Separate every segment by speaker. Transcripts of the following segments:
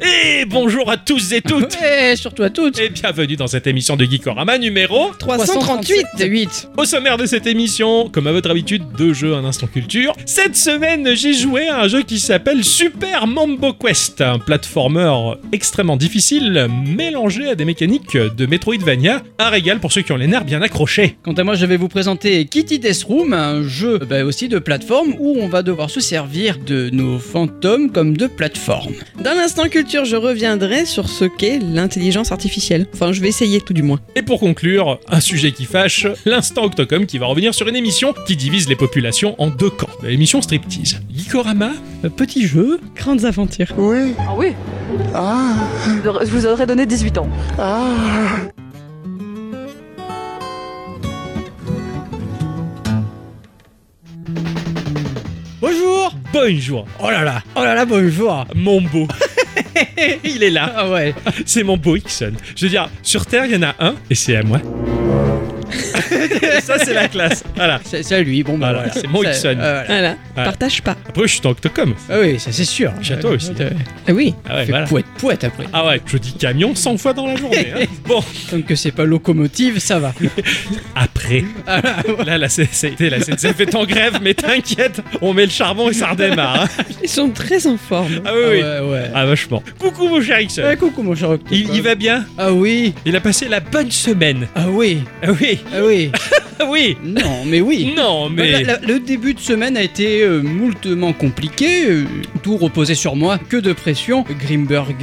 Speaker 1: Et bonjour à tous et toutes
Speaker 2: Et surtout à toutes
Speaker 1: Et bienvenue dans cette émission de Geekorama numéro
Speaker 2: 338 8
Speaker 1: Au sommaire de cette émission, comme à votre habitude, deux jeux un instant culture. Cette semaine, j'ai joué à un jeu qui s'appelle Super Mambo Quest, un platformer extrêmement difficile, mélangé à des mécaniques de Metroidvania. Un régal pour ceux qui ont les nerfs bien accrochés.
Speaker 2: Quant à moi, je vais vous présenter Kitty Death Room, un jeu bah, aussi de plateforme où on va devoir se servir de nos fantômes comme de plateforme.
Speaker 3: Dans l'instant culture, je reviendrai sur ce qu'est l'intelligence artificielle. Enfin, je vais essayer tout du moins.
Speaker 1: Et pour conclure, un sujet qui fâche, l'instant Octocom qui va revenir sur une émission qui divise les populations en deux camps. L'émission Striptease. Gikorama, Euh, petit jeu,
Speaker 3: Grandes aventures.
Speaker 4: Oui.
Speaker 5: Ah oui
Speaker 4: Ah.
Speaker 5: Je vous aurais donné 18 ans.
Speaker 4: Ah.
Speaker 2: Bonjour
Speaker 1: bonjour. Oh là là,
Speaker 2: Oh là là, bonjour
Speaker 1: mon beau. Il est là.
Speaker 2: Ah ouais
Speaker 1: C'est mon beau Ixon. Je veux dire, sur Terre, il y en a un, et c'est à moi. ça, c'est la classe. Voilà.
Speaker 2: C'est c'est à lui, bon bah
Speaker 1: Voilà,
Speaker 2: voilà.
Speaker 1: Ah, c'est mon
Speaker 2: Ça-
Speaker 1: Ixon.
Speaker 2: euh, voilà.
Speaker 3: Voilà.
Speaker 1: Ouais.
Speaker 3: Partage pas.
Speaker 1: Après, je suis en Octocom.
Speaker 2: Ah oui, ça c'est sûr.
Speaker 1: J'ai à toi aussi.
Speaker 2: Euh,
Speaker 3: Ah oui.
Speaker 1: Ah ouais,
Speaker 2: fait
Speaker 1: voilà.
Speaker 2: Pouette, pouette après.
Speaker 1: Ah ouais, je dis camion 100 fois dans la journée. hein. Bon,
Speaker 2: Tant que c'est pas locomotive, ça va.
Speaker 1: après. Là, la C- c'était la SNCF est en grève, mais t'inquiète, on met le charbon et ça redémarre. hein.
Speaker 3: Ils sont très en forme.
Speaker 1: Ah oui,
Speaker 2: Ah
Speaker 1: oui.
Speaker 2: ouais, ouais.
Speaker 1: Ah, vachement. Coucou, mon cher Ixon.
Speaker 2: Ah, coucou mon cher Octocom.
Speaker 1: Il, il va bien
Speaker 2: Ah oui,
Speaker 1: Il a passé la bonne semaine.
Speaker 2: ah oui,
Speaker 1: Ah oui,
Speaker 2: ah oui.
Speaker 1: ah oui.
Speaker 2: non, mais oui.
Speaker 1: Non, mais.
Speaker 2: La- la- le début de semaine a été euh, moultement compliqué, euh, tout reposait sur moi, que de pression. Grimbergen,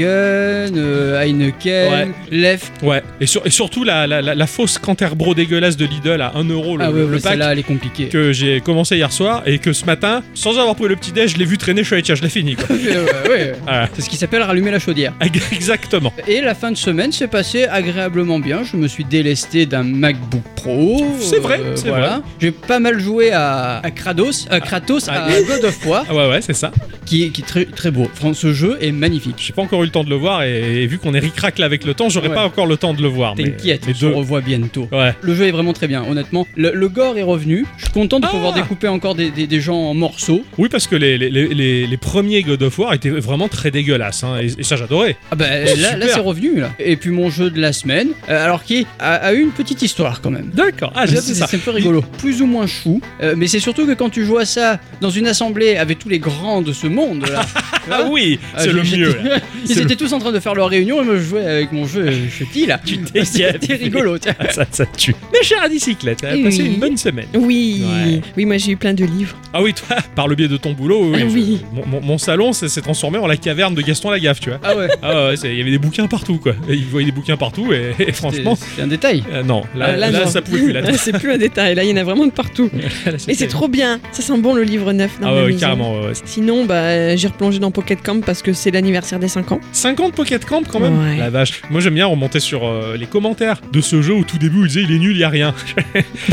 Speaker 2: euh, Heineken, Left.
Speaker 1: Ouais, et, sur- et surtout la, la, la, la fausse Canterbro dégueulasse de Lidl à 1€ euro le,
Speaker 2: ah ouais,
Speaker 1: le
Speaker 2: ouais,
Speaker 1: pack
Speaker 2: celle-là elle est compliquée.
Speaker 1: que j'ai commencé hier soir et que ce matin, sans avoir pris le petit déj, je l'ai vu traîner, je suis allé, tiens, je l'ai fini quoi.
Speaker 2: Euh, ouais, ouais.
Speaker 1: Voilà.
Speaker 2: C'est ce qui s'appelle rallumer la chaudière.
Speaker 1: Exactement.
Speaker 2: Et la fin de semaine s'est passée agréablement bien. Je me suis délesté d'un MacBook Pro. euh,
Speaker 1: C'est vrai, c'est
Speaker 2: voilà. J'ai pas mal joué à, à Kratos, à Kratos,
Speaker 1: Ah,
Speaker 2: à,
Speaker 1: oui.
Speaker 2: God of War,
Speaker 1: Ah ouais, ouais, c'est ça.
Speaker 2: qui, qui est très, très beau. Fran- Ce jeu est magnifique.
Speaker 1: J'ai pas encore eu le temps de le voir et, et vu qu'on est ricrac là avec le temps, j'aurais
Speaker 2: Ouais.
Speaker 1: pas encore le temps de le voir. mais-
Speaker 2: T'inquiète,
Speaker 1: mais
Speaker 2: on se
Speaker 1: deux-
Speaker 2: revoit bientôt.
Speaker 1: Ouais.
Speaker 2: Le jeu est vraiment très bien, honnêtement. Le, le gore est revenu. Je suis content de
Speaker 1: Ah
Speaker 2: pouvoir découper encore des, des- des gens en morceaux.
Speaker 1: Oui, parce que les, les, les- les- les premiers God of War étaient vraiment très dégueulasses hein, et, et ça j'adorais.
Speaker 2: Ah bah
Speaker 1: C'est
Speaker 2: là,
Speaker 1: super.
Speaker 2: là, c'est revenu là. Et puis mon jeu de la semaine, euh, alors qui a, a eu une petite histoire quand même.
Speaker 1: D'accord, ah, j'ai hâte de
Speaker 2: C'est
Speaker 1: ça.
Speaker 2: c'est un peu rigolo, plus ou moins chou, Euh, mais c'est surtout que quand tu joues à ça dans une assemblée avec tous les grands de ce monde là,
Speaker 1: Ah oui,
Speaker 2: euh,
Speaker 1: c'est le
Speaker 2: j'étais-
Speaker 1: mieux. là. C'est
Speaker 2: ils
Speaker 1: le-
Speaker 2: étaient tous en train de faire leur réunion et moi je jouais avec mon jeu euh, chutty là.
Speaker 1: t'es
Speaker 2: C'était rigolo, tiens.
Speaker 1: Ah, ça, ça tue. Mes chers Adicyclettes, t'as
Speaker 3: Oui.
Speaker 1: passé une bonne semaine.
Speaker 3: Oui.
Speaker 1: Ouais.
Speaker 3: Oui, moi j'ai eu plein de livres.
Speaker 1: Ah oui, toi, par le biais de ton boulot, oui.
Speaker 3: Ah
Speaker 1: je-
Speaker 3: oui.
Speaker 1: mon, mon- mon salon s'est s'est transformé en la caverne de Gaston Lagaffe, tu vois.
Speaker 2: Ah ouais,
Speaker 1: Ah ouais, c'est- il y avait des bouquins partout, quoi. Et il voyait des bouquins partout, et, et franchement,
Speaker 2: c'est c'est un détail.
Speaker 1: euh, non, là,
Speaker 3: Ah,
Speaker 1: là,
Speaker 3: non.
Speaker 1: ça pouvait plus. Là,
Speaker 3: Là, c'est plus un détail. Là, il y en a vraiment de partout.
Speaker 1: Là,
Speaker 3: Et c'est trop bien. Ça sent bon le livre neuf. dans
Speaker 1: Ah
Speaker 3: ma
Speaker 1: ouais, ouais,
Speaker 3: maison.
Speaker 1: carrément. ouais, ouais.
Speaker 3: Sinon, bah, j'ai replongé dans Pocket Camp parce que c'est l'anniversaire des 5 ans.
Speaker 1: 50 Pocket Camp quand même
Speaker 3: Ouais.
Speaker 1: La vache. Moi j'aime bien remonter sur euh, les commentaires de ce jeu au tout début où il disait il est nul, il y a rien.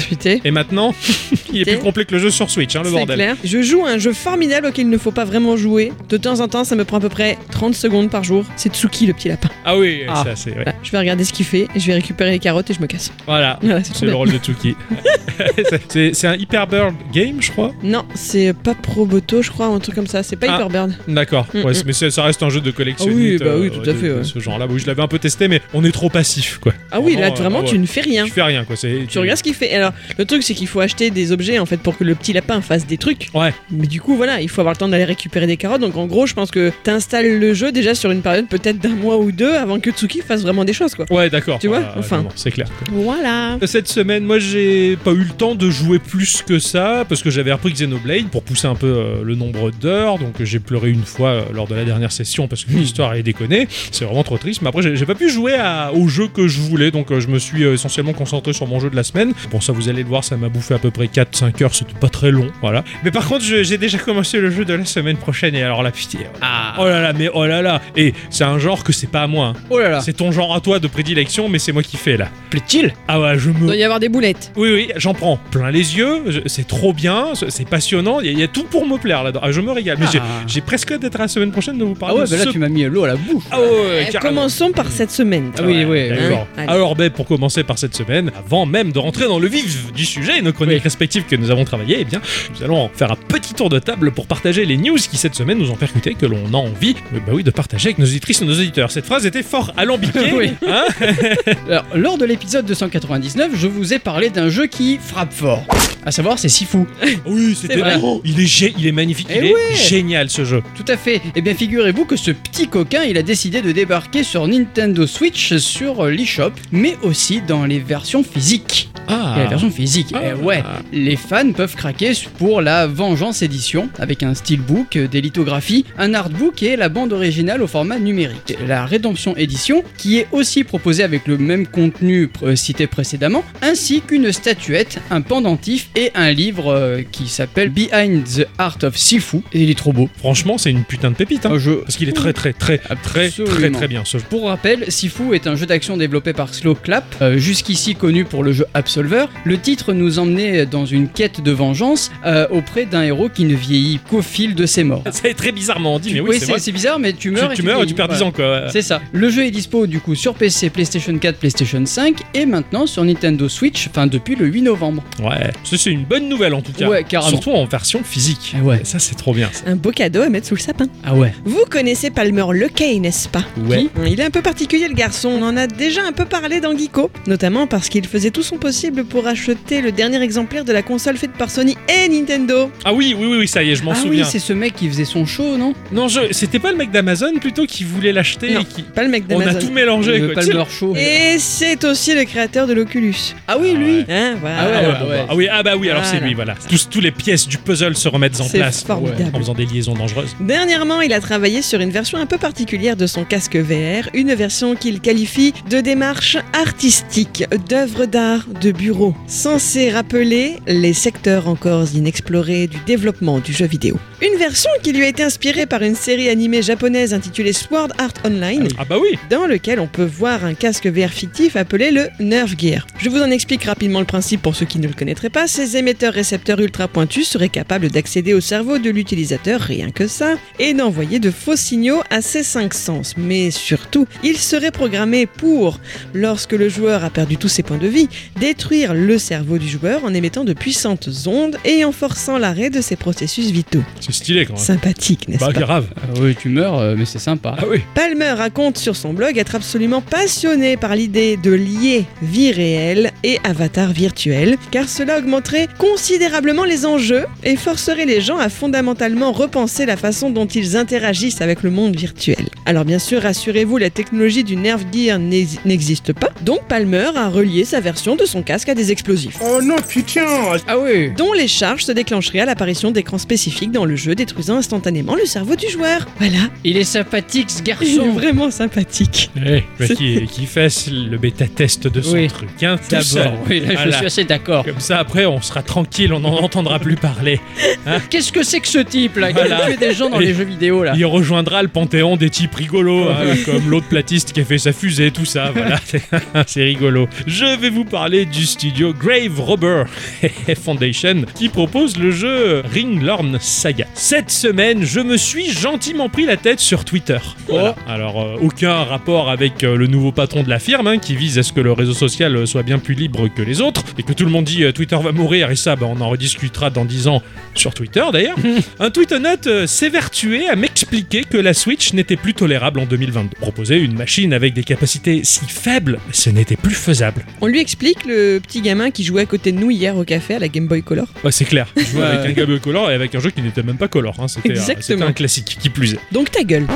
Speaker 3: Putain.
Speaker 1: Et maintenant, il est plus
Speaker 3: T'es-
Speaker 1: complet que le jeu sur Switch, hein, le
Speaker 3: C'est
Speaker 1: bordel.
Speaker 3: clair. Je joue à un jeu formidable auquel il ne faut pas vraiment jouer. De temps en temps, ça me prend à peu près 30 secondes par jour. C'est Tsuki, le petit lapin.
Speaker 1: Ah oui,
Speaker 2: Ah.
Speaker 1: ça c'est. ouais.
Speaker 3: Voilà, je vais regarder ce qu'il fait, et je vais récupérer les carottes et je me casse.
Speaker 1: Voilà.
Speaker 3: Voilà, c'est trop
Speaker 1: C'est le
Speaker 3: bien.
Speaker 1: rôle de Tsuki. c'est c'est un Hyperbird game, je crois.
Speaker 3: Non, c'est pas Proboto, je crois, ou un truc comme ça. C'est pas
Speaker 1: Ah.
Speaker 3: Hyperbird.
Speaker 1: D'accord,
Speaker 3: Mm,
Speaker 1: ouais,
Speaker 3: mm.
Speaker 1: mais ça ça reste un jeu de collectionniste.
Speaker 3: Ah oui, bah oui,
Speaker 1: euh,
Speaker 3: tout à
Speaker 1: de-
Speaker 3: fait,
Speaker 1: de
Speaker 3: ouais.
Speaker 1: Ce genre-là, oui, je l'avais un peu testé, mais on est trop passif, quoi.
Speaker 3: Ah oui, là,
Speaker 1: Vraiment, euh,
Speaker 3: vraiment,
Speaker 1: ah ouais.
Speaker 3: tu ne fais rien.
Speaker 1: Tu fais rien, quoi. c'est-
Speaker 3: Tu regardes ce qu'il fait. Alors, le truc, c'est qu'il faut acheter des objets, en fait, pour que le petit lapin fasse des trucs.
Speaker 1: Ouais.
Speaker 3: Mais du coup, voilà, il faut avoir le temps d'aller récupérer des carottes. Donc, en gros, je pense que t'installes le jeu déjà sur une période peut-être d'un mois ou deux avant que Tsuki fasse vraiment des choses, quoi.
Speaker 1: Ouais, d'accord.
Speaker 3: Tu vois,
Speaker 1: Ah,
Speaker 3: enfin.
Speaker 1: non, non, c'est clair. quoi.
Speaker 3: Voilà.
Speaker 1: Euh, Cette semaine, moi, j'ai pas eu le temps de jouer plus que ça parce que j'avais repris Xenoblade pour pousser un peu euh, le nombre d'heures. Donc, euh, j'ai pleuré une fois euh, lors de la dernière session parce que l'histoire est déconnée. C'est vraiment trop triste. Mais après, j'ai j'ai pas pu jouer à- au jeu que je voulais. Donc, euh, je me suis euh, essentiellement concentré sur mon jeu de la semaine. Bon, ça, vous allez le voir, ça m'a bouffé à peu près 4-5 heures. C'était pas très long. Voilà. Mais par contre, je- j'ai déjà commencé le jeu de la semaine prochaine. Et alors, la pitié.
Speaker 2: Ah,
Speaker 1: Oh là là, mais oh là là. Et c'est un genre que c'est pas à moi. hein.
Speaker 2: oh là là,
Speaker 1: C'est ton genre à toi de prédilection, mais c'est moi qui fais là.
Speaker 2: plaît-il
Speaker 1: Ah ouais, je me.
Speaker 3: Il doit y avoir des boulettes.
Speaker 1: Oui, oui, j'en prends plein les yeux, je- c'est trop bien, c'est- c'est passionnant, il y, a- il y a tout pour me plaire là-dedans. Ah, je me régale, mais j'ai-
Speaker 2: Ah.
Speaker 1: j'ai presque hâte d'être à la semaine prochaine de vous
Speaker 2: Ah
Speaker 1: parler
Speaker 2: ouais,
Speaker 1: de
Speaker 2: bah là
Speaker 1: ce-
Speaker 2: tu m'as mis l'eau à la bouche.
Speaker 1: Ah ouais, ouais,
Speaker 3: Euh,
Speaker 1: carrément. Mm.
Speaker 3: Commençons par cette semaine.
Speaker 2: Ah oui, oui,
Speaker 1: D'accord.
Speaker 3: oui. Allez.
Speaker 1: Alors, ben, pour commencer par cette semaine, avant même de rentrer dans le vif du sujet, nos chroniques
Speaker 2: Oui.
Speaker 1: respectives que nous avons travaillées, eh bien, nous allons simplement faire un petit tour de table pour partager les news qui cette semaine nous ont percuté que l'on a envie, euh, bah oui, de partager avec nos auditrices et nos auditeurs. Cette phrase était fort alambiquée,
Speaker 2: Oui.
Speaker 1: hein
Speaker 2: Alors, lors de l'épisode 299, je vous ai parlé d'un jeu qui frappe fort, à savoir c'est Sifu.
Speaker 1: Oui, c'était.
Speaker 3: C'est vrai.
Speaker 1: Oh, il est gé- il est magnifique,
Speaker 2: Eh
Speaker 1: il est
Speaker 2: ouais.
Speaker 1: génial ce jeu.
Speaker 2: Tout à fait. Eh bien, figurez-vous que ce petit coquin, il a décidé de débarquer sur Nintendo Switch, sur euh, l'eShop, mais aussi dans les versions physiques. Et
Speaker 1: Ah.
Speaker 2: la version physique, eh ouais. Les fans peuvent craquer pour la Vengeance édition, avec un steelbook, euh, des lithographies, un artbook et la bande originale au format numérique. La Rédemption édition, qui est aussi proposée avec le même contenu euh, cité précédemment, ainsi qu'une statuette, un pendentif et un livre euh, qui s'appelle Behind the Art of Sifu. Et il est trop beau.
Speaker 1: Franchement, c'est une putain de pépite. hein.
Speaker 2: Un jeu
Speaker 1: Parce qu'il est très très très très très
Speaker 2: Absolument.
Speaker 1: très bien ce jeu.
Speaker 2: Pour rappel, Sifu est un jeu d'action développé par Slow Clap, euh, jusqu'ici connu pour le jeu Absolver. Le titre nous emmenait dans une quête de vengeance euh, auprès d'un héros qui ne vieillit qu'au fil de ses morts.
Speaker 1: C'est très bizarrement dit, mais oui,
Speaker 2: Ah, oui,
Speaker 1: c'est vrai.
Speaker 2: c'est c'est bizarre, mais tu
Speaker 1: Tu,
Speaker 2: meurs
Speaker 1: tu meurs et tu
Speaker 2: vieillis.
Speaker 1: perds 10
Speaker 2: Voilà.
Speaker 1: ans quoi.
Speaker 2: C'est ça. Le jeu est dispo du coup sur PC, PlayStation 4, PlayStation 5 et maintenant sur Nintendo Switch, enfin depuis le 8 novembre.
Speaker 1: Ouais. Ça, C'est une bonne nouvelle en tout cas.
Speaker 2: Ouais, carrément.
Speaker 1: Surtout en version physique.
Speaker 2: Ah ouais.
Speaker 1: Ça c'est trop bien. ça.
Speaker 3: Un beau cadeau à mettre sous le sapin.
Speaker 2: Ah ouais.
Speaker 3: Vous connaissez Palmer Lequet, n'est-ce pas
Speaker 2: Ouais.
Speaker 3: Qui Il est un peu particulier le garçon, on en a déjà un peu parlé dans Geeko, notamment parce qu'il faisait tout son possible pour acheter le dernier exemplaire de la console faite par Sony et Nintendo.
Speaker 1: Ah oui, oui, oui, oui, ça y est, je m'en
Speaker 2: Ah oui,
Speaker 1: souviens.
Speaker 2: c'est ce mec qui faisait son show, non
Speaker 1: non, je... c'était pas le mec d'Amazon plutôt qui voulait l'acheter
Speaker 3: Non.
Speaker 1: et qui.
Speaker 3: Pas le mec
Speaker 1: On a tout
Speaker 3: d'Amazon.
Speaker 1: mélangé.
Speaker 2: Le
Speaker 1: quoi. Tu sais,
Speaker 2: Palmer Show.
Speaker 3: Et c'est aussi le créateur de l'Oculus.
Speaker 2: Ah oui, lui.
Speaker 3: Hein, voilà.
Speaker 2: Ah ouais,
Speaker 1: Ah, ouais, bon, bah, ah oui, ah bah oui, alors c'est
Speaker 3: Voilà.
Speaker 1: lui, voilà. Tous, tous les pièces du puzzle se remettent en
Speaker 3: C'est
Speaker 1: place
Speaker 3: formidable.
Speaker 1: en faisant des liaisons dangereuses.
Speaker 3: Dernièrement, il a travaillé sur une version un peu particulière de son casque VR, une version qu'il qualifie de démarche artistique, d'œuvre d'art de bureau, censée rappeler les secteurs encore inexplorés du développement du jeu vidéo. Une version qui lui a été inspirée par une série animée japonaise intitulée Sword Art Online,
Speaker 1: Ah bah oui,
Speaker 3: dans lequel on peut voir un casque VR fictif appelé le Nerve Gear. Je vous en explique rapidement le principe pour ceux qui ne le connaîtraient pas. Ces émetteurs-récepteurs ultra pointus seraient capables d'accéder au cerveau de l'utilisateur, rien que ça, et d'envoyer de faux signaux à ses cinq sens. Mais surtout, ils seraient programmés pour, lorsque le joueur a perdu tous ses points de vie, détruire le cerveau du joueur en émettant de puissantes ondes et en forçant l'arrêt de ses processus vitaux.
Speaker 1: c'est stylé quand même.
Speaker 3: Sympathique, n'est-ce
Speaker 1: Bah
Speaker 3: pas
Speaker 1: grave.
Speaker 2: Ah oui, tu meurs, euh, mais c'est sympa.
Speaker 1: Ah oui.
Speaker 3: Palmer raconte sur son blog être absolument passionné par l'idée de lier vie réelle et avatar virtuel, car cela augmenterait considérablement les enjeux et forcerait les gens à fondamentalement repenser la façon dont ils interagissent avec le monde virtuel. Alors bien sûr, rassurez-vous, la technologie du Nerve Gear n'exi- n'existe pas, donc Palmer a relié sa version de son casque à des explosifs
Speaker 4: Oh non, putain
Speaker 2: Ah oui.
Speaker 3: dont les charges se déclencheraient à l'apparition d'écrans spécifiques dans le jeu, détruisant instantanément le cerveau du joueur. Voilà,
Speaker 2: Il est sympathique ce
Speaker 3: il est
Speaker 2: garçon.
Speaker 3: vraiment sympathique.
Speaker 1: Eh, bah,
Speaker 3: C'est-
Speaker 1: qui, qui fasse le bêta test de son
Speaker 2: Oui.
Speaker 1: truc, hein, tout seul.
Speaker 2: D'abord, oui, là, je
Speaker 1: Voilà.
Speaker 2: suis assez d'accord.
Speaker 1: Comme ça, après, on sera tranquille, on n'en entendra plus parler.
Speaker 2: Qu'est-ce que c'est que ce type là qui
Speaker 1: Voilà.
Speaker 2: a tué des gens dans
Speaker 1: Et-
Speaker 2: les jeux vidéo là
Speaker 1: Il rejoindra le panthéon des types rigolos, hein, comme l'autre platiste qui a fait sa fusée, tout ça, voilà. C'est rigolo. Je vais vous parler du studio Grave Robber Foundation qui propose le jeu Ringlorn Saga. Cette semaine, je me suis gentiment pris la tête sur Twitter. Voilà. Alors, euh, aucun rapport avec euh, le nouveau patron de la firme hein, qui vise à ce que le réseau social euh, soit bien plus libre que les autres et que tout le monde dit euh, Twitter va mourir et ça, bah, on en rediscutera dans 10 ans sur Twitter d'ailleurs. Un tweetonote euh, s'évertuait à m'expliquer que la Switch n'était plus tolérable en 2022. Proposer une machine avec des capacités si faibles, ce n'était plus faisable.
Speaker 3: On lui explique le petit gamin qui jouait à côté de nous hier au café à la Game Boy Color.
Speaker 1: Ouais, c'est clair. Jouer
Speaker 2: Ouais.
Speaker 1: avec un gamme color et avec un jeu qui n'était même pas color. hein. C'était, euh,
Speaker 3: Exactement.
Speaker 1: c'était un classique, qui plus est.
Speaker 3: Donc ta gueule.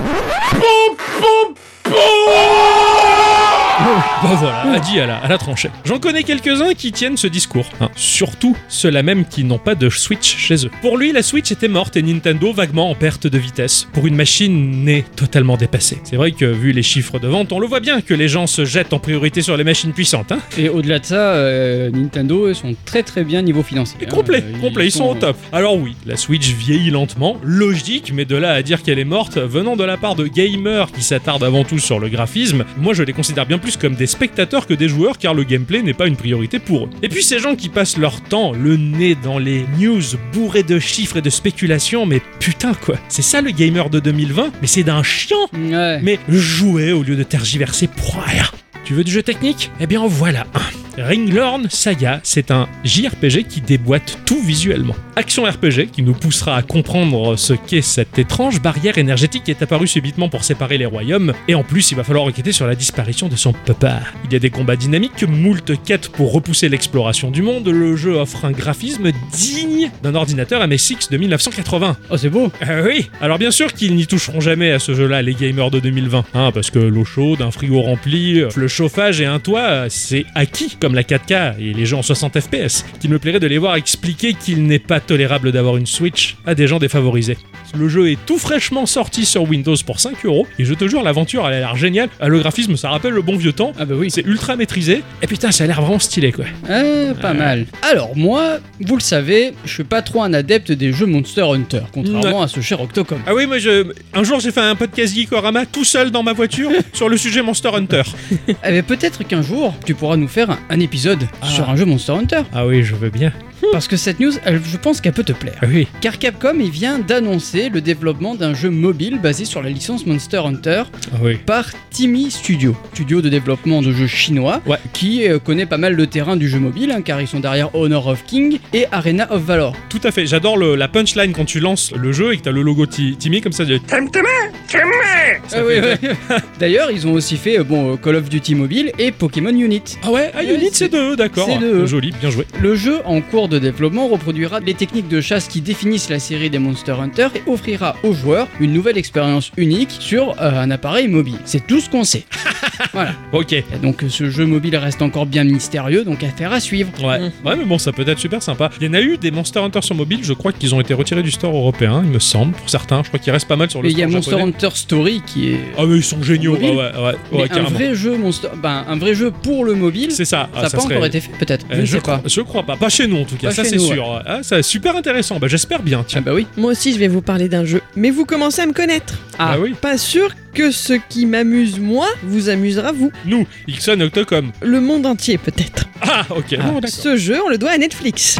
Speaker 1: Bah voilà, a dit à la, à la tranchée. J'en connais quelques-uns qui tiennent ce discours. hein. Surtout ceux-là même qui n'ont pas de Switch chez eux. Pour lui, la Switch était morte et Nintendo vaguement en perte de vitesse. Pour une machine née totalement dépassée. C'est vrai que vu les chiffres de vente, on le voit bien que les gens se jettent en priorité sur les machines puissantes. hein.
Speaker 2: Et au-delà de ça, euh, Nintendo eux, sont très très bien niveau financier.
Speaker 1: Et
Speaker 2: hein.
Speaker 1: complet,
Speaker 2: Euh,
Speaker 1: complet, Ah, ils sont au top. Alors oui, la Switch vieillit lentement, logique, mais de là à dire qu'elle est morte, venant de la part de gamers qui s'attardent avant tout sur le graphisme, moi je les considère bien plus comme des spectateurs que des joueurs car le gameplay n'est pas une priorité pour eux. Et puis ces gens qui passent leur temps le nez dans les news bourrés de chiffres et de spéculations, mais putain quoi, c'est ça le gamer de 2020 Mais c'est d'un chien
Speaker 2: Ouais.
Speaker 1: mais jouer au lieu de tergiverser pour rien. Tu veux du jeu technique Eh bien voilà un. Ringlorn Saga, c'est un JRPG qui déboîte tout visuellement. Action RPG qui nous poussera à comprendre ce qu'est cette étrange barrière énergétique qui est apparue subitement pour séparer les royaumes, et en plus il va falloir enquêter sur la disparition de son papa. Il y a des combats dynamiques, moult quêtes pour repousser l'exploration du monde, le jeu offre un graphisme digne d'un ordinateur MSX de 1980.
Speaker 2: Oh, c'est beau.
Speaker 1: Ah oui Alors bien sûr qu'ils n'y toucheront jamais à ce jeu-là, les gamers de 2020, hein, parce que l'eau chaude, un frigo rempli, euh, le chauffage et un toit, euh, c'est acquis, comme la 4K et les jeux en 60 FPS, qu'il me plairait de les voir expliquer qu'il n'est pas tolérable d'avoir une Switch à des gens défavorisés. Le jeu est tout fraîchement sorti sur Windows pour 5 euros, et je te jure, l'aventure, elle a l'air géniale, Ah, le graphisme, ça rappelle le bon vieux temps,
Speaker 2: Ah bah oui.
Speaker 1: c'est ultra maîtrisé, et putain, ça a l'air vraiment stylé, quoi.
Speaker 2: Ah, pas mal. Alors moi, vous le savez, je suis pas trop un adepte des jeux Monster Hunter, contrairement à ce cher Octocom.
Speaker 1: Ah oui, moi, je... un jour, j'ai fait un podcast Geekorama tout seul dans ma voiture sur le sujet Monster Hunter.
Speaker 2: Eh ben, peut-être qu'un jour, tu pourras nous faire un, un épisode
Speaker 1: Ah.
Speaker 2: sur un jeu Monster Hunter,
Speaker 1: Ah oui, je veux bien.
Speaker 2: parce que cette news, elle- je pense qu'elle peut te plaire.
Speaker 1: Ah oui.
Speaker 2: Car Capcom il vient d'annoncer le développement d'un jeu mobile basé sur la licence Monster Hunter
Speaker 1: Ah oui.
Speaker 2: par Timi Studio, studio de développement de jeux chinois,
Speaker 1: Ouais.
Speaker 2: qui euh, connaît pas mal le terrain du jeu mobile, hein, car ils sont derrière Honor of King et Arena of Valor.
Speaker 1: Tout à fait, j'adore le- la punchline quand tu lances le jeu et que t'as le logo Ti- Timmy comme ça. tu-
Speaker 2: Ah oui, ouais. D'ailleurs, ils ont aussi fait euh, bon, euh, Call of Duty Mobile et Pokémon Unit.
Speaker 1: Ah ouais, ah,
Speaker 2: Ouais,
Speaker 1: Unit
Speaker 2: c'est-
Speaker 1: c'est de eux, d'accord.
Speaker 2: c'est de eux.
Speaker 1: Joli, bien joué.
Speaker 2: Le jeu en cours de développement reproduira les techniques de chasse qui définissent la série des Monster Hunter et offrira aux joueurs une nouvelle expérience unique sur euh, un appareil mobile. C'est tout ce qu'on sait.
Speaker 1: Ok.
Speaker 2: Et donc euh, ce jeu mobile reste encore bien mystérieux, donc affaire à suivre.
Speaker 1: Ouais.
Speaker 3: Mm.
Speaker 1: ouais, mais bon, ça peut être super sympa. Il y en a eu des Monster Hunter sur mobile, je crois qu'ils ont été retirés du store européen, il me semble, pour certains. Je crois qu'ils restent pas mal sur le
Speaker 2: Et il
Speaker 1: store
Speaker 2: y a Monster
Speaker 1: japonais.
Speaker 2: Hunter Story qui est
Speaker 1: Ah, mais ils sont géniaux,
Speaker 2: Mobile.
Speaker 1: Ah ouais, ouais, ouais,
Speaker 2: mais un
Speaker 1: carrément.
Speaker 2: vrai jeu Monster, ben, un vrai jeu pour le mobile.
Speaker 1: C'est ça,
Speaker 2: Ça
Speaker 1: Ah,
Speaker 2: n'a
Speaker 1: ça
Speaker 2: pas
Speaker 1: serait-
Speaker 2: encore été fait peut-être.
Speaker 1: Euh,
Speaker 2: je ne
Speaker 1: je,
Speaker 2: sais
Speaker 1: crois,
Speaker 2: pas.
Speaker 1: je crois pas, pas chez nous en tout cas,
Speaker 2: Pas
Speaker 1: ça
Speaker 2: chez
Speaker 1: c'est
Speaker 2: nous,
Speaker 1: sûr. Ah, ça super intéressant, bah, j'espère bien,
Speaker 2: Ah
Speaker 1: tiens.
Speaker 2: bah oui.
Speaker 3: Moi aussi, je vais vous parler d'un jeu, mais vous commencez à me connaître.
Speaker 2: Ah.
Speaker 1: Bah oui,
Speaker 3: Pas sûr que ce qui m'amuse moi vous amusera vous.
Speaker 1: nous, Ixon Octocom.
Speaker 3: Le monde entier peut-être.
Speaker 1: Ah, ok,
Speaker 2: Ah,
Speaker 1: bon, d'accord.
Speaker 3: Ce jeu, on le doit à Netflix.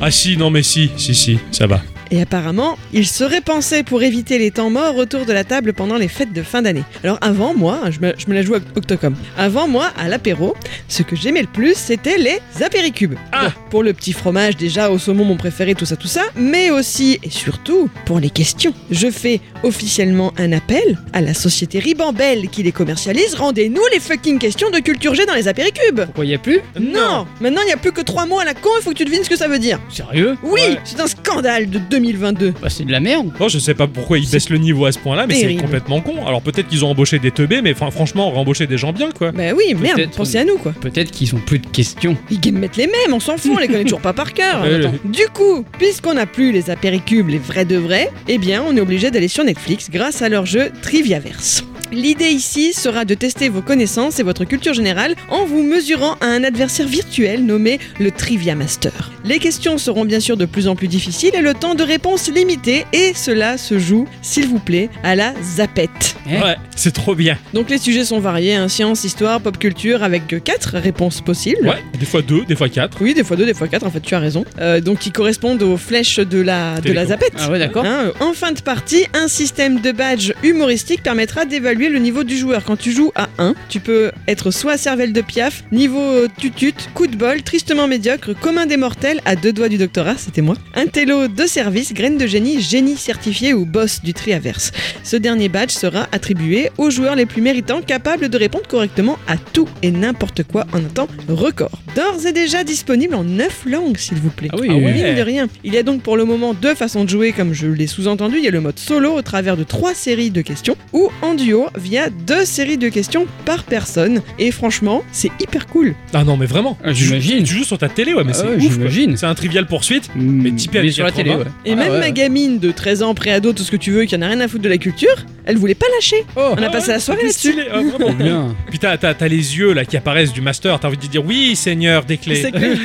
Speaker 1: Ah si, non mais si, si, si, ça va.
Speaker 3: Et apparemment, il serait pensé pour éviter les temps morts autour de la table pendant les fêtes de fin d'année. Alors avant moi, hein, je me, je me la joue à Octocom, avant moi, à l'apéro, ce que j'aimais le plus, c'était les apéricubes.
Speaker 1: Ah
Speaker 3: Bon, pour le petit fromage, déjà au saumon, mon préféré, tout ça, tout ça, mais aussi et surtout pour les questions. Je fais officiellement un appel à la société Ribambelle qui les commercialise. Rendez-nous les fucking questions de culture G dans les apéricubes
Speaker 2: Pourquoi il n'y a plus
Speaker 3: Maintenant, il n'y a plus que trois mots à la con, il faut que tu devines ce que ça veut dire.
Speaker 2: Sérieux
Speaker 3: Oui,
Speaker 1: Ouais.
Speaker 3: c'est un scandale de 2022.
Speaker 2: Bah c'est de la merde.
Speaker 1: Non, je sais pas pourquoi ils baissent le niveau à ce point-là, mais c'est
Speaker 3: terrible.
Speaker 1: complètement con. Alors peut-être qu'ils ont embauché des teubés, mais enfin, franchement, rembaucher des gens bien, quoi.
Speaker 3: Bah oui, merde,
Speaker 2: Peut-être,
Speaker 3: pensez
Speaker 2: oui.
Speaker 3: à nous quoi.
Speaker 2: Peut-être qu'ils ont plus de questions.
Speaker 3: Ils me mettent les mêmes, on s'en fout, on les connaît toujours pas par cœur.
Speaker 1: Ouais,
Speaker 3: Ah, Attends. Du coup, puisqu'on n'a plus les apéricubes, les vrais de vrais, eh bien on est obligé d'aller sur Netflix grâce à leur jeu Triviaverse. L'idée ici sera de tester vos connaissances et votre culture générale en vous mesurant à un adversaire virtuel nommé le Trivia Master. Les questions seront bien sûr de plus en plus difficiles et le temps de réponse limité et cela se joue, s'il vous plaît, à la zapette.
Speaker 2: Eh.
Speaker 1: Euh, Ouais, c'est trop bien.
Speaker 3: Donc les sujets sont variés, hein, science, histoire, pop culture, avec 4 réponses possibles.
Speaker 1: Ouais, des fois deux, des fois quatre.
Speaker 3: Oui, des fois 2, des fois 4, en fait, tu as raison. Euh, donc, qui correspondent aux flèches de la, de la
Speaker 1: Télécom.
Speaker 3: zapette.
Speaker 2: Ah ouais d'accord.
Speaker 3: Hein, euh, en fin de partie, un système de badge humoristique permettra d'évaluer le niveau du joueur. Quand tu joues à 1, tu peux être soit cervelle de piaf, niveau euh, tutut, coup de bol, tristement médiocre, commun des mortels, à deux doigts du doctorat, c'était moi, un télo de service, graine de génie, génie certifié ou boss du triaverse. Ce dernier badge sera attribué aux joueurs les plus méritants capables de répondre correctement à tout et n'importe quoi en un temps record. D'ores et déjà disponible en 9 langues, s'il vous plaît.
Speaker 2: Ah oui,
Speaker 1: Ah ouais.
Speaker 3: Mine de rien. Il y a donc pour le moment deux façons de jouer, comme je l'ai sous-entendu. Il y a le mode solo au travers de trois séries de questions, ou en duo via deux séries de questions par personne. Et franchement, c'est hyper cool.
Speaker 1: Ah non, mais vraiment.
Speaker 2: Ah,
Speaker 1: Tu joues-
Speaker 2: j'imagine.
Speaker 1: Tu joues sur ta télé, ouais, mais
Speaker 2: Ah
Speaker 1: c'est
Speaker 2: ouais,
Speaker 1: ouf. quoi.
Speaker 2: j'imagine.
Speaker 1: C'est un trivial poursuite.
Speaker 2: Hmm, Mais
Speaker 1: typé à
Speaker 2: sur la
Speaker 1: 80.
Speaker 2: télé. Ouais.
Speaker 3: Et
Speaker 2: Ah
Speaker 3: même
Speaker 2: ouais,
Speaker 3: ma
Speaker 2: ouais.
Speaker 3: gamine de 13 ans, préado, tout ce que tu veux, qui en a rien à foutre de la culture, elle voulait pas lâcher.
Speaker 2: Oh.
Speaker 3: On a
Speaker 1: Ah
Speaker 3: passé
Speaker 1: ouais,
Speaker 3: la soirée
Speaker 1: c'est
Speaker 3: là-dessus.
Speaker 1: stylé, ah, vraiment.
Speaker 2: Trop bien.
Speaker 1: Puis t'as, t'as- t'as les yeux là qui apparaissent du master, t'as envie de dire oui, Seigneur des clés.
Speaker 3: C'est cool.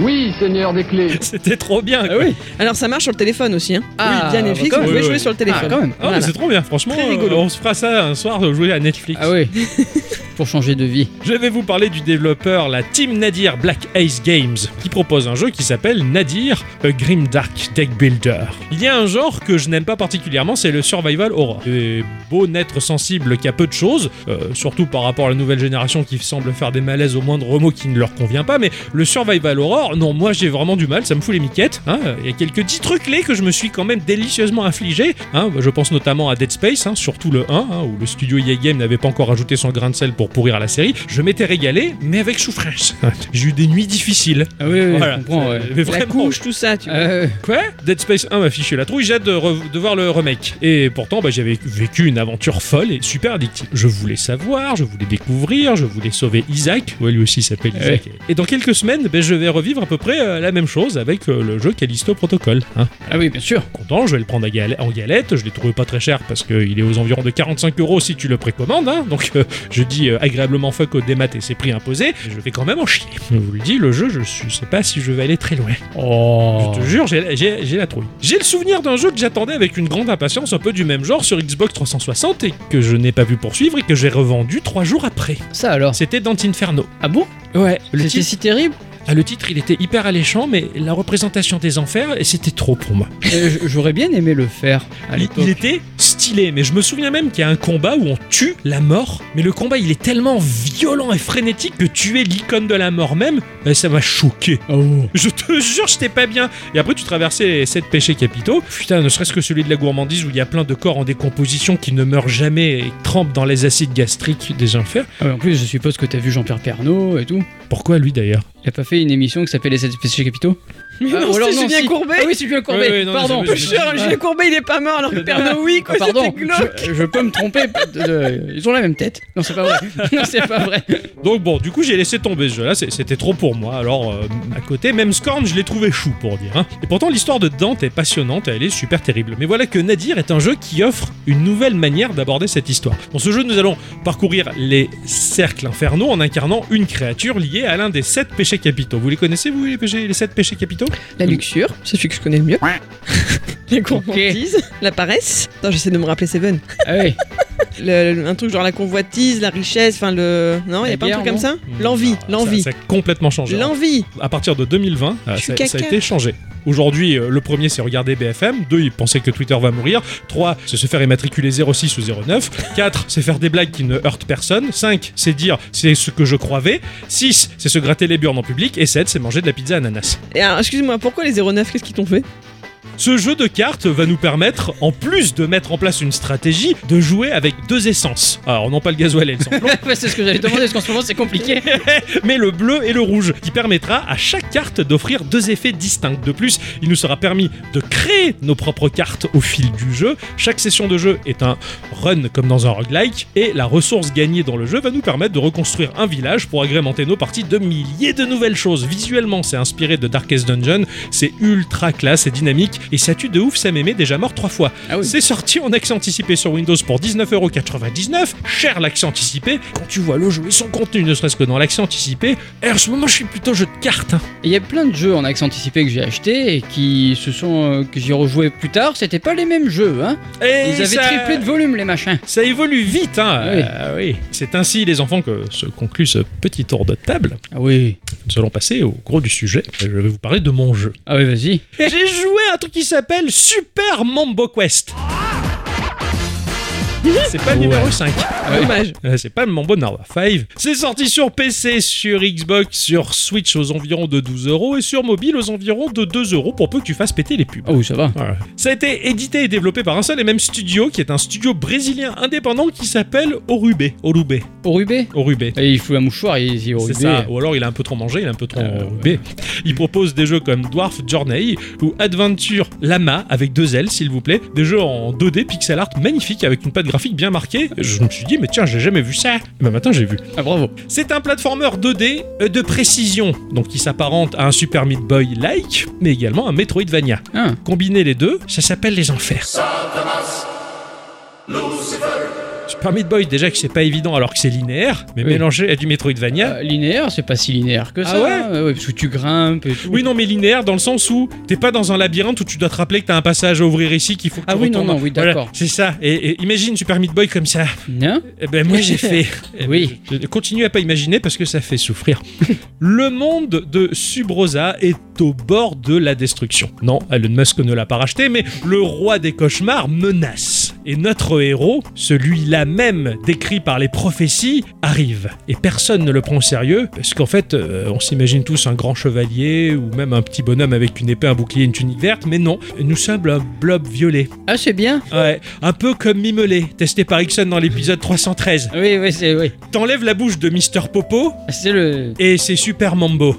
Speaker 4: Oui, Seigneur des clés.
Speaker 1: C'était trop bien.
Speaker 2: Ah
Speaker 1: quoi.
Speaker 2: oui.
Speaker 3: Alors ça marche sur le téléphone aussi. Hein.
Speaker 2: Ah,
Speaker 3: oui, via Netflix,
Speaker 2: bah,
Speaker 3: vous
Speaker 1: quand
Speaker 3: pouvez
Speaker 1: même.
Speaker 3: jouer
Speaker 1: Oui,
Speaker 3: sur le
Speaker 2: Ah
Speaker 3: téléphone.
Speaker 2: quand même.
Speaker 1: Ah, mais
Speaker 3: Voilà.
Speaker 1: c'est trop bien, franchement.
Speaker 3: Très
Speaker 1: euh,
Speaker 3: rigolo. Ah
Speaker 1: on se fera ça un soir, jouer à Netflix.
Speaker 2: Ah oui. Ah pour changer de vie.
Speaker 1: Je vais vous parler du développeur, la team Nadir Black Ace Games, qui propose un jeu qui s'appelle Nadir, a Grim Dark Deck Builder. Il y a un genre que je n'aime pas particulièrement, c'est le survival horror. Des beaux naître sensibles qui a peu de choses, euh, surtout par rapport à la nouvelle génération qui semble faire des malaises au moindre mot qui ne leur convient pas, mais le survival horror, non, moi j'ai vraiment du mal, ça me fout les miquettes. hein. Il y a quelques petits trucs clés que je me suis quand même délicieusement infligé. hein. Je pense notamment à Dead Space, hein, surtout le 1, hein, où le studio EA Game n'avait pas encore ajouté son grain de sel pour pourrir la série. Je m'étais régalé, mais avec souffrance. j'ai eu des nuits difficiles.
Speaker 2: Ah oui, oui,
Speaker 1: Voilà.
Speaker 2: je comprends. ouais.
Speaker 1: Mais
Speaker 3: La
Speaker 1: vraiment,
Speaker 3: couche, tout ça, tu vois.
Speaker 2: Euh,
Speaker 1: Quoi Dead Space 1 m'a fichu la trouille, j'ai hâte de, re- de voir le remake. Et pourtant, bah, j'avais vécu une aventure folle et super addictive. Je voulais savoir, je voulais découvrir, je voulais sauver Isaac. Ouais, lui aussi il s'appelle Isaac. Et dans quelques semaines, bah, je vais revivre à peu près euh, la même chose avec euh, le jeu Callisto Protocol. hein.
Speaker 2: ah oui, bien sûr.
Speaker 1: Content, je vais le prendre à gal- en galette. Je l'ai trouvé pas très cher parce qu'il est aux environs de 45 euros si tu le précommandes. hein. Donc euh, je dis euh, agréablement fuck au démat et ses prix imposés. mais Je vais quand même en chier. Je vous le dis, le jeu, je suis- sais pas si je vais aller très loin.
Speaker 2: Oh.
Speaker 1: Je te jure, j'ai- j'ai j'ai la trouille. J'ai le souvenir d'un jeu que j'attendais avec une grande impatience, un peu du même genre, sur Xbox 360 et que je n'ai pas vu poursuivre et que j'ai revendu trois jours après.
Speaker 2: Ça alors
Speaker 1: C'était Dante Inferno.
Speaker 2: Ah bon
Speaker 1: Ouais, le
Speaker 2: C'était
Speaker 1: titre,
Speaker 2: si terrible
Speaker 1: ah, le titre, il était hyper alléchant, mais la représentation des enfers, et c'était trop pour moi.
Speaker 2: Euh, j- J'aurais bien aimé le faire à
Speaker 1: Il,
Speaker 2: l'époque.
Speaker 1: il était stylé, mais je me souviens même qu'il y a un combat où on tue la mort, mais le combat, il est tellement violent et frénétique que tuer l'icône de la mort même, eh, ça m'a choqué.
Speaker 2: Oh.
Speaker 1: Je te jure, j'étais pas bien. Et après, tu traversais les 7 péchés capitaux. Putain, ne serait-ce que celui de la gourmandise où il y a plein de corps en décomposition qui ne meurent jamais et trempent dans les acides gastriques des enfers.
Speaker 2: Ah ouais, en plus, je suppose que t'as vu Jean-Pierre Pernaud et tout.
Speaker 1: Pourquoi lui d'ailleurs
Speaker 2: Il a pas fait une émission qui s'appelait Les 7 péchés capitaux
Speaker 3: Mais
Speaker 2: Ah,
Speaker 3: non,
Speaker 2: ou alors
Speaker 3: c'est
Speaker 2: non,
Speaker 3: Julien
Speaker 2: si.
Speaker 3: Courbet.
Speaker 2: Ah oui, c'est bien Courbet,
Speaker 1: Ouais, ouais, non,
Speaker 2: pardon.
Speaker 1: mais c'est-
Speaker 3: Cher, Julien Courbet, il est pas mort, alors que Pernod, oui,
Speaker 2: Ah,
Speaker 3: quoi, c'était
Speaker 2: pardon,
Speaker 3: glauque.
Speaker 2: je, je peux me tromper. de- de- ils ont la même tête. Non, c'est pas vrai. non, c'est pas vrai.
Speaker 1: Donc bon, du coup, j'ai laissé tomber ce jeu-là, c'est- c'était trop pour moi. Alors, euh, à côté, même Scorn, je l'ai trouvé chou, pour dire. hein. Et pourtant, l'histoire de Dante est passionnante et elle est super terrible. Mais voilà que Nadir est un jeu qui offre une nouvelle manière d'aborder cette histoire. Dans ce jeu, nous allons parcourir les cercles infernaux en incarnant une créature liée à l'un des sept péchés capitaux. Vous les connaissez, vous, les, péchés, les sept péchés capitaux
Speaker 3: La luxure, c'est celui que je connais le mieux. Les gourmandises, la paresse. Attends, j'essaie de me rappeler Seven.
Speaker 2: Ah oui.
Speaker 3: Le- le- un truc genre la convoitise, la richesse, enfin le. Non, il
Speaker 2: La
Speaker 3: n'y a pas un
Speaker 2: guerre,
Speaker 3: truc comme
Speaker 2: non
Speaker 3: ça L'envie,
Speaker 1: Ça-
Speaker 3: l'envie.
Speaker 1: Ça, a complètement changé.
Speaker 3: L'envie
Speaker 1: à partir de 2020, euh,
Speaker 3: Je suis
Speaker 1: ça, ça a
Speaker 3: caca.
Speaker 1: été changé. Aujourd'hui, euh, le premier, c'est regarder BFM. Deux, il pensait que Twitter va mourir. Trois, c'est se faire immatriculer 06 ou 09. Quatre, c'est faire des blagues qui ne heurtent personne. Cinq, c'est dire c'est ce que je croyais. Six, c'est se gratter les burnes en public. Et sept, c'est manger de la pizza ananas.
Speaker 3: Et alors, excuse-moi, pourquoi les 09 Qu'est-ce qu'ils t'ont fait
Speaker 1: Ce jeu de cartes va nous permettre, en plus de mettre en place une stratégie, de jouer avec deux essences. Alors, non pas le gasoil et le sans-plomb,
Speaker 2: Ouais, c'est ce que j'allais demander parce qu'en ce moment, c'est compliqué.
Speaker 1: mais le bleu et le rouge, qui permettra à chaque carte d'offrir deux effets distincts. De plus, il nous sera permis de créer nos propres cartes au fil du jeu. Chaque session de jeu est un run comme dans un roguelike, et la ressource gagnée dans le jeu va nous permettre de reconstruire un village pour agrémenter nos parties de milliers de nouvelles choses. Visuellement, c'est inspiré de Darkest Dungeon, c'est ultra classe et dynamique, et ça tue de ouf Sam Aimé déjà mort trois fois.
Speaker 2: Ah oui.
Speaker 1: C'est sorti en accès anticipé sur Windows pour 19,99€. Cher l'accès anticipé. Quand tu vois le jeu et son contenu, ne serait-ce que dans l'accès anticipé. Et en ce moment, je suis plutôt jeu de cartes. hein.
Speaker 2: Il y a plein de jeux en accès anticipé que j'ai acheté et qui se sont euh, que j'ai rejoué plus tard. C'était pas les mêmes jeux, hein.
Speaker 1: Et
Speaker 2: Ils avaient
Speaker 1: ça-
Speaker 2: triplé de volume, les machins.
Speaker 1: Ça évolue vite, hein.
Speaker 2: Oui.
Speaker 1: Euh, oui. C'est ainsi, les enfants, que se conclut ce petit tour de table.
Speaker 2: Ah oui.
Speaker 1: Nous allons passer au gros du sujet. Je vais vous parler de mon jeu.
Speaker 2: Ah oui, vas-y.
Speaker 1: J'ai joué à un truc qui s'appelle Super Mambo Quest. C'est pas le
Speaker 2: Ah. Ouais.
Speaker 1: numéro 5.
Speaker 2: Ouais.
Speaker 3: Dommage.
Speaker 1: Euh, C'est pas le Mambo Narva 5. C'est sorti sur PC, sur Xbox, sur Switch aux environs de 12 euros et sur mobile aux environs de 2 euros pour peu que tu fasses péter les pubs.
Speaker 2: Ah oui, ça va.
Speaker 1: Voilà. Ça a été édité et développé par un seul et même studio qui est un studio brésilien indépendant qui s'appelle Orube. Orube.
Speaker 2: Pour Rubé
Speaker 1: Orube.
Speaker 2: Et il fout la mouchoir ici au
Speaker 1: C'est
Speaker 2: Rubé.
Speaker 1: ça. Ou alors il a un peu trop mangé, il a un peu trop
Speaker 2: Euh,
Speaker 1: enrobé. Il propose des jeux comme Dwarf Journey ou Adventure Lama avec deux L, s'il vous plaît. Des jeux en 2D pixel art magnifiques avec une patte graphique bien marquée. Je me suis dit, mais tiens, j'ai jamais vu ça. Bah maintenant j'ai vu.
Speaker 2: Ah bravo.
Speaker 1: C'est un platformer 2D euh, de précision, donc qui s'apparente à un Super Meat Boy-like, mais également un Metroidvania.
Speaker 2: Ah.
Speaker 1: Combiner les deux, ça s'appelle les enfers. Par Meat Boy, déjà que c'est pas évident alors que c'est linéaire, mais
Speaker 2: Oui.
Speaker 1: mélangé à du Metroidvania.
Speaker 2: Euh, linéaire, c'est pas si linéaire que
Speaker 1: Ah
Speaker 2: ça.
Speaker 1: ouais
Speaker 2: Euh, parce que tu grimpes et tout.
Speaker 1: Oui, non, mais linéaire dans le sens où t'es pas dans un labyrinthe où tu dois te rappeler que t'as un passage à ouvrir ici qu'il faut que
Speaker 2: Ah
Speaker 1: tu
Speaker 2: oui, non,
Speaker 1: retournes.
Speaker 2: non, oui,
Speaker 1: Voilà,
Speaker 2: d'accord.
Speaker 1: c'est ça. Et, et imagine Super Meat Boy comme ça.
Speaker 2: Non
Speaker 1: Eh ben moi j'ai fait. Eh ben,
Speaker 2: Oui.
Speaker 1: Je je continue à pas imaginer parce que ça fait souffrir. le monde de Subrosa est au bord de la destruction. Non, Elon Musk ne l'a pas racheté, mais le roi des cauchemars menace. Et notre héros, celui-là même décrit par les prophéties, arrive. Et personne ne le prend au sérieux parce qu'en fait, euh, on s'imagine tous un grand chevalier ou même un petit bonhomme avec une épée, un bouclier, une tunique verte, mais non, nous sommes un blob violet.
Speaker 2: Ah, c'est bien
Speaker 1: Ouais, un peu comme Mimelé, testé par Ixon dans l'épisode 313.
Speaker 2: Oui, oui, c'est oui.
Speaker 1: T'enlèves la bouche de Mister Popo
Speaker 2: C'est le.
Speaker 1: et c'est Super Mambo.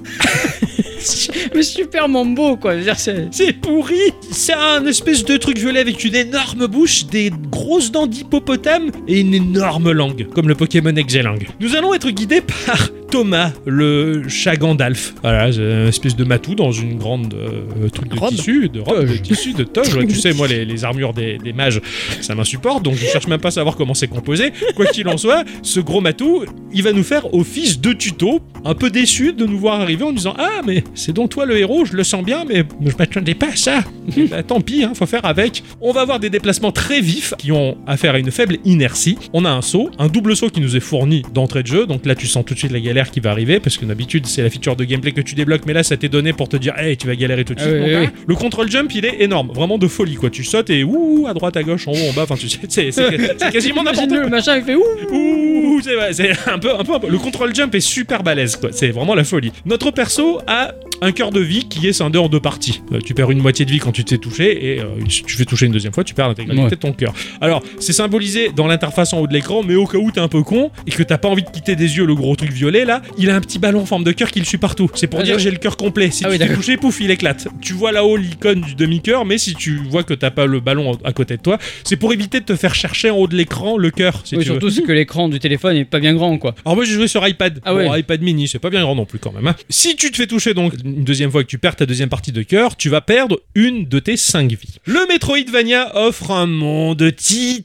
Speaker 2: Mais super mambo, quoi. Je veux dire, c'est-
Speaker 1: C'est pourri C'est un espèce de truc violet avec une énorme bouche, des grosses dents d'hippopotame et une énorme langue, comme le Pokémon Exelang. Nous allons être guidés par Thomas, le chat Gandalf. Voilà, c'est un espèce de matou dans une grande euh, truc de
Speaker 3: Robe.
Speaker 1: tissu, de robe, de
Speaker 2: Toge.
Speaker 1: tissu, de toge. Ouais, tu sais, moi, les, les armures des, des mages, ça m'insupporte, donc je cherche même pas à savoir comment c'est composé. Quoi qu'il en soit, ce gros matou, il va nous faire office de tuto, un peu déçu de nous voir arriver en nous disant Ah, mais c'est donc toi le héros, je le sens bien, mais je m'attendais pas à ça. Eh ben, tant pis, hein, faut faire avec. On va avoir des déplacements très vifs qui ont affaire à une faible inertie. On a un saut, un double saut qui nous est fourni d'entrée de jeu, donc là tu sens tout de suite la galère qui va arriver, parce que d'habitude c'est la feature de gameplay que tu débloques, mais là ça t'est donné pour te dire Hey, tu vas galérer tout de
Speaker 2: Ah
Speaker 1: suite.
Speaker 2: oui,
Speaker 1: mon
Speaker 2: oui,
Speaker 1: gars.
Speaker 2: oui.
Speaker 1: Le control jump il est énorme, vraiment de folie quoi. Tu sautes et ouh, à droite, à gauche, en haut, en bas, enfin tu sais, c'est c'est- c'est quasiment n'importe
Speaker 2: Imagine
Speaker 1: quoi.
Speaker 2: le machin, il fait ouh
Speaker 1: Ouh, c'est vrai, c'est un peu, un peu, un peu- Le control jump est super balèze, quoi. C'est vraiment la folie. Notre perso a un cœur de vie qui est scindé en deux parties. Euh, tu perds une moitié de vie quand tu t'es touché et euh, si tu fais toucher une deuxième fois, tu perds l'intégralité
Speaker 2: Ouais.
Speaker 1: de ton cœur. Alors, c'est symbolisé dans l'interface en haut de l'écran, mais au cas où t'es un peu con et que t'as pas envie de quitter des yeux le gros truc violet là, il a un petit ballon en forme de cœur qui le suit partout. C'est pour
Speaker 2: Ah,
Speaker 1: dire
Speaker 2: d'accord.
Speaker 1: j'ai le cœur complet. Si
Speaker 2: Ah
Speaker 1: tu
Speaker 2: oui,
Speaker 1: t'es
Speaker 2: d'accord.
Speaker 1: touché, pouf, il éclate. Tu vois là-haut l'icône du demi-cœur, mais si tu vois que t'as pas le ballon à côté de toi, c'est pour éviter de te faire chercher en haut de l'écran le cœur. Si
Speaker 2: Oui,
Speaker 1: tu veux.
Speaker 2: surtout, c'est que l'écran du téléphone est pas bien grand, quoi.
Speaker 1: Alors moi j'ai joué sur iPad.
Speaker 2: Ah
Speaker 1: Bon,
Speaker 2: ouais.
Speaker 1: iPad mini, c'est pas bien grand non plus quand même. hein. Si tu te fais toucher donc une deuxième fois et que tu perds ta deuxième partie de cœur, tu vas perdre une de tes cinq vies. Le Metroidvania offre un monde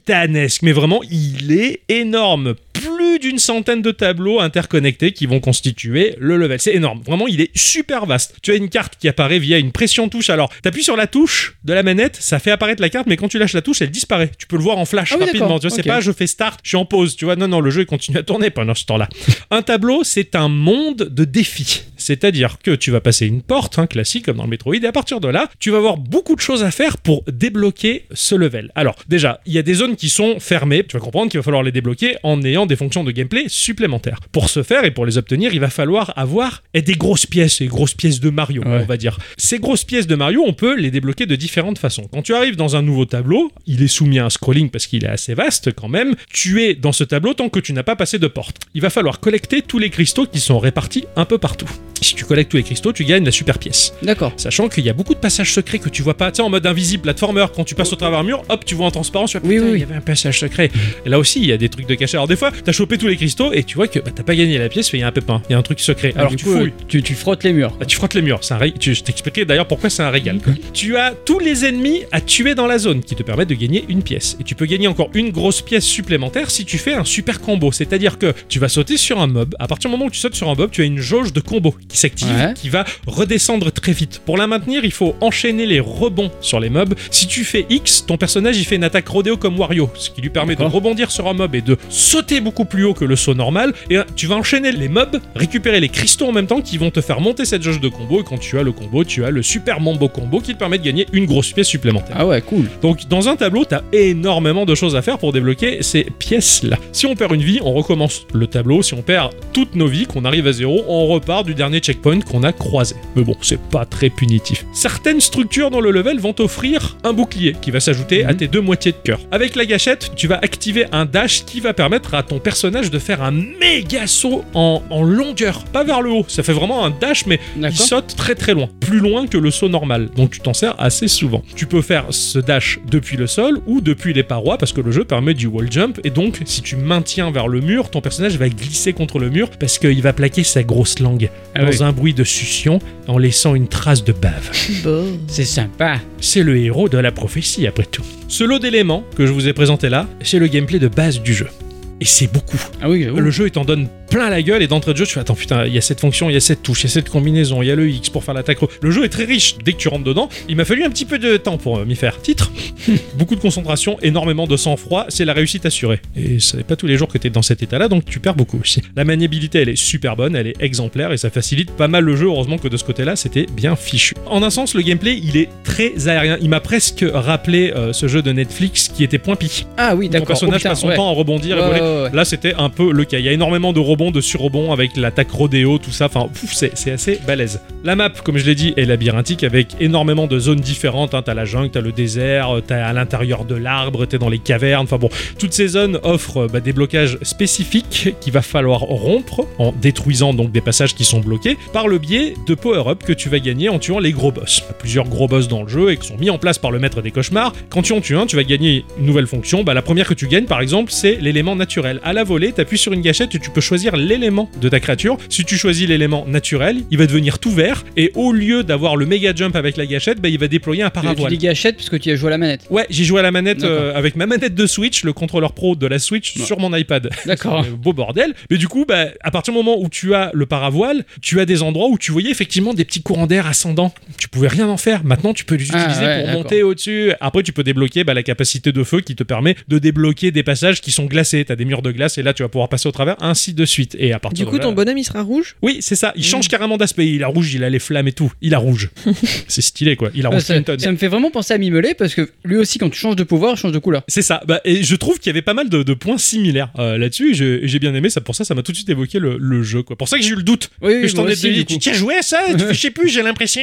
Speaker 1: titanesque, mais vraiment il est énorme. Plus d'une centaine de tableaux interconnectés qui vont constituer le level. C'est énorme. Vraiment, il est super vaste. Tu as une carte qui apparaît via une pression touche. Alors, t'appuies sur la touche de la manette, ça fait apparaître la carte, mais quand tu lâches la touche, elle disparaît. Tu peux le voir en flash
Speaker 2: Ah oui,
Speaker 1: rapidement.
Speaker 2: d'accord.
Speaker 1: Tu vois, c'est
Speaker 2: Ok.
Speaker 1: pas je fais start, je suis en pause. Tu vois, non, non, le jeu continue à tourner pendant ce temps-là. Un tableau, c'est un monde de défis. C'est-à-dire que tu vas passer une porte, hein, classique comme dans le Metroid, et à partir de là, tu vas avoir beaucoup de choses à faire pour débloquer ce level. Alors, déjà, il y a des zones qui sont fermées, tu vas comprendre qu'il va falloir les débloquer en ayant des fonctions de gameplay supplémentaires. Pour ce faire et pour les obtenir, il va falloir avoir eh, des grosses pièces, et grosses pièces de Mario,
Speaker 2: Ouais.
Speaker 1: on va dire. Ces grosses pièces de Mario, on peut les débloquer de différentes façons. Quand tu arrives dans un nouveau tableau, il est soumis à un scrolling parce qu'il est assez vaste quand même. Tu es dans ce tableau tant que tu n'as pas passé de porte. Il va falloir collecter tous les cristaux qui sont répartis un peu partout. Si tu collectes tous les cristaux, tu gagnes la super pièce.
Speaker 2: D'accord.
Speaker 1: Sachant qu'il y a beaucoup de passages secrets que tu vois pas. Tu sais, en mode invisible, platformer, quand tu passes au travers d'un mur, hop, tu vois en transparence, tu vois,
Speaker 2: Oui,
Speaker 1: putain,
Speaker 2: oui,
Speaker 1: il
Speaker 2: Mhm. oui.
Speaker 1: y avait un passage secret. Et là aussi, il y a des trucs de cachet. Alors des fois, t'as chopé tous les cristaux et tu vois que bah, t'as pas gagné la pièce, mais il y a un pépin, il y a un truc secret. Alors
Speaker 2: du
Speaker 1: tu
Speaker 2: coup,
Speaker 1: fouilles.
Speaker 2: euh, tu, tu frottes les murs.
Speaker 1: Bah, tu frottes les murs, c'est un ré- tu- je t'expliquerai d'ailleurs pourquoi c'est un régal.
Speaker 2: Mhm.
Speaker 1: quoi. Tu as tous les ennemis à tuer dans la zone qui te permettent de gagner une pièce. Et tu peux gagner encore une grosse pièce supplémentaire si tu fais un super combo. C'est-à-dire que tu vas sauter sur un mob. À partir du moment où tu sautes sur un mob, tu as une jauge de combo qui s'active,
Speaker 2: Ouais.
Speaker 1: qui va redescendre très vite. Pour la maintenir, il faut enchaîner les rebonds sur les mobs. Si tu fais X, ton personnage il fait une attaque rodéo comme Wario, ce qui lui permet de
Speaker 2: D'accord.
Speaker 1: rebondir sur un mob et de sauter beaucoup plus haut que le saut normal. Et euh, tu vas enchaîner les mobs, récupérer les cristaux en même temps qui vont te faire monter cette jauge de combo. Et quand tu as le combo, tu as le super mambo combo qui te permet de gagner une grosse pièce supplémentaire.
Speaker 2: Ah ouais, cool.
Speaker 1: Donc dans un tableau, t'as énormément de choses à faire pour débloquer ces pièces-là. Si on perd une vie, on recommence le tableau. Si on perd toutes nos vies, qu'on arrive à zéro, on repart du dernier checkpoint qu'on a croisé. Mais bon, c'est pas très punitif. Certaines structures dans le level vont t'offrir un bouclier qui va s'ajouter
Speaker 2: Mhm.
Speaker 1: à tes deux moitiés de cœur. Avec la gâchette, tu vas activer un dash qui va permettre à ton personnage de faire un méga saut en, en longueur, pas vers le haut. Ça fait vraiment un dash, mais il
Speaker 2: D'accord.
Speaker 1: saute très très loin, plus loin que le saut normal, donc tu t'en sers assez souvent. Tu peux faire ce dash depuis le sol ou depuis les parois parce que le jeu permet du wall jump et donc si tu maintiens vers le mur, ton personnage va glisser contre le mur parce qu'il va plaquer sa grosse langue
Speaker 2: Ah
Speaker 1: dans
Speaker 2: oui.
Speaker 1: un bruit de succion en laissant une trace de bave.
Speaker 3: Bon.
Speaker 2: C'est sympa.
Speaker 1: C'est le héros de la prophétie après tout. Ce lot d'éléments que je vous ai présenté là, c'est le gameplay de base du jeu. Et c'est beaucoup.
Speaker 2: Ah oui, j'avoue.
Speaker 1: Le jeu, il t'en donne plein la gueule et d'entrée de jeu, tu fais attends, putain, il y a cette fonction, il y a cette touche, il y a cette combinaison, il y a le X pour faire l'attaque. Le jeu est très riche dès que tu rentres dedans. Il m'a fallu un petit peu de temps pour euh, m'y faire. Titre beaucoup de concentration, énormément de sang-froid, c'est la réussite assurée. Et ce n'est pas tous les jours que tu es dans cet état-là, donc tu perds beaucoup aussi. La maniabilité, elle est super bonne, elle est exemplaire et ça facilite pas mal le jeu. Heureusement que de ce côté-là, c'était bien fichu. En un sens, le gameplay, il est très aérien. Il m'a presque rappelé euh, ce jeu de Netflix qui était point pi.
Speaker 2: Ah oui,
Speaker 1: Ton
Speaker 2: d'accord.
Speaker 1: personnage
Speaker 2: Oh, putain,
Speaker 1: passe son
Speaker 2: ouais.
Speaker 1: temps à rebondir et
Speaker 2: Ouais,
Speaker 1: voler.
Speaker 2: ouais, ouais.
Speaker 1: Là, c'était un peu le cas. Il y a énormément de rebonds, de surrebonds avec l'attaque rodéo, tout ça. Enfin, pouf, c'est c'est assez balèze. La map, comme je l'ai dit, est labyrinthique avec énormément de zones différentes. hein. T'as la jungle, t'as le désert, euh, t'as à l'intérieur de l'arbre, t'es dans les cavernes. Enfin bon, toutes ces zones offrent euh, bah, des blocages spécifiques qu'il va falloir rompre en détruisant donc des passages qui sont bloqués par le biais de power-up que tu vas gagner en tuant les gros boss. Il y a plusieurs gros boss dans le jeu et qui sont mis en place par le maître des cauchemars. Quand tu en tues un, tu vas gagner une nouvelle fonction. Bah, la première que tu gagnes, par exemple, c'est l'élément naturel. À la volée, tu appuies sur une gâchette et tu peux choisir l'élément de ta créature. Si tu choisis l'élément naturel, il va devenir tout vert et au lieu d'avoir le méga jump avec la gâchette, bah, il va déployer un
Speaker 2: Tu- Tu
Speaker 1: paravoile.
Speaker 2: dis gâchette parce que tu y as joué à la manette.
Speaker 1: Ouais, j'ai joué à la manette
Speaker 2: D'accord.
Speaker 1: euh, avec ma manette de Switch, le contrôleur pro de la Switch
Speaker 2: Ouais. Ah.
Speaker 1: sur mon iPad.
Speaker 2: D'accord.
Speaker 1: Euh, Beau bordel. Mais du coup, bah, à partir du moment où tu as le paravoile, tu as des endroits où tu voyais effectivement des petits courants d'air ascendants. Tu pouvais rien en faire. Maintenant, tu peux les
Speaker 2: Ah,
Speaker 1: utiliser
Speaker 2: ouais,
Speaker 1: pour
Speaker 2: d'accord.
Speaker 1: monter au-dessus. Après, tu peux débloquer bah, la capacité de feu qui te permet de débloquer des passages qui sont glacés. T'as des murs de glace et là, tu vas pouvoir passer au travers, ainsi de suite. Et à partir
Speaker 3: Du
Speaker 1: de
Speaker 3: coup,
Speaker 1: là-
Speaker 3: ton Mmh. bonhomme, il sera rouge
Speaker 1: Oui, c'est ça. Il change carrément d'aspect. Il a rouge, il a les flammes et tout. Il a rouge. c'est stylé, quoi. Il a
Speaker 2: Ouais,
Speaker 1: rouge
Speaker 2: ça,
Speaker 1: Clinton.
Speaker 2: ça me fait vraiment penser à Mimelé parce que lui aussi, quand tu changes de pouvoir, change de couleur.
Speaker 1: C'est ça. Bah, et je trouve qu'il y avait pas mal de, de points similaires euh, là-dessus. et J'ai j'ai bien aimé ça. Pour ça, ça m'a tout de suite évoqué le, le jeu. Quoi. Pour ça que j'ai eu le doute.
Speaker 2: Oui,
Speaker 1: Que je t'en
Speaker 2: moi
Speaker 1: ai
Speaker 2: aussi,
Speaker 1: dit,
Speaker 2: du
Speaker 1: tu
Speaker 2: coup.
Speaker 1: tiens joué à ça, tu fais, je sais plus, j'ai l'impression.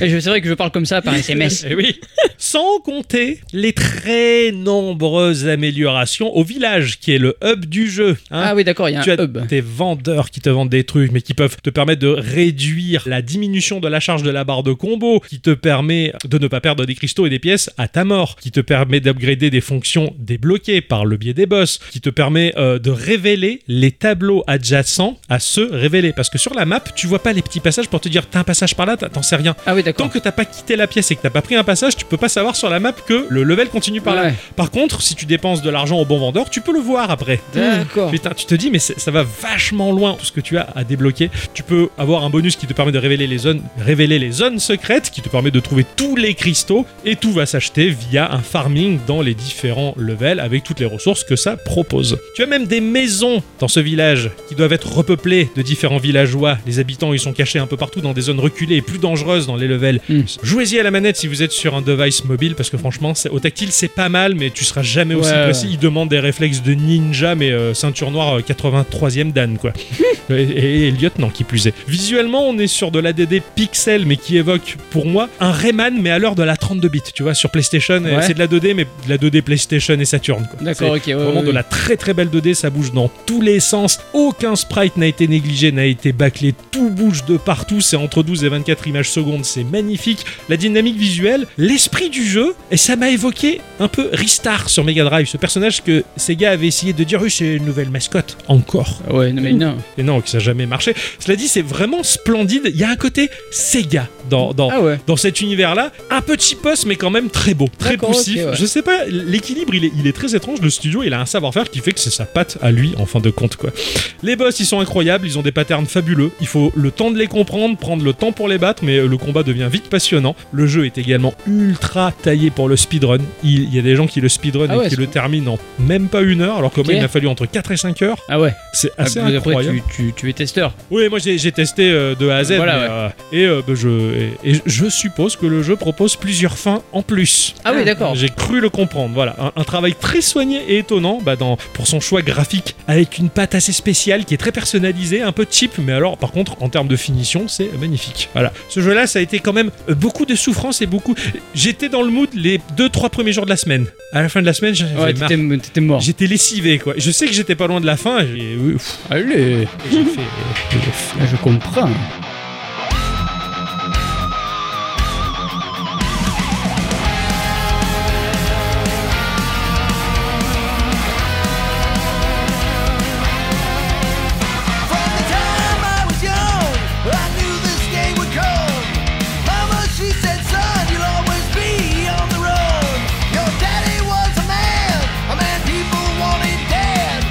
Speaker 2: Et je- C'est vrai que je parle comme ça par SMS.
Speaker 1: Eh oui. Sans compter les très nombreuses améliorations au village, qui est le hub du jeu. hein.
Speaker 2: ah oui, d'accord, il y a
Speaker 1: tu
Speaker 2: un
Speaker 1: as
Speaker 2: hub.
Speaker 1: des vendeurs qui te vendent des trucs, mais qui peuvent te permettre de réduire la diminution de la charge de la barre de combo, qui te permet de ne pas perdre des cristaux et des pièces à ta mort, qui te permet d'upgrader des fonctions débloquées par le biais des boss, qui te permet euh, de révéler les tableaux adjacents à ceux révélés. Parce que sur la map, tu vois pas les petits passages pour te dire t'as un passage par là, t'as- t'en sais rien.
Speaker 2: Ah oui,
Speaker 1: Tant
Speaker 2: d'accord.
Speaker 1: que t'as pas quitté la pièce et que t'as pas pris un passage, tu peux pas savoir sur la map que le level continue par là.
Speaker 2: Ouais,
Speaker 1: Par contre, si tu dépenses de l'argent au bon vendeur, tu peux le voir après.
Speaker 2: D'accord.
Speaker 1: Putain, tu te dis, mais c'est- ça va vachement loin tout ce que tu as à débloquer. Tu peux avoir un bonus qui te permet de révéler les zones, révéler les zones secrètes, qui te permet de trouver tous les cristaux, et tout va s'acheter via un farming dans les différents levels avec toutes les ressources que ça propose. Tu as même des maisons dans ce village qui doivent être repeuplées de différents villageois. Les habitants, ils sont cachés un peu partout dans des zones reculées et plus dangereuses dans les levels.
Speaker 2: Mm.
Speaker 1: Jouez-y à la manette si vous êtes sur un device mobile, parce que franchement, c'est- au tactile, c'est pas mal, mais tu seras jamais aussi
Speaker 2: Ouais,
Speaker 1: précis.
Speaker 2: ouais.
Speaker 1: Il demande des réflexes de ninja, mais euh, ceinture noire euh, 83e Dan, quoi. et, et- et lieutenant, qui plus est. Visuellement, on est sur de l'ADD pixel, mais qui évoque, pour moi, un Rayman, mais à l'heure de la 32 bits, tu vois, sur PlayStation. euh,
Speaker 2: Ouais.
Speaker 1: C'est de la 2D, mais de la 2D PlayStation et Saturn, quoi.
Speaker 2: D'accord, ok. ouais,
Speaker 1: C'est Vraiment
Speaker 2: ouais,
Speaker 1: de la très très belle 2D, ça bouge dans tous les sens, aucun sprite n'a été négligé, n'a été bâclé, tout bouge de partout, c'est entre 12 et 24 images secondes, c'est magnifique, la dynamique visuelle, l'esprit du jeu, et ça m'a évoqué un peu Ristar sur Mega Drive, ce personnage que Sega avait essayé de dire, oui c'est une nouvelle mascotte, encore.
Speaker 2: Ah Ouais, non, mais non.
Speaker 1: Et non, que ça n'a jamais marché. Cela dit, c'est vraiment splendide, il y a un côté Sega dans, dans,
Speaker 2: Ah ouais.
Speaker 1: dans cet univers-là, un peu cheapos mais quand même très beau, très
Speaker 2: D'accord,
Speaker 1: poussif.
Speaker 2: ok, ouais.
Speaker 1: Je sais pas, l'équilibre il est, il est très étrange. Le studio il a un savoir-faire qui fait que c'est sa patte à lui en fin de compte quoi. Les boss ils sont incroyables, ils ont des patterns fabuleux. Il faut le temps de les comprendre, prendre le temps pour les battre, mais euh, le combat devient vite passionnant. Le jeu est également ultra taillé pour le speedrun. Il, il y a des gens qui le speedrun
Speaker 2: Ah
Speaker 1: et
Speaker 2: ouais,
Speaker 1: qui
Speaker 2: c'est
Speaker 1: le terminent en même pas une heure, alors que moi
Speaker 2: Ok.
Speaker 1: il m'a fallu entre 4 et 5 heures.
Speaker 2: Ah ouais.
Speaker 1: C'est
Speaker 2: Ah,
Speaker 1: assez
Speaker 2: parce que après,
Speaker 1: incroyable.
Speaker 2: tu, tu, tu es testeur.
Speaker 1: Oui, moi j'ai j'ai testé euh, de A à Z.
Speaker 2: Voilà,
Speaker 1: mais, euh, et,
Speaker 2: ouais.
Speaker 1: euh, bah, je, et- et je suppose que le jeu propose plusieurs fins en plus.
Speaker 2: Ah oui, d'accord.
Speaker 1: J'ai cru le comprendre. Voilà, un, un travail très soigné et étonnant bah, dans, pour son choix graphique, avec une patte assez spéciale qui est très personnalisée, un peu cheap, mais alors par contre en termes de finition, c'est magnifique. Voilà, ce jeu-là, ça a été quand même euh, beaucoup de souffrance et beaucoup. J'étais dans le mood les deux trois premiers jours de la semaine. À la fin de la semaine, j'avais
Speaker 2: Ouais,
Speaker 1: marre.
Speaker 2: t'étais t'étais mort.
Speaker 1: J'étais lessivé quoi. Je sais que j'étais pas loin de la fin. J'ai euh, ouf,
Speaker 2: Allez.
Speaker 1: j'ai fait- j'ai fait
Speaker 2: Je comprends.
Speaker 6: From the time I was young, I knew this day would come. Mama, she said, son, you'll always be on the road. Your daddy was a man, a man people wanted dead.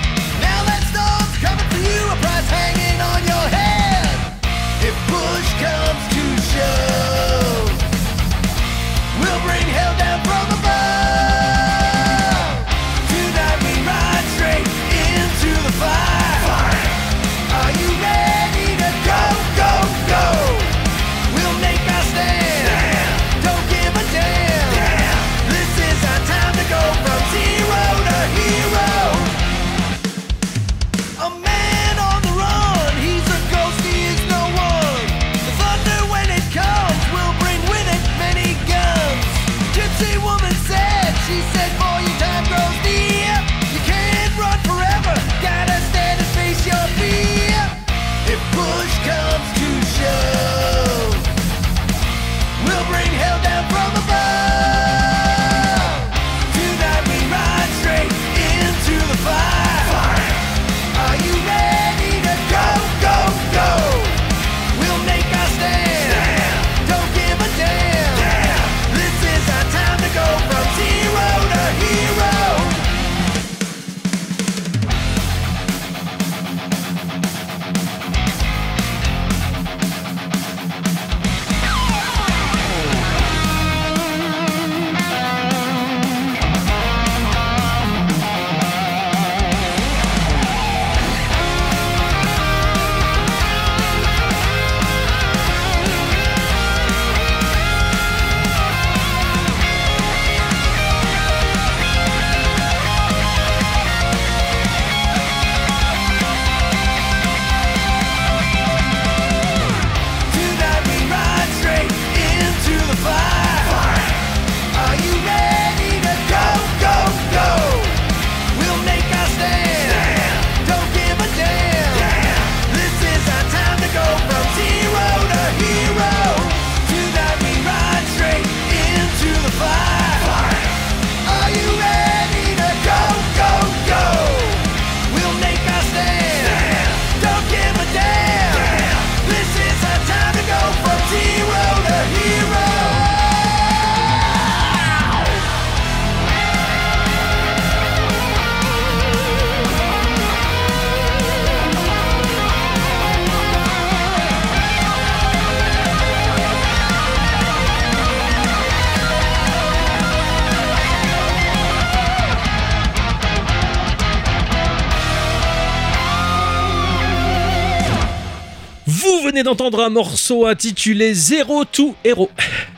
Speaker 1: venez d'entendre un morceau intitulé Zero to Hero.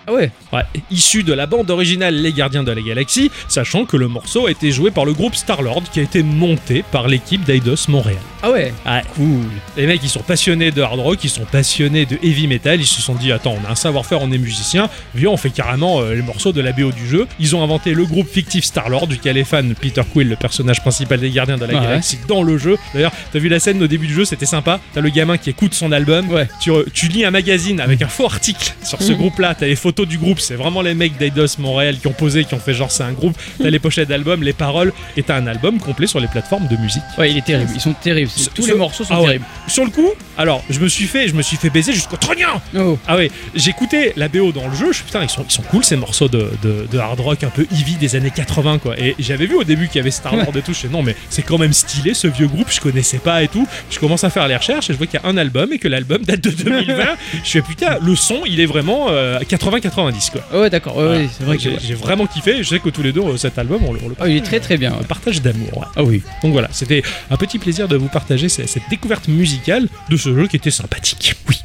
Speaker 2: Ah ouais
Speaker 1: Ouais, issu de la bande originale Les Gardiens de la Galaxie, sachant que le morceau a été joué par le groupe Starlord qui a été monté par l'équipe d'Aidos Montréal.
Speaker 2: Ah ouais
Speaker 1: Ouais.
Speaker 2: Cool.
Speaker 1: Les mecs, ils sont passionnés de hard rock, ils sont passionnés de heavy metal, ils se sont dit attends, on a un savoir-faire, on est musicien, viens, on fait carrément euh, les morceaux de la BO du jeu. Ils ont inventé le groupe fictif Star-Lord, duquel est fan Peter Quill, le personnage principal des Gardiens de la
Speaker 2: Ouais.
Speaker 1: Galaxie, dans le jeu. D'ailleurs, t'as vu la scène au début du jeu, c'était sympa. T'as le gamin qui écoute son album,
Speaker 2: Ouais. Mhm.
Speaker 1: tu, euh, tu lis un magazine avec un faux article sur ce groupe-là, t'as les photos du groupe, c'est vraiment les mecs d'Aidos Montréal qui ont posé, qui ont fait genre c'est un groupe, t'as les pochettes d'albums, les paroles, et t'as un album complet sur les plateformes de musique.
Speaker 2: Ouais, il est terrible. Ils sont terribles.
Speaker 1: Ce-
Speaker 2: Tous
Speaker 1: ce-
Speaker 2: les morceaux sont
Speaker 1: Ah ouais.
Speaker 2: terribles.
Speaker 1: Sur le coup, alors je me suis fait, je me suis fait baiser jusqu'au trognon.
Speaker 2: Oh.
Speaker 1: Ah ouais, j'écoutais la BO dans le jeu, je suis putain, ils sont, ils sont cool ces morceaux de, de- de hard rock un peu heavy des années 80 quoi. Et j'avais vu au début qu'il y avait Star Lord et tout, je fais non mais c'est quand même stylé ce vieux groupe, je connaissais pas et tout. Je commence à faire les recherches et je vois qu'il y a un album et que l'album date de 2020. je fais putain, le son il est vraiment euh, 80-90 quoi.
Speaker 2: Ah ouais, d'accord. Ouais, ouais, c'est vrai que.
Speaker 1: J'ai j'ai vraiment kiffé, je sais que tous les deux euh, cet album on, le- on le
Speaker 2: Ah, il est très très bien. ouais.
Speaker 1: partage d'amour. ouais.
Speaker 2: Ah oui.
Speaker 1: Donc voilà, c'était un petit plaisir de vous partager ce- cette découverte musicale de ce jeu qui était sympathique. Oui.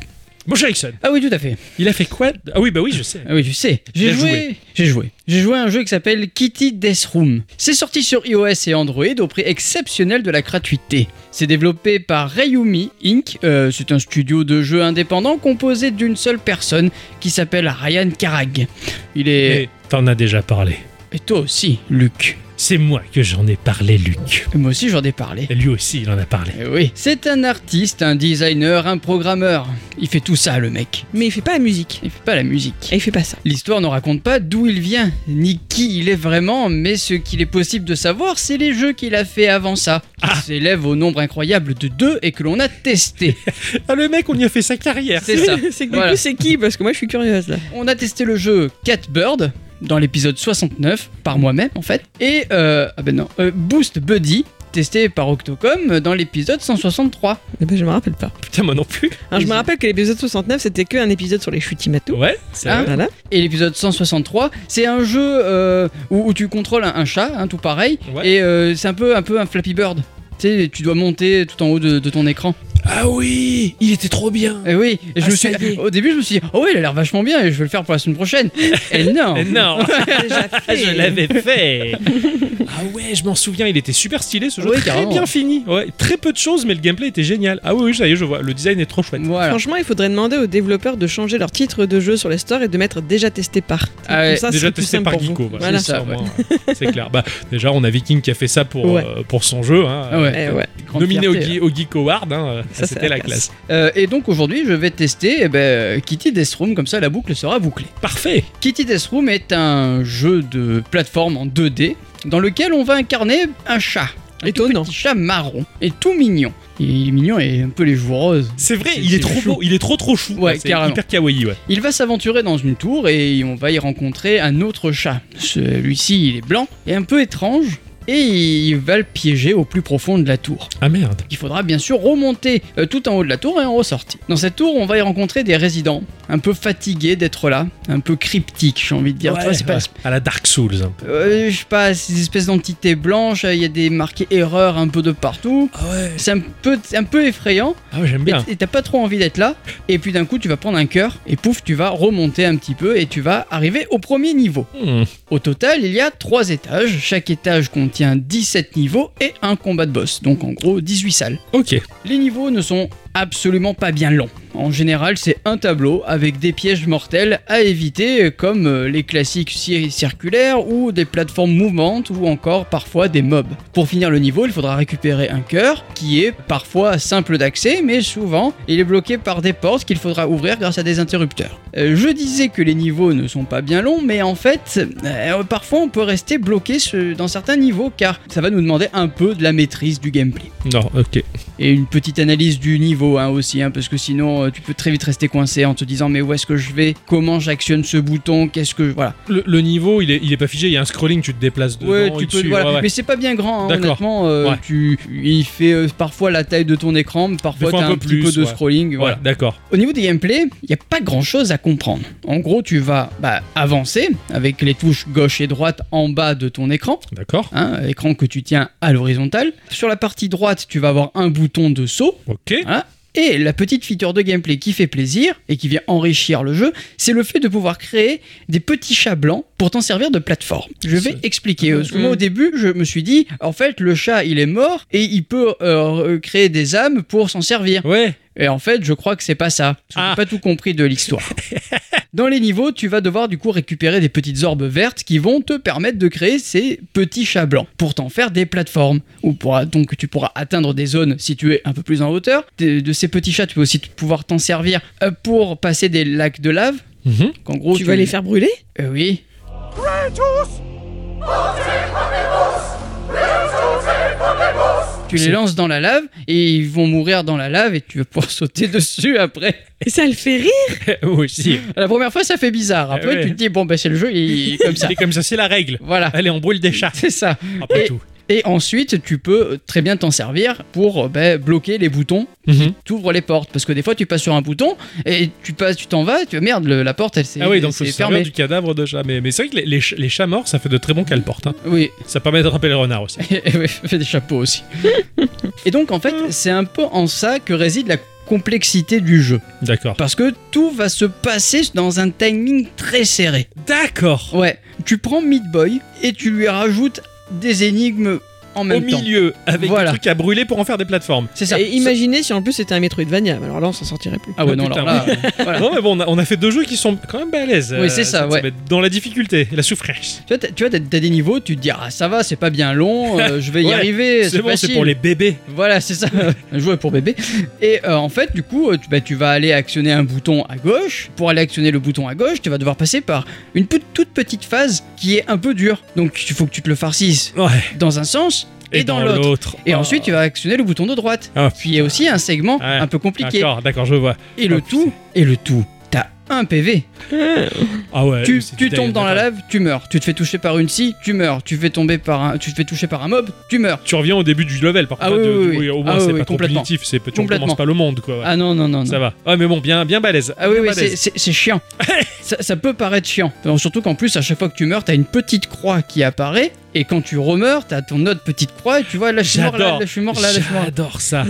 Speaker 1: Bon, Jackson,
Speaker 2: Ah oui, tout à fait.
Speaker 1: il a fait quoi Ah oui, bah oui, je sais.
Speaker 2: Ah oui, je sais. J'ai
Speaker 1: Bien
Speaker 2: joué.
Speaker 1: joué.
Speaker 2: J'ai joué. J'ai joué à un jeu qui s'appelle Kitty Death Room. C'est sorti sur iOS et Android au prix exceptionnel de la gratuité. C'est développé par Rayumi Inc. Euh, c'est un studio de jeux indépendant composé d'une seule personne qui s'appelle Ryan Karag. Il est.
Speaker 1: Et t'en as déjà parlé.
Speaker 2: Et toi aussi, Luc.
Speaker 1: C'est moi que j'en ai parlé, Luc.
Speaker 2: Et moi aussi, j'en ai parlé.
Speaker 1: Et lui aussi, il en a parlé.
Speaker 2: Eh oui. C'est un artiste, un designer, un programmeur. Il fait tout ça, le mec.
Speaker 3: Mais il fait pas la musique.
Speaker 2: Il fait pas la musique.
Speaker 3: Et il fait pas ça.
Speaker 2: L'histoire ne raconte pas d'où il vient, ni qui il est vraiment, mais ce qu'il est possible de savoir, c'est les jeux qu'il a fait avant ça, qui s'élèvent au nombre incroyable de deux et que l'on a testé.
Speaker 1: Ah, le mec, on y a fait sa carrière.
Speaker 2: C'est ça.
Speaker 3: c'est que du
Speaker 2: Voilà.
Speaker 3: coup, c'est qui Parce que moi, je suis curieuse là.
Speaker 2: On a testé le jeu Catbird dans l'épisode 69, par moi-même en fait, et euh, ah ben non, euh, Boost Buddy, testé par Octocom dans l'épisode 163.
Speaker 3: Eh ben, je me rappelle pas.
Speaker 1: Putain, moi non plus.
Speaker 3: Alors, Hein, je me rappelle que l'épisode 69, c'était que un épisode sur les chutimatos.
Speaker 1: Ouais, c'est
Speaker 2: Ah.
Speaker 1: vrai.
Speaker 3: Voilà.
Speaker 2: Et l'épisode 163, c'est un jeu euh, où, où tu contrôles un, un chat, hein, tout pareil,
Speaker 1: Ouais.
Speaker 2: et euh, c'est un peu, un peu un Flappy Bird. Tu sais, tu dois monter tout en haut de- de ton écran.
Speaker 1: Ah oui, il était trop bien.
Speaker 2: Et Eh oui, et je
Speaker 1: Ah,
Speaker 2: me
Speaker 1: ça y
Speaker 2: suis,
Speaker 1: est.
Speaker 2: au début, je me suis dit, oh ouais, il a l'air vachement bien et je vais le faire pour la semaine prochaine. et non
Speaker 1: Eh non,
Speaker 3: Déjà fait.
Speaker 1: Ah, je l'avais fait. Ah ouais, je m'en souviens, il était super stylé ce jeu.
Speaker 2: Ouais,
Speaker 1: très
Speaker 2: carrément.
Speaker 1: bien fini. Ouais, très peu de choses, mais le gameplay était génial. Ah oui, oui, ça y est, je vois. Le design est trop chouette.
Speaker 2: Voilà.
Speaker 3: Franchement, il faudrait demander aux développeurs de changer leur titre de jeu sur les stores et de mettre déjà testé par.
Speaker 2: Ah ouais,
Speaker 3: Comme ça, ce
Speaker 1: déjà
Speaker 3: serait plus
Speaker 1: testé
Speaker 3: simple
Speaker 1: par
Speaker 3: pour vous.
Speaker 1: Geeko.
Speaker 3: Voilà.
Speaker 1: C'est ça,
Speaker 2: C'est ça,
Speaker 1: au moins, ouais. C'est clair. Bah, déjà, on a Viking qui a fait ça pour,
Speaker 3: Ouais.
Speaker 1: euh, pour son jeu. hein.
Speaker 2: Ah ouais.
Speaker 3: Eh ouais.
Speaker 2: Grande
Speaker 1: Nominé au,
Speaker 2: fierté,
Speaker 1: Gui- au Geek Award, hein, euh,
Speaker 3: Ça, c'est
Speaker 1: c'était
Speaker 3: la
Speaker 1: la classe.
Speaker 2: Euh, et donc aujourd'hui, je vais tester eh ben, Kitty Death Room, comme ça la boucle sera bouclée.
Speaker 1: Parfait.
Speaker 2: Kitty Death Room est un jeu de plateforme en 2D dans lequel on va incarner un chat. Un tout
Speaker 3: Étonnant.
Speaker 2: petit chat marron et tout mignon. Il est mignon et un peu les joueuses.
Speaker 1: C'est vrai,
Speaker 2: C'est-
Speaker 1: il est,
Speaker 2: c'est
Speaker 1: trop
Speaker 2: chou.
Speaker 1: beau, il est trop trop chou.
Speaker 2: Ouais,
Speaker 1: Ah, c'est
Speaker 2: carrément.
Speaker 1: hyper kawaii, ouais.
Speaker 2: Il va s'aventurer dans une tour et on va y rencontrer un autre chat. Celui-ci, il est blanc et un peu étrange. Et il va le piéger au plus profond de la tour.
Speaker 1: Ah merde.
Speaker 2: Il faudra bien sûr remonter euh, tout en haut de la tour et en ressortir. Dans cette tour, on va y rencontrer des résidents, un peu fatigués d'être là, un peu cryptiques, j'ai envie de dire. Tu vois, c'est pas-
Speaker 1: À la Dark Souls. un peu.
Speaker 2: euh, je sais pas, ces espèces d'entités blanches, euh, il y a des marqués erreurs un peu de partout.
Speaker 1: Ah ouais.
Speaker 2: C'est un peu, un peu effrayant.
Speaker 1: Ah ouais, j'aime bien.
Speaker 2: Et et t'as pas trop envie d'être là. Et puis d'un coup, tu vas prendre un cœur et pouf, tu vas remonter un petit peu et tu vas arriver au premier niveau.
Speaker 1: Hmm.
Speaker 2: Au total, il y a 3 étages. Chaque étage contient 17 niveaux et un combat de boss. Donc en gros, 18 salles.
Speaker 1: Ok.
Speaker 2: Les niveaux ne sont absolument pas bien longs. En général, c'est un tableau avec des pièges mortels à éviter, comme euh, les classiques cir- circulaires ou des plateformes mouvantes ou encore parfois des mobs. Pour finir le niveau, il faudra récupérer un cœur qui est parfois simple d'accès, mais souvent il est bloqué par des portes qu'il faudra ouvrir grâce à des interrupteurs. Euh, je disais que les niveaux ne sont pas bien longs, mais en fait, euh, parfois on peut rester bloqué ce- dans certains niveaux car ça va nous demander un peu de la maîtrise du gameplay
Speaker 1: Non, ok.
Speaker 2: et une petite analyse du niveau hein, aussi, hein, parce que sinon euh, tu peux très vite rester coincé en te disant mais où est-ce que je vais, comment j'actionne ce bouton, qu'est-ce que voilà.
Speaker 1: Le, le niveau, il est, il est pas figé, il y a un scrolling, tu te déplaces dedans.
Speaker 2: Ouais,
Speaker 1: et
Speaker 2: tu peux
Speaker 1: dessus,
Speaker 2: voilà,
Speaker 1: ouais, ouais.
Speaker 2: mais c'est pas bien grand hein,
Speaker 1: D'accord.
Speaker 2: honnêtement. euh,
Speaker 1: Ouais.
Speaker 2: Tu, il fait euh, parfois la taille de ton écran, mais
Speaker 1: Des
Speaker 2: parfois
Speaker 1: fois,
Speaker 2: t'as
Speaker 1: un
Speaker 2: un,
Speaker 1: peu
Speaker 2: petit
Speaker 1: plus,
Speaker 2: peu de
Speaker 1: ouais.
Speaker 2: scrolling. Voilà.
Speaker 1: Voilà, d'accord.
Speaker 2: Au niveau du gameplay, il n'y a pas grand chose à comprendre. En gros, tu vas bah, avancer avec les touches gauche et droite en bas de ton écran.
Speaker 1: D'accord.
Speaker 2: hein, écran que tu tiens à l'horizontale. Sur la partie droite, tu vas avoir un bouton de saut
Speaker 1: Ok.
Speaker 2: Voilà. Et la petite feature de gameplay qui fait plaisir et qui vient enrichir le jeu, c'est le fait de pouvoir créer des petits chats blancs pour t'en servir de plateforme. Je vais
Speaker 1: C'est-
Speaker 2: expliquer. Parce que
Speaker 3: Mm.
Speaker 2: moi, au début, je me suis dit, en fait, le chat, il est mort et il peut euh, créer des âmes pour s'en servir.
Speaker 1: Ouais.
Speaker 2: Et en fait, je crois que c'est pas ça. Je n'ai
Speaker 1: Ah.
Speaker 2: pas tout compris de l'histoire. Dans les niveaux, tu vas devoir du coup récupérer des petites orbes vertes qui vont te permettre de créer ces petits chats blancs pour t'en faire des plateformes. Ou pour, donc tu pourras atteindre des zones situées un peu plus en hauteur. De, de ces petits chats, tu peux aussi t- pouvoir t'en servir euh, pour passer des lacs de lave.
Speaker 1: Mhm.
Speaker 2: Donc, En gros,
Speaker 3: tu vas les faire brûler
Speaker 2: Euh, oui. Tu les lances dans la lave et ils vont mourir dans la lave et tu vas pouvoir sauter dessus après.
Speaker 3: Et ça le fait rire
Speaker 1: Moi aussi.
Speaker 2: La première fois, ça fait bizarre. Après,
Speaker 1: Ah ouais.
Speaker 2: tu te dis, bon, ben c'est le jeu, il est comme ça.
Speaker 1: C'est comme ça, c'est la règle.
Speaker 2: Voilà.
Speaker 1: Allez, on brûle des chats.
Speaker 2: C'est ça.
Speaker 1: Après
Speaker 2: Et-
Speaker 1: tout.
Speaker 2: Et ensuite, tu peux très bien t'en servir pour ben, bloquer les boutons
Speaker 1: Mhm.
Speaker 2: t'ouvres les portes parce que des fois tu passes sur un bouton et tu passes tu t'en vas tu merde le- la porte elle s'est
Speaker 1: Ah oui, donc
Speaker 2: elle
Speaker 1: faut
Speaker 2: s'est
Speaker 1: se servir du cadavre de chat. Mais, mais c'est vrai que les, les ch- les chats morts, ça fait de très bons caleportes. Hein.
Speaker 2: oui
Speaker 1: Ça permet d'attraper les renards aussi.
Speaker 2: fait des chapeaux aussi et donc en fait c'est un peu en ça que réside la complexité du jeu
Speaker 1: D'accord.
Speaker 2: parce que tout va se passer dans un timing très serré
Speaker 1: D'accord.
Speaker 2: ouais tu prends Meat Boy et tu lui rajoutes des énigmes en
Speaker 1: Au
Speaker 2: même temps
Speaker 1: milieu, avec
Speaker 2: Voilà.
Speaker 1: des trucs à brûler pour en faire des plateformes.
Speaker 2: c'est ça
Speaker 3: Et imaginez si en plus c'était un Metroidvania, alors là on s'en sortirait plus.
Speaker 2: ah ouais non
Speaker 1: Putain,
Speaker 2: alors là voilà.
Speaker 1: Non, mais Ah bon, on a, on a fait deux jeux qui sont quand même balèzes.
Speaker 2: Oui, c'est ça, ouais.
Speaker 1: euh, va être Dans la difficulté, la souffrance.
Speaker 2: tu vois, t'as- tu vois, t'as t'as des niveaux, tu te dis, ah ça va, c'est pas bien long, euh, je vais y
Speaker 1: Ouais,
Speaker 2: arriver.
Speaker 1: C'est bon, c'est
Speaker 2: facile.
Speaker 1: pour les bébés.
Speaker 2: Voilà, c'est ça, un jouet pour bébé. Et euh, en fait, du coup, euh, tu, bah, tu vas aller actionner un bouton à gauche. Pour aller actionner le bouton à gauche, tu vas devoir passer par une pou- toute petite phase qui est un peu dure. Donc, il faut que tu te le farcisses
Speaker 1: Ouais.
Speaker 2: dans un sens et, dans, l'autre. Et
Speaker 1: Oh.
Speaker 2: ensuite, tu vas actionner le bouton de droite.
Speaker 1: Ah,
Speaker 2: Puis, il y a aussi un segment
Speaker 1: Ouais.
Speaker 2: un peu compliqué.
Speaker 1: Oh. D'accord, d'accord, je vois.
Speaker 2: Et le
Speaker 1: Oh,
Speaker 2: tout, et le tout, t'as un PV.
Speaker 1: Ah ouais.
Speaker 2: tu
Speaker 1: c'est
Speaker 2: tu
Speaker 1: du
Speaker 2: tombes
Speaker 1: dingue,
Speaker 2: dans la
Speaker 1: d'accord.
Speaker 2: lave, tu meurs. Tu te fais toucher par une scie, tu meurs. Tu, fais tomber par un, tu te fais toucher par un mob, tu meurs.
Speaker 1: Tu reviens au début du level, par
Speaker 2: Ah
Speaker 1: contre.
Speaker 2: oui,
Speaker 1: de-
Speaker 2: oui,
Speaker 1: du-
Speaker 2: oui.
Speaker 1: Au
Speaker 2: Ah
Speaker 1: moins,
Speaker 2: oui,
Speaker 1: c'est
Speaker 2: oui,
Speaker 1: pas trop
Speaker 2: complètement.
Speaker 1: punitif. C'est tu
Speaker 2: Complètement.
Speaker 1: recommences pas le monde, quoi. ouais.
Speaker 2: Ah non, non, non, non.
Speaker 1: Ça va. Ah, mais bon, bien, bien balèze.
Speaker 2: Ah oui,
Speaker 1: Bien
Speaker 2: oui,
Speaker 1: balèze.
Speaker 2: c'est- c'est c'est chiant. ça, ça peut paraître chiant. Alors, surtout qu'en plus, à chaque fois que tu meurs, t'as une petite croix qui apparaît. Et quand tu remeurs, t'as ton autre petite croix. Et tu vois, là, je suis mort, là,
Speaker 1: J'adore.
Speaker 2: là, je suis mort, là, là, je suis mort.
Speaker 1: J'adore ça.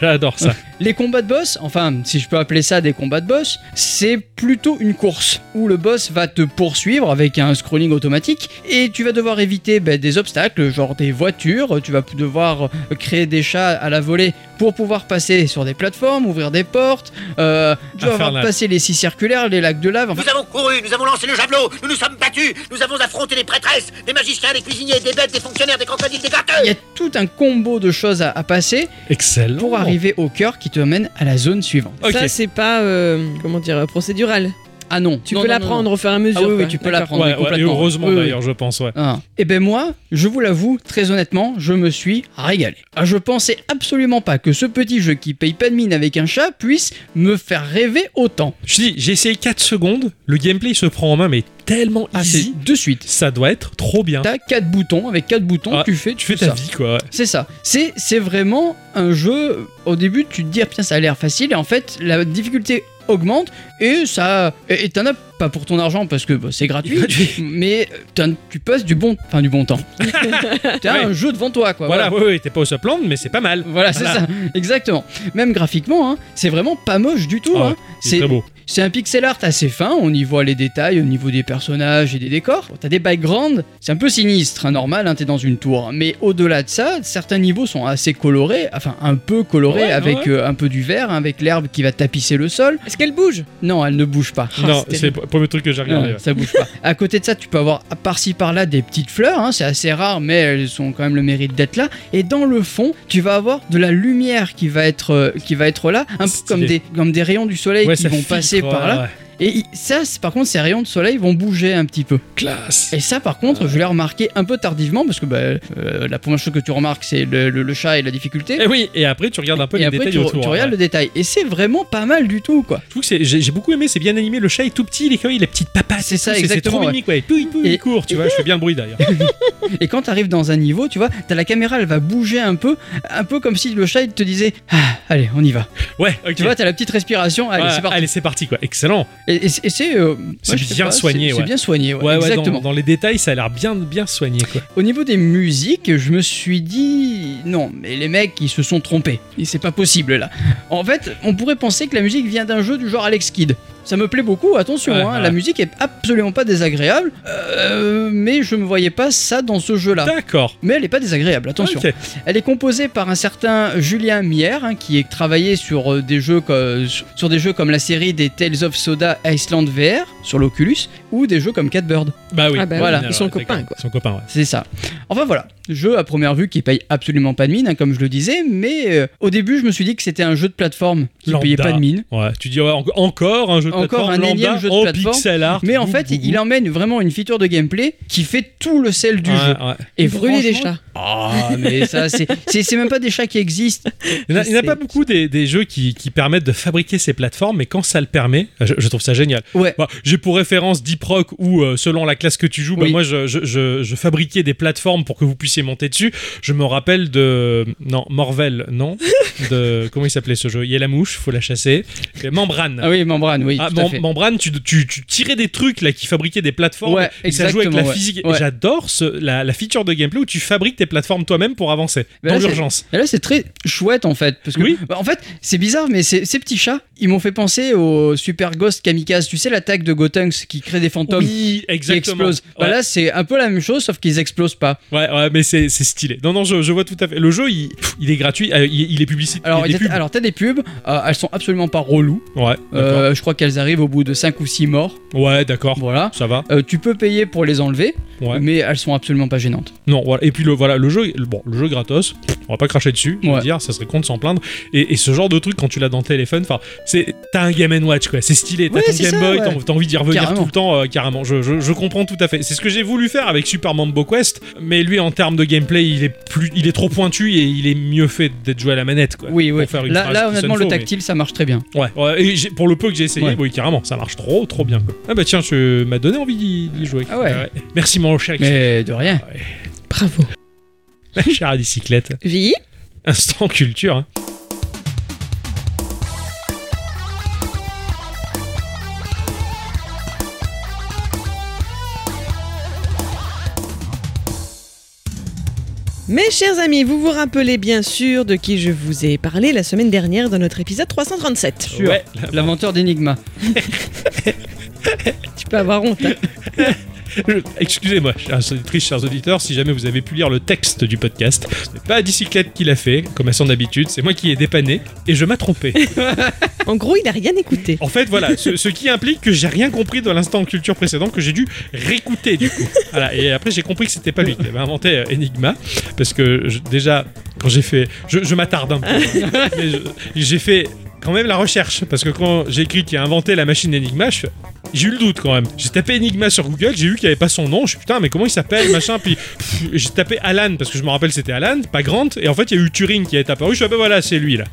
Speaker 1: J'adore ça.
Speaker 2: Les combats de boss, enfin, si je peux appeler ça des combats de boss, c'est plutôt une course où le boss va te poursuivre avec un scrolling automatique et tu vas devoir éviter ben, des obstacles, genre des voitures, tu vas devoir créer des chats à la volée pour pouvoir passer sur des plateformes, ouvrir des portes, euh, tu vas devoir
Speaker 1: Infernal.
Speaker 2: passer les scies circulaires, les lacs de lave, enfin,
Speaker 7: Nous avons couru, nous avons lancé le javelot, nous nous sommes battus, nous avons affronté des prêtresses, des magiciens, des cuisiniers, des bêtes, des fonctionnaires, des crocodiles, des gâteux
Speaker 2: il y a tout un combo de choses à, à passer
Speaker 1: Excellent.
Speaker 2: pour arriver au cœur qui te mène à la zone suivante.
Speaker 1: Ok.
Speaker 3: Ça c'est pas, euh, comment dire, procédural.
Speaker 2: Ah non,
Speaker 3: Tu
Speaker 2: non,
Speaker 3: peux
Speaker 2: non, non, non.
Speaker 3: l'apprendre au fur et à mesure.
Speaker 2: Ah oui, oui,
Speaker 3: quoi.
Speaker 2: tu peux
Speaker 3: D'accord.
Speaker 2: l'apprendre.
Speaker 1: Ouais, ouais, et
Speaker 2: complètement.
Speaker 1: heureusement
Speaker 2: Oui, oui.
Speaker 1: d'ailleurs, je pense, ouais.
Speaker 2: Et ben moi, je vous l'avoue, très honnêtement, je me suis régalé. Ah, Je pensais absolument pas que ce petit jeu qui paye pas de mine avec un chat puisse me faire rêver autant.
Speaker 1: Je dis, j'ai essayé 4 secondes, le gameplay se prend en main, mais tellement
Speaker 2: Ah,
Speaker 1: easy.
Speaker 2: c'est de suite.
Speaker 1: Ça doit être trop bien.
Speaker 2: T'as quatre boutons, avec quatre boutons,
Speaker 1: Ah,
Speaker 2: tu fais,
Speaker 1: Tu fais
Speaker 2: tout
Speaker 1: ta
Speaker 2: ça.
Speaker 1: vie, quoi. ouais.
Speaker 2: C'est ça. C'est c'est vraiment un jeu. Au début, tu te dis, ah, putain, ça a l'air facile. Et en fait, la difficulté augmente et ça et et t'en as pas pour ton argent parce que bah, c'est gratuit mais euh, t'en- tu passes du bon enfin du bon temps t'as
Speaker 1: Ouais.
Speaker 2: un jeu devant toi quoi
Speaker 1: Voilà, ouais, ouais, t'es pas au Sopland, mais c'est pas mal.
Speaker 2: Voilà, c'est
Speaker 1: Voilà.
Speaker 2: ça, exactement. Même graphiquement, hein, c'est vraiment pas moche du tout.
Speaker 1: Ah ouais,
Speaker 2: hein.
Speaker 1: C'est
Speaker 2: C'est
Speaker 1: très beau.
Speaker 2: c'est un pixel art assez fin, on y voit les détails au niveau des personnages et des décors. Bon, T'as des backgrounds, c'est un peu sinistre, hein, normal, hein, t'es dans une tour. hein. Mais au-delà de ça, certains niveaux sont assez colorés, enfin un peu colorés,
Speaker 1: Ouais,
Speaker 2: avec
Speaker 1: ouais.
Speaker 2: euh, un peu du vert, hein, avec l'herbe qui va tapisser le sol.
Speaker 3: Est-ce qu'elle bouge
Speaker 2: Non, elle ne bouge pas.
Speaker 1: non,
Speaker 2: Ah,
Speaker 1: c'est le premier truc que j'ai
Speaker 2: non,
Speaker 1: regardé. ouais.
Speaker 2: ça bouge pas. À côté de ça, tu peux avoir à par-ci par-là des petites fleurs, hein, c'est assez rare, mais elles ont quand même le mérite d'être là. Et dans le fond, tu vas avoir de la lumière qui va être, euh, qui va être là, un peu
Speaker 1: Stylé.
Speaker 2: comme des, comme des rayons du soleil
Speaker 1: Ouais,
Speaker 2: qui
Speaker 1: ça
Speaker 2: vont
Speaker 1: filtre,
Speaker 2: passer
Speaker 1: ouais,
Speaker 2: par là.
Speaker 1: ouais.
Speaker 2: Et il- ça, c'est- par contre, ces rayons de soleil vont bouger un petit peu.
Speaker 1: Classe.
Speaker 2: Et ça, par contre, je l'ai remarqué un peu tardivement, parce que bah, euh, la première chose que tu remarques, c'est le, le- le chat et la difficulté.
Speaker 1: Et oui, et après tu regardes un Eh, peu
Speaker 2: Et
Speaker 1: les
Speaker 2: après,
Speaker 1: détails
Speaker 2: tu, re-
Speaker 1: autour.
Speaker 2: tu regardes
Speaker 1: ouais.
Speaker 2: le détail. Et c'est vraiment pas mal du tout, quoi.
Speaker 1: Je trouve que c'est- j'ai j'ai beaucoup aimé, c'est bien animé. Le chat est tout petit, l'écueil, il a petite papa.
Speaker 2: C'est ça,
Speaker 1: C'est trop
Speaker 2: exactement, ouais.
Speaker 1: mignon, ouais. Pouille, pouille,
Speaker 2: Et-
Speaker 1: il court, tu vois. Je fais bien le bruit d'ailleurs.
Speaker 2: Et quand t'arrives dans un niveau, tu vois, t'as la caméra, elle va bouger un peu, un peu comme si le chat il te disait, Ah, allez, on y va.
Speaker 1: Ouais, ok.
Speaker 2: Tu vois, t'as la petite respiration, allez,
Speaker 1: Ouais,
Speaker 2: c'est parti.
Speaker 1: Allez, c'est parti, quoi. Excellent.
Speaker 2: Et, et c'est- et c'est euh,
Speaker 1: C'est
Speaker 2: moi, je sais
Speaker 1: bien
Speaker 2: pas,
Speaker 1: soigné,
Speaker 2: c'est-
Speaker 1: ouais.
Speaker 2: C'est bien soigné, ouais,
Speaker 1: Ouais, ouais,
Speaker 2: exactement.
Speaker 1: dans, dans les détails, ça a l'air bien, bien soigné, quoi.
Speaker 2: Au niveau des musiques, je me suis dit non, mais les mecs ils se sont trompés. Et C'est pas possible là. En fait, on pourrait penser que la musique vient d'un jeu du genre Alex Kidd. Ça me plaît beaucoup, attention,
Speaker 1: Ouais,
Speaker 2: hein,
Speaker 1: ouais.
Speaker 2: la musique est absolument pas désagréable, euh, mais je me voyais pas ça dans ce
Speaker 1: Ah.
Speaker 2: jeu-là.
Speaker 1: D'accord.
Speaker 2: Mais elle est pas désagréable, attention.
Speaker 1: Ok.
Speaker 2: Elle est composée par un certain Julien Mier, hein, qui est travaillé sur euh, des jeux co- sur des jeux comme la série des Tales of Soda Iceland VR sur l'Oculus ou des jeux comme Catbird.
Speaker 1: Bah oui.
Speaker 3: Ah bah oui,
Speaker 1: Voilà.
Speaker 3: ils sont copains, quoi.
Speaker 1: Ils sont copains, ouais.
Speaker 2: C'est ça. Enfin voilà, jeu à première vue qui paye absolument pas de mine, hein, comme je le disais, mais euh, au début je me suis dit que c'était un jeu de plateforme qui
Speaker 1: Lambda.
Speaker 2: payait pas de mine.
Speaker 1: Ouais, tu dis ouais, en- encore un jeu de
Speaker 2: Encore
Speaker 1: plateforme
Speaker 2: un
Speaker 1: lambda
Speaker 2: énième jeu de
Speaker 1: en
Speaker 2: plateforme,
Speaker 1: pixel art.
Speaker 2: Mais en fait, il emmène vraiment une feature de gameplay qui fait tout le sel du
Speaker 1: Ouais,
Speaker 2: jeu.
Speaker 1: ouais.
Speaker 2: Et
Speaker 3: brûler des
Speaker 2: franchement-
Speaker 3: chats.
Speaker 2: Ah, mais ça, c'est- c'est c'est même pas des chats qui existent.
Speaker 1: Il n'y en a, il y en a
Speaker 2: C'est-
Speaker 1: pas beaucoup des, des jeux qui, qui permettent de fabriquer ces plateformes, mais quand ça le permet, je, je trouve ça génial.
Speaker 2: Ouais.
Speaker 1: Bah, J'ai pour référence Deep Rock où, euh, selon la classe que tu joues, bah,
Speaker 2: Oui.
Speaker 1: moi je, je- je- je fabriquais des plateformes pour que vous puissiez monter dessus. Je me rappelle de. Non, Morvel, non. De, comment il s'appelait ce jeu Il y a la mouche, faut la chasser. Et Membrane.
Speaker 2: Ah oui, membrane, oui,
Speaker 1: Ah,
Speaker 2: tout à
Speaker 1: Mem-
Speaker 2: fait.
Speaker 1: Membrane, tu, tu- tu tirais des trucs là qui fabriquaient des plateformes.
Speaker 2: Ouais,
Speaker 1: et ça jouait avec
Speaker 2: exactement,
Speaker 1: la
Speaker 2: ouais.
Speaker 1: physique.
Speaker 2: Ouais.
Speaker 1: J'adore ce- la, la feature de gameplay où tu fabriques tes plateformes toi-même pour avancer.
Speaker 2: Mais
Speaker 1: dans
Speaker 2: Bah là, c'est-
Speaker 1: l'urgence.
Speaker 2: Et là, c'est très chouette en fait. Parce que,
Speaker 1: Oui.
Speaker 2: bah, en fait, c'est bizarre, mais ces, ces petits chats, ils m'ont fait penser au Super Ghost Kamikaze. Tu sais, l'attaque de Gotenks qui crée des fantômes.
Speaker 1: Oui,
Speaker 2: Qui
Speaker 1: exactement.
Speaker 2: explosent. Bah
Speaker 1: Ouais.
Speaker 2: là, c'est un peu la même chose, sauf qu'ils explosent pas.
Speaker 1: Ouais, ouais, mais c'est c'est stylé. Non, non, je, je vois tout à fait. Le jeu, il, pff, il est gratuit, euh, il, il est publicité.
Speaker 2: Alors,
Speaker 1: il y a des
Speaker 2: il y a-
Speaker 1: pubs.
Speaker 2: alors, t'as des pubs, euh, elles sont absolument pas reloues.
Speaker 1: Ouais, d'accord.
Speaker 2: Euh, je crois qu'elles arrivent au bout de 5 ou 6 morts.
Speaker 1: Ouais, d'accord.
Speaker 2: Voilà.
Speaker 1: Ça va.
Speaker 2: Euh, tu peux payer pour les enlever,
Speaker 1: Ouais.
Speaker 2: mais elles sont absolument pas gênantes.
Speaker 1: Non, voilà. Et puis le voilà, le jeu, le- bon, le jeu gratos. pff, On va pas cracher dessus. je veux
Speaker 2: Ouais.
Speaker 1: dire, ça serait con de s'en plaindre. Et, et ce genre de truc quand tu l'as dans le téléphone, enfin, c'est t'as un Game Watch quoi. C'est stylé. T'as
Speaker 2: Ouais,
Speaker 1: ton
Speaker 2: c'est
Speaker 1: Game
Speaker 2: ça,
Speaker 1: Boy.
Speaker 2: ouais.
Speaker 1: t'as- T'as envie d'y revenir
Speaker 2: Carrément.
Speaker 1: tout le temps euh, carrément. Je, je, je comprends tout à fait. C'est ce que j'ai voulu faire avec Super Mambo Quest. Mais lui, en termes de gameplay, il est plus, il est trop pointu et il est mieux fait d'être joué à la manette quoi.
Speaker 2: oui,
Speaker 1: pour
Speaker 2: oui.
Speaker 1: faire une
Speaker 2: Là,
Speaker 1: phrase
Speaker 2: là,
Speaker 1: qui sonne
Speaker 2: honnêtement, le
Speaker 1: faux, mais-
Speaker 2: tactile, ça marche très bien.
Speaker 1: Ouais, ouais, et j'ai- pour le peu que j'ai essayé,
Speaker 2: Ouais.
Speaker 1: oui, carrément, ça marche trop, trop bien. quoi. Ah bah tiens, tu m'as donné envie d'y d'y jouer.
Speaker 2: Ah ouais.
Speaker 1: Merci mon cher,
Speaker 2: Mais de rien.
Speaker 3: Bravo.
Speaker 1: cher à bicyclette.
Speaker 3: Vi
Speaker 1: Instant culture. hein.
Speaker 3: Mes chers amis, vous vous rappelez bien sûr de qui je vous ai parlé la semaine dernière dans notre épisode 337.
Speaker 1: Ouais.
Speaker 2: L'inventeur d'Enigma.
Speaker 3: Tu peux avoir honte. hein.
Speaker 1: Je- Excusez-moi, chers auditrices, chers auditeurs, si jamais vous avez pu lire le texte du podcast, ce n'est pas bicyclette qui l'a fait, comme à son habitude, c'est moi qui ai dépanné, et je m'as trompé.
Speaker 3: En gros, il a rien écouté.
Speaker 1: En fait, voilà, ce, ce qui implique que j'ai rien compris dans l'instant culture précédent, que j'ai dû réécouter du coup. Voilà, et après j'ai compris que c'était pas lui qui avait inventé euh, Enigma, parce que je- déjà, quand j'ai fait. Je, je m'attarde un peu, hein, mais je- j'ai fait quand même la recherche, parce que quand j'ai écrit qu'il a inventé la machine Enigma, je fais- j'ai eu le doute quand même. J'ai tapé Enigma sur Google, j'ai vu qu'il n'y avait pas son nom. Je suis putain, mais comment il s'appelle, machin. Puis pff, j'ai tapé Alan parce que je me rappelle c'était Alan, pas Grant. Et en fait, il y a eu Turing qui est apparu. Je suis ah ben voilà, c'est lui là.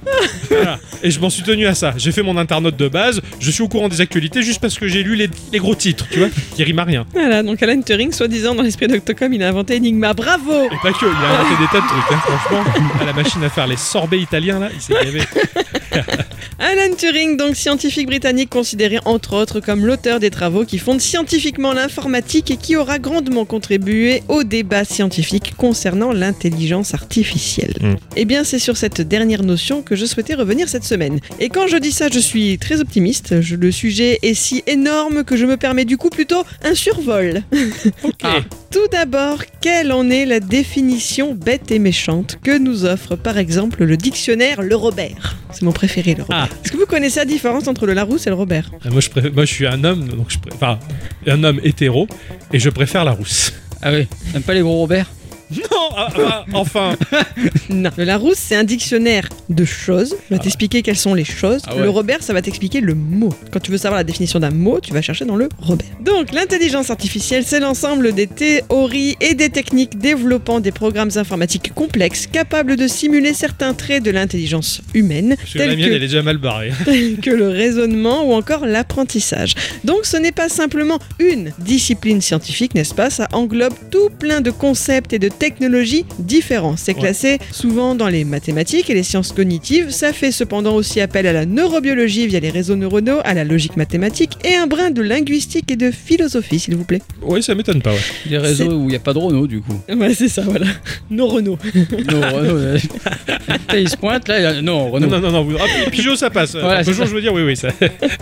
Speaker 1: Voilà. Et je m'en suis tenu à ça. J'ai fait mon internaute de base. Je suis au courant des actualités juste parce que j'ai lu les, les gros titres, tu vois, qui riment à rien.
Speaker 3: Voilà, donc Alan Turing, soi-disant dans l'esprit d'Octocom, il a inventé Enigma. Bravo
Speaker 1: Et pas que, il a inventé des tas de trucs, hein, franchement. À la machine à faire les sorbets italiens là, il s'est gavé.
Speaker 3: Alan Turing, donc scientifique britannique considéré entre autres comme l'auteur des travaux qui fondent scientifiquement l'informatique et qui aura grandement contribué au débat scientifique concernant l'intelligence artificielle.
Speaker 1: Mm.
Speaker 3: Eh bien, c'est sur cette dernière notion que je souhaitais revenir cette semaine. Et quand je dis ça, je suis très optimiste. Je- le sujet est si énorme que je me permets du coup plutôt un survol.
Speaker 1: Ok.
Speaker 2: Ah.
Speaker 3: Tout d'abord, quelle en est la définition bête et méchante que nous offre par exemple le dictionnaire Le Robert C'est mon préféré, Le Robert.
Speaker 1: Ah.
Speaker 3: Est-ce que vous connaissez la différence entre le Larousse et le Robert
Speaker 1: Ah, Moi, je préfère- moi, je suis un homme, donc je pré- enfin, un homme hétéro, et je préfère la rousse.
Speaker 2: Ah oui, t'aimes pas les gros Robert
Speaker 1: Non, ah, ah, enfin.
Speaker 3: Non. Le Larousse, c'est un dictionnaire de choses. Il va t'expliquer quelles sont les choses.
Speaker 2: Ah ouais.
Speaker 3: Le Robert, ça va t'expliquer le mot. Quand tu veux savoir la définition d'un mot, tu vas chercher dans le Robert. Donc, l'intelligence artificielle, c'est l'ensemble des théories et des techniques développant des programmes informatiques complexes capables de simuler certains traits de l'intelligence humaine,
Speaker 1: Parce que la
Speaker 3: tels
Speaker 1: mienne,
Speaker 3: que
Speaker 1: elle est déjà mal barrée.
Speaker 3: que le raisonnement ou encore l'apprentissage. Donc ce n'est pas simplement une discipline scientifique, n'est-ce pas Ça englobe tout plein de concepts et de technologies différents. C'est
Speaker 1: Ouais.
Speaker 3: classé souvent dans les mathématiques et les sciences cognitives. Ça fait cependant aussi appel à la neurobiologie via les réseaux neuronaux, à la logique mathématique et un brin de linguistique et de philosophie, s'il vous plaît.
Speaker 1: Oui, ça m'étonne pas, ouais.
Speaker 2: Des réseaux où il n'y a pas de Renault, du coup.
Speaker 3: Ouais, c'est ça, voilà. Nos Renault.
Speaker 2: Non, Renault. euh, il se pointe là, il a- non, Renault.
Speaker 1: Non, non, non, non, vous- ah, Pigeot, ça passe.
Speaker 2: Voilà, c'est
Speaker 1: Pigeot,
Speaker 2: ça.
Speaker 1: je veux dire, oui, oui, ça.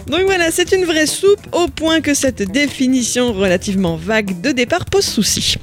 Speaker 3: Donc voilà, c'est une vraie soupe au point que cette définition relativement vague de départ pose souci.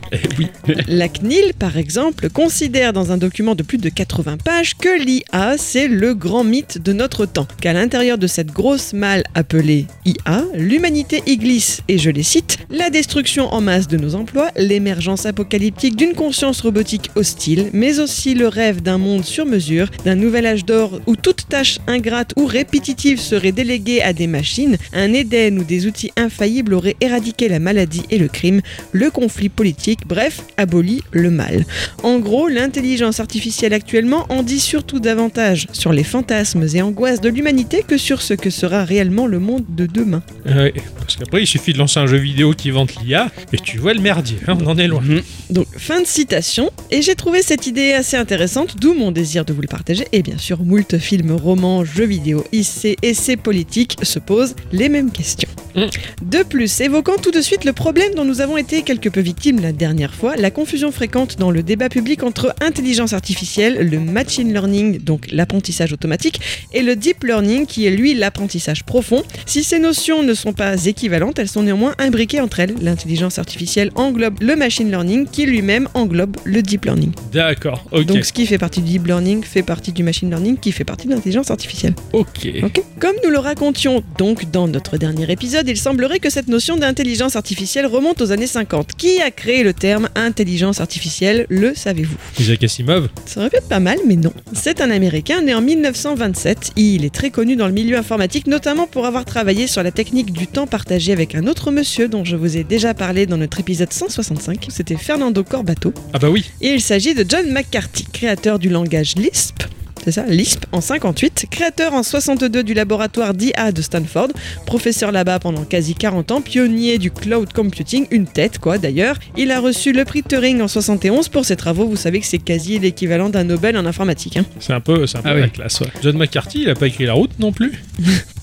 Speaker 3: La CNIL, par exemple, considère dans un document de plus de 80 pages que l'IA, c'est le grand mythe de notre temps. Qu'à l'intérieur de cette grosse malle appelée IA, l'humanité y glisse, et je les cite, la destruction en masse de nos emplois, l'émergence apocalyptique d'une conscience robotique hostile, mais aussi le rêve d'un monde sur mesure, d'un nouvel âge d'or où toute tâche ingrate ou répétitive serait déléguée à des machines, un Éden où des outils infaillibles auraient éradiqué la maladie et le crime, le conflit politique, bref, abolit le mal. En gros, l'intelligence artificielle actuellement en dit surtout davantage sur les fantasmes et angoisses de l'humanité que sur ce que sera réellement le monde de demain.
Speaker 1: Ouais, parce qu'après, il suffit de lancer un jeu vidéo qui vante l'IA, et tu vois le merdier, hein, on en est loin.
Speaker 2: Mhm.
Speaker 3: Donc, fin de citation. Et j'ai trouvé cette idée assez intéressante, d'où mon désir de vous le partager. Et bien sûr, moult films, romans, jeux vidéo, IC, essais politiques se posent les mêmes questions.
Speaker 1: Mm.
Speaker 3: De plus, évoquant tout de suite le problème dont nous avons été quelque peu victimes la dernière fois, la confusion fréquente dans le débat public entre intelligence artificielle, le machine learning, donc l'apprentissage automatique, et le deep learning, qui est lui l'apprentissage profond, si ces notions ne sont pas équivalentes, elles sont néanmoins imbriquées entre elles. L'intelligence artificielle englobe le machine learning qui lui-même englobe le deep learning.
Speaker 1: D'accord, ok.
Speaker 3: Donc ce qui fait partie du deep learning fait partie du machine learning qui fait partie de l'intelligence artificielle.
Speaker 1: ok.
Speaker 3: Ok Comme nous le racontions donc dans notre dernier épisode, il semblerait que cette notion d'intelligence artificielle remonte aux années 50. Qui a créé le terme intelligence artificielle Le savez-vous
Speaker 1: Isaac Asimov,
Speaker 3: ça aurait pu être pas mal, mais non. C'est un Américain né en 1927. Il est très connu dans le milieu informatique, notamment pour avoir travaillé sur la technique du temps partagé avec un autre monsieur dont je vous ai déjà parlé dans notre épisode 165. C'était Fernando Corbato.
Speaker 1: ah bah oui,
Speaker 3: Et il s'agit de John McCarthy, créateur du langage Lisp. C'est ça, Lisp en 58, créateur en 62 du laboratoire d'IA de Stanford, professeur là-bas pendant quasi 40 ans, pionnier du cloud computing, une tête quoi d'ailleurs. Il a reçu le prix Turing en 71 pour ses travaux, vous savez que c'est quasi l'équivalent d'un Nobel en informatique. hein.
Speaker 1: c'est un peu, c'est un peu
Speaker 2: Ah
Speaker 1: la
Speaker 2: oui.
Speaker 1: classe. ouais. John McCarthy, il a pas écrit la route non plus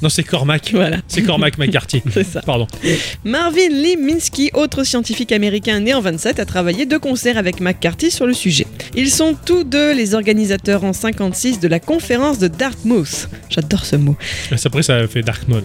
Speaker 1: Non, c'est Cormac.
Speaker 3: Voilà,
Speaker 1: C'est Cormac McCarthy.
Speaker 3: c'est ça.
Speaker 1: Pardon.
Speaker 3: Marvin Lee Minsky, autre scientifique américain né en 27, a travaillé de concert avec McCarthy sur le sujet. Ils sont tous deux les organisateurs en 56 de la conférence de Dartmouth. J'adore ce mot.
Speaker 1: Après, ça fait Dark Mode.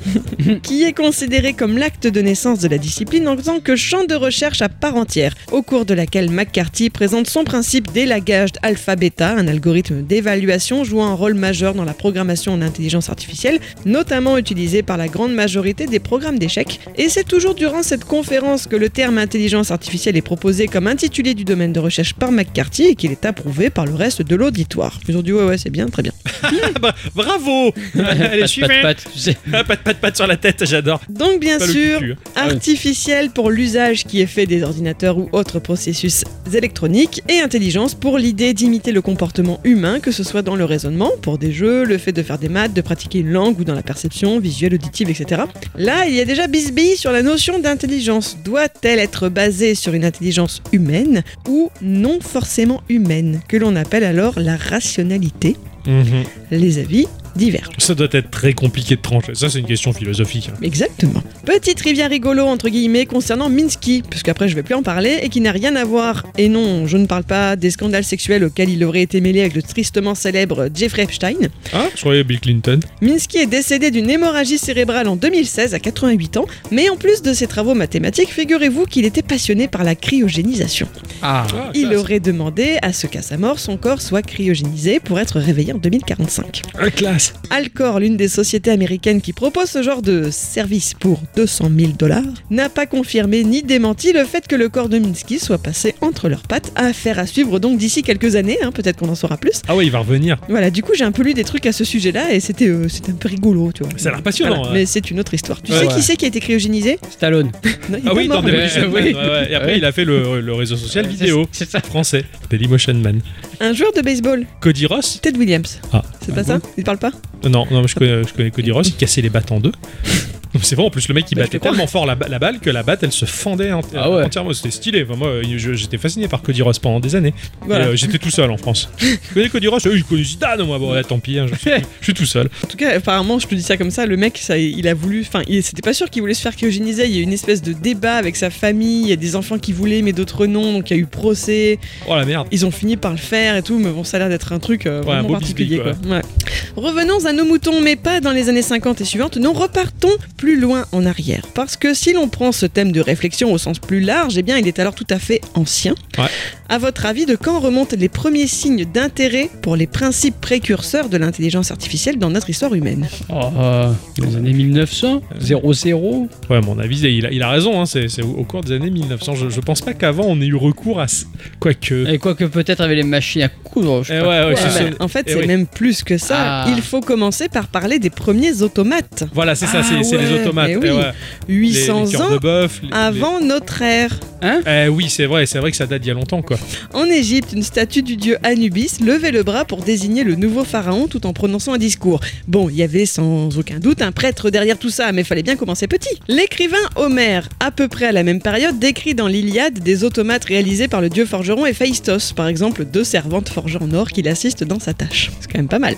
Speaker 3: qui est considéré comme l'acte de naissance de la discipline en tant que champ de recherche à part entière, au cours de laquelle McCarthy présente son principe d'élagage alpha-beta, un algorithme d'évaluation jouant un rôle majeur dans la programmation en intelligence artificielle, notamment utilisé par la grande majorité des programmes d'échecs. Et c'est toujours durant cette conférence que le terme intelligence artificielle est proposé comme intitulé du domaine de recherche par McCarthy et qu'il est approuvé par le reste de l'auditoire. Ils ont dit ouais ouais c'est bien, très bien.
Speaker 1: Ah bah, bravo Allez,
Speaker 2: Pat, pat,
Speaker 1: suivez
Speaker 2: pat, tu sais.
Speaker 1: Ah, Pat, pat, pat sur la tête, j'adore.
Speaker 3: Donc bien
Speaker 1: Pas le
Speaker 3: sûr,
Speaker 1: cucu, hein.
Speaker 2: Ah oui.
Speaker 3: artificiel pour l'usage qui est fait des ordinateurs ou autres processus électroniques et intelligence pour l'idée d'imiter le comportement humain, que ce soit dans le raisonnement, pour des jeux, le fait de faire des maths, de pratiquer une langue ou dans la perception visuelle, auditive, etc. Là, il y a déjà bisbille sur la notion d'intelligence. Doit-elle être basée sur une intelligence humaine ou non forcément humaine, que l'on appelle alors la rationalité
Speaker 1: Mhm.
Speaker 3: Les avis divergent.
Speaker 1: Ça doit être très compliqué de trancher. Ça, c'est une question philosophique. hein.
Speaker 3: Exactement. Petite rivière rigolo entre guillemets concernant Minsky, puisqu'après je vais plus en parler et qui n'a rien à voir. Et non, je ne parle pas des scandales sexuels auxquels il aurait été mêlé avec le tristement célèbre Jeffrey Epstein.
Speaker 1: Ah, je croyais Bill Clinton.
Speaker 3: Minsky est décédé d'une hémorragie cérébrale en 2016 à 88 ans, mais en plus de ses travaux mathématiques, figurez-vous qu'il était passionné par la cryogénisation.
Speaker 2: Ah,
Speaker 1: Ah,
Speaker 3: Il
Speaker 1: classe.
Speaker 3: aurait demandé à ce qu'à sa mort, son corps soit cryogénisé pour être réveillé en 2045.
Speaker 1: Ah, classe.
Speaker 3: Alcor, l'une des sociétés américaines qui propose ce genre de service pour 200 000 dollars, n'a pas confirmé ni démenti le fait que le corps de Minsky soit passé entre leurs pattes. Affaire à suivre donc d'ici quelques années, hein, peut-être qu'on en saura plus.
Speaker 1: Ah ouais, il va revenir.
Speaker 3: Voilà, du coup j'ai un peu lu des trucs à ce sujet-là et c'était euh, c'était un peu rigolo, tu vois.
Speaker 1: Ça a l'air passionnant, hein. ouais.
Speaker 3: Ah, Mais c'est une autre histoire. Tu
Speaker 1: Ouais,
Speaker 3: sais
Speaker 1: ouais.
Speaker 3: qui c'est qui a été cryogénisé
Speaker 2: Stallone.
Speaker 3: Non, il est
Speaker 1: Ah
Speaker 3: pas
Speaker 1: oui, dans
Speaker 3: mort, mais-
Speaker 1: Dailymotion
Speaker 2: oui.
Speaker 1: Man, ouais, ouais. Et après,
Speaker 2: Ouais.
Speaker 1: il a fait le, le réseau social vidéo
Speaker 2: C'est ça.
Speaker 1: français. Dailymotion Man.
Speaker 3: Un joueur de baseball,
Speaker 1: Cody Ross
Speaker 3: Ted Williams.
Speaker 1: Ah.
Speaker 3: C'est pas ça Il parle pas
Speaker 1: Non, non, mais je connais, je connais Cody Ross. Il cassait les battes en deux. c'est vrai, en plus, le mec, il
Speaker 2: Bah, je
Speaker 1: battait
Speaker 2: te crois.
Speaker 1: tellement fort la, ba- la balle que la batte, elle se fendait enti-
Speaker 2: Ah ouais.
Speaker 1: entièrement. C'était stylé. Enfin, moi, euh, je- j'étais fasciné par Cody Ross pendant des années.
Speaker 3: Voilà.
Speaker 1: Et, euh, j'étais tout seul en France. je connais Cody Ross, euh, je connais Zidane, moi. Bon, là, tant pis, hein, je, suis, je suis tout seul.
Speaker 3: En tout cas, apparemment, je te dis ça comme ça, le mec, ça, il a voulu. Enfin, il- c'était pas sûr qu'il voulait se faire cryogéniser. Il y a eu une espèce de débat avec sa famille. Il y a des enfants qui voulaient, mais d'autres non. Donc il y a eu procès.
Speaker 1: Oh la merde.
Speaker 3: Ils ont fini par le faire et tout, mais bon, ça a l'air d'être un truc euh,
Speaker 1: un
Speaker 3: vraiment
Speaker 1: beau
Speaker 3: particulier.
Speaker 1: bisbille,
Speaker 3: Quoi. Ouais. Revenons à nos moutons, mais pas dans les années 50 et suivantes. Non, repartons plus loin en arrière. Parce que si l'on prend ce thème de réflexion au sens plus large, eh bien, il est alors tout à fait ancien.
Speaker 1: Ouais.
Speaker 3: À votre avis, de quand remontent les premiers signes d'intérêt pour les principes précurseurs de l'intelligence artificielle dans notre histoire humaine
Speaker 2: Oh, euh, dans les années 1900 00
Speaker 1: Ouais, à mon avis, il a, il a raison. hein, c'est c'est au, au cours des années 1900. Je, je pense pas qu'avant, on ait eu recours à. ce- Quoique.
Speaker 2: Et quoique peut-être avec les machines à coudre, je sais
Speaker 1: Eh
Speaker 2: pas.
Speaker 1: ouais, ouais,
Speaker 3: Eh
Speaker 1: c'est-
Speaker 3: ben,
Speaker 1: c'est-
Speaker 3: En fait,
Speaker 1: eh
Speaker 3: c'est
Speaker 1: oui.
Speaker 3: même plus que ça.
Speaker 2: Ah.
Speaker 3: Il faut commencer par parler des premiers automates.
Speaker 1: Voilà, c'est ça,
Speaker 3: Ah
Speaker 1: c'est c'est les
Speaker 3: ouais,
Speaker 1: automates.
Speaker 3: mais
Speaker 1: eh
Speaker 3: oui.
Speaker 1: ouais, les- les
Speaker 3: 800
Speaker 1: cœurs
Speaker 3: ans
Speaker 1: de bœuf. les- les-
Speaker 3: avant notre ère.
Speaker 1: Eh oui, c'est vrai, c'est vrai que ça date d'il y a longtemps, quoi.
Speaker 3: En Égypte, une statue du dieu Anubis levait le bras pour désigner le nouveau pharaon tout en prononçant un discours. Bon, il y avait sans aucun doute un prêtre derrière tout ça, mais fallait bien commencer petit. L'écrivain Homère, à peu près à la même période, décrit dans l'Iliade des automates réalisés par le dieu forgeron Héphaïstos, par exemple deux servantes forgées en or qui l'assistent dans sa tâche. C'est quand même pas mal.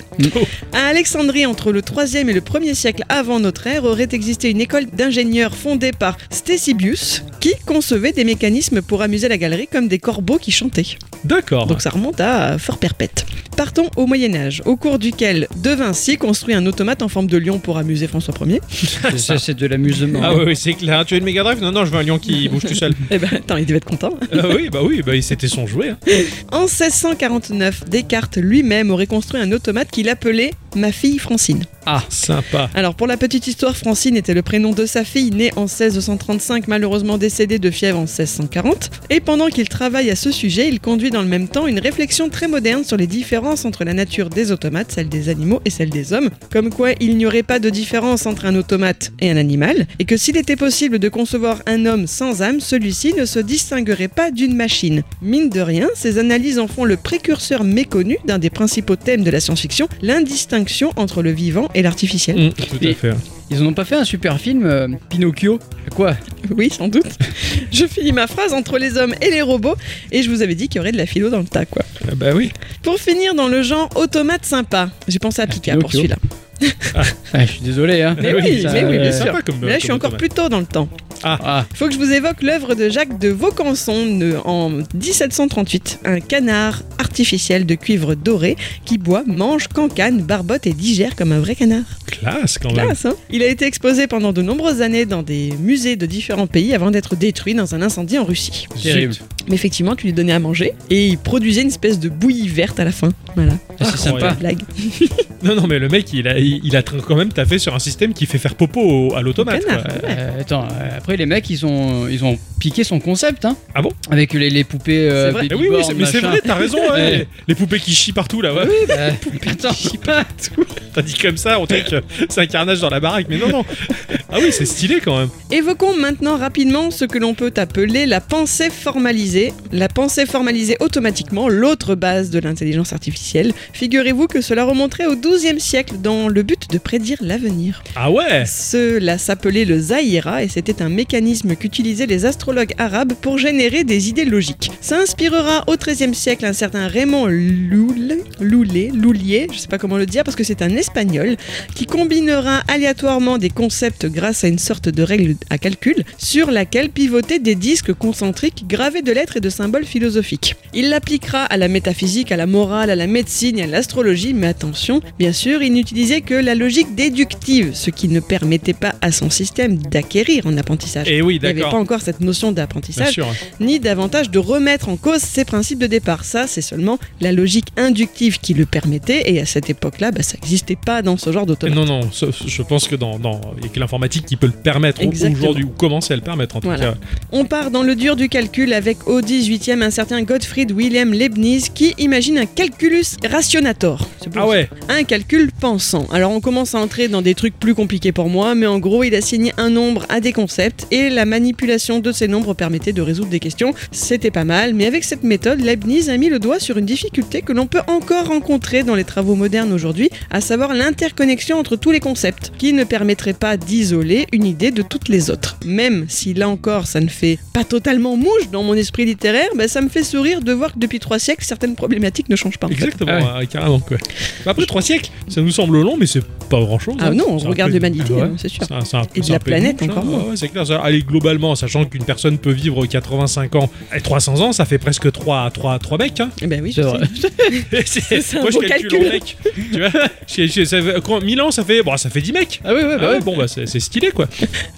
Speaker 3: À Alexandrie, entre le 3e et le 1er siècle avant notre ère, aurait existé une école d'ingénieurs fondée par Ctesibius qui concevait des mécanismes pour amuser la galerie comme des corbeaux qui chantaient.
Speaker 1: D'accord.
Speaker 3: Donc ça remonte à euh, fort perpète. Partons au Moyen-Âge, au cours duquel De Vinci construit un automate en forme de lion pour amuser François Ier.
Speaker 2: C'est- Ça, c'est de l'amusement.
Speaker 1: Ah oui, oui, c'est clair. Tu veux une Mega Drive Non, non, je veux un lion qui bouge tout seul.
Speaker 3: Eh ben attends, il devait être content.
Speaker 1: Ah oui, bah oui, bah, c'était son jouet. hein.
Speaker 3: En 1649, Descartes lui-même aurait construit un automate qu'il appelait Ma fille Francine.
Speaker 1: Sympa.
Speaker 3: Alors pour la petite histoire, Francine était le prénom de sa fille, née en 1635, malheureusement décédée de fièvre en 1640. Et pendant qu'il travaille à ce sujet, il conduit dans le même temps une réflexion très moderne sur les différences entre la nature des automates, celle des animaux et celle des hommes. Comme quoi il n'y aurait pas de différence entre un automate et un animal, et que s'il était possible de concevoir un homme sans âme, celui-ci ne se distinguerait pas d'une machine. Mine de rien, ces analyses en font le précurseur méconnu d'un des principaux thèmes de la science-fiction, l'indistinction entre le vivant et l'artificiel.
Speaker 1: Mm, tout à
Speaker 2: Et-
Speaker 1: fait.
Speaker 2: Ils en ont pas fait un super film, euh, Pinocchio Quoi
Speaker 3: Oui, sans doute. Je finis ma phrase entre les hommes et les robots, et je vous avais dit qu'il y aurait de la philo dans le tas, quoi.
Speaker 1: Ah Bah oui.
Speaker 3: Pour finir dans le genre automate sympa, j'ai pensé à Pika pour
Speaker 2: Pinocchio.
Speaker 3: celui-là.
Speaker 2: ah, Je suis désolé, hein.
Speaker 3: Mais oui,
Speaker 2: Ça,
Speaker 3: mais oui, bien
Speaker 2: euh,
Speaker 3: sûr.
Speaker 1: Sympa comme.
Speaker 3: Mais là, je suis
Speaker 1: comme
Speaker 3: encore
Speaker 1: automate.
Speaker 3: plus tôt dans le temps.
Speaker 2: Ah,
Speaker 3: Il faut que je vous évoque l'œuvre de Jacques de Vaucanson euh, en 1738, un canard artificiel de cuivre doré qui boit, mange, cancane, barbote et digère comme un vrai canard.
Speaker 1: Classe quand même.
Speaker 3: Classe, hein Il a été exposé pendant de nombreuses années dans des musées de différents pays avant d'être détruit dans un incendie en Russie.
Speaker 2: terrible.
Speaker 3: Mais effectivement, tu lui donnais à manger et il produisait une espèce de bouillie verte à la fin. Voilà,
Speaker 2: Ah, c'est sympa.
Speaker 1: Incroyable.
Speaker 3: blague.
Speaker 1: Non, non, mais le mec, il a, il, il a tra- quand même taffé sur un système qui fait faire popo au- à l'automate.
Speaker 3: Canard,
Speaker 1: quoi.
Speaker 3: ouais.
Speaker 2: Euh, attends, euh, après les mecs ils ont, ils ont piqué son concept, hein
Speaker 1: Ah bon
Speaker 2: Avec les, les poupées. euh,
Speaker 3: C'est vrai.
Speaker 1: Eh
Speaker 2: baby
Speaker 1: oui, oui,
Speaker 2: born,
Speaker 1: c'est- mais c'est
Speaker 2: machin.
Speaker 1: vrai, t'as raison. ouais.
Speaker 2: Ouais.
Speaker 1: Les poupées qui chient partout là, ouais.
Speaker 2: Oui, bah, attends,
Speaker 1: T'as dit comme ça, on dirait que c'est un carnage dans la baraque, mais non, non. Ah oui, c'est stylé quand même.
Speaker 3: Évoquons maintenant rapidement ce que l'on peut appeler la pensée formalisée. La pensée formalisée automatiquement, l'autre base de l'intelligence artificielle. Figurez-vous que cela remonterait au XIIe siècle dans le but de prédire l'avenir.
Speaker 1: Ah ouais.
Speaker 3: Cela s'appelait le Zahira et c'était un mécanisme qu'utilisaient les astrologues arabes pour générer des idées logiques. Ça inspirera au XIIIe siècle un certain Raymond Loul, Loulé, Loulier, je sais pas comment le dire parce que c'est un espagnol, qui combinera aléatoirement des concepts grâce à une sorte de règle à calcul sur laquelle pivotaient des disques concentriques gravés de lettres et de symboles philosophiques. Il l'appliquera à la métaphysique, à la morale, à la médecine et à l'astrologie, mais attention, bien sûr, il n'utilisait que la logique déductive, ce qui ne permettait pas à son système d'acquérir en apprentissage.
Speaker 1: Et Eh oui,
Speaker 3: Il n'y avait pas
Speaker 1: d'accord.
Speaker 3: encore cette notion
Speaker 1: Bien
Speaker 3: d'apprentissage,
Speaker 1: sûr.
Speaker 3: ni davantage de remettre en cause ses principes de départ. Ça, c'est seulement la logique inductive qui le permettait, et à cette époque-là, bah, ça n'existait pas dans ce genre d'automate.
Speaker 1: Euh, Non, non, ce- ce- je pense que dans, dans, il y a que l'informatique qui peut le permettre au-
Speaker 3: Exactement.
Speaker 1: aujourd'hui, ou commencer à le permettre en tout
Speaker 3: Voilà.
Speaker 1: cas.
Speaker 3: On part dans le dur du calcul avec au 18e un certain Gottfried Wilhelm Leibniz qui imagine un calculus rationator. C'est beau,
Speaker 1: Ah ouais,
Speaker 3: un calcul pensant. Alors on commence à entrer dans des trucs plus compliqués pour moi, mais en gros il assignait un nombre à des concepts et la manipulation de ces nombres permettait de résoudre des questions. C'était pas mal, mais avec cette méthode, Leibniz a mis le doigt sur une difficulté que l'on peut encore rencontrer dans les travaux modernes aujourd'hui, à savoir l'interconnexion entre tous les concepts, qui ne permettrait pas d'isoler isolée une idée de toutes les autres. Même si là encore ça ne fait pas totalement mouche dans mon esprit littéraire, bah, ça me fait sourire de voir que depuis trois siècles certaines problématiques ne changent pas. en fait.
Speaker 1: Exactement,
Speaker 2: Ah ouais.
Speaker 1: hein, carrément quoi. Bah, après trois siècles, ça nous semble long, mais c'est pas hein. grand chose.
Speaker 3: Ah non, on regarde l'humanité,
Speaker 1: ouais.
Speaker 3: hein, c'est sûr.
Speaker 1: C'est un- c'est un-
Speaker 3: Et de
Speaker 1: c'est
Speaker 3: la
Speaker 1: un peu
Speaker 3: planète,
Speaker 1: louche, hein.
Speaker 3: encore moins.
Speaker 1: Ouais, ouais, c'est clair. ça. Allez, globalement, sachant qu'une personne peut vivre 85 ans et 300 ans, ça fait presque 3 3 3 mecs. hein.
Speaker 3: Eh ben oui,
Speaker 2: C'est
Speaker 3: je
Speaker 2: vrai.
Speaker 3: sais.
Speaker 1: C'est-
Speaker 3: C'est un
Speaker 1: Moi, je
Speaker 3: beau
Speaker 1: calcule
Speaker 3: calcul.
Speaker 1: en mecs. tu vois, je- je- ça fait- quand- 1000 ans, ça fait bon, ça fait 10 mecs.
Speaker 2: Ah oui, ouais,
Speaker 1: Ah
Speaker 2: bah
Speaker 1: ouais,
Speaker 2: ouais.
Speaker 1: bon bah c'est c'est stylé quoi.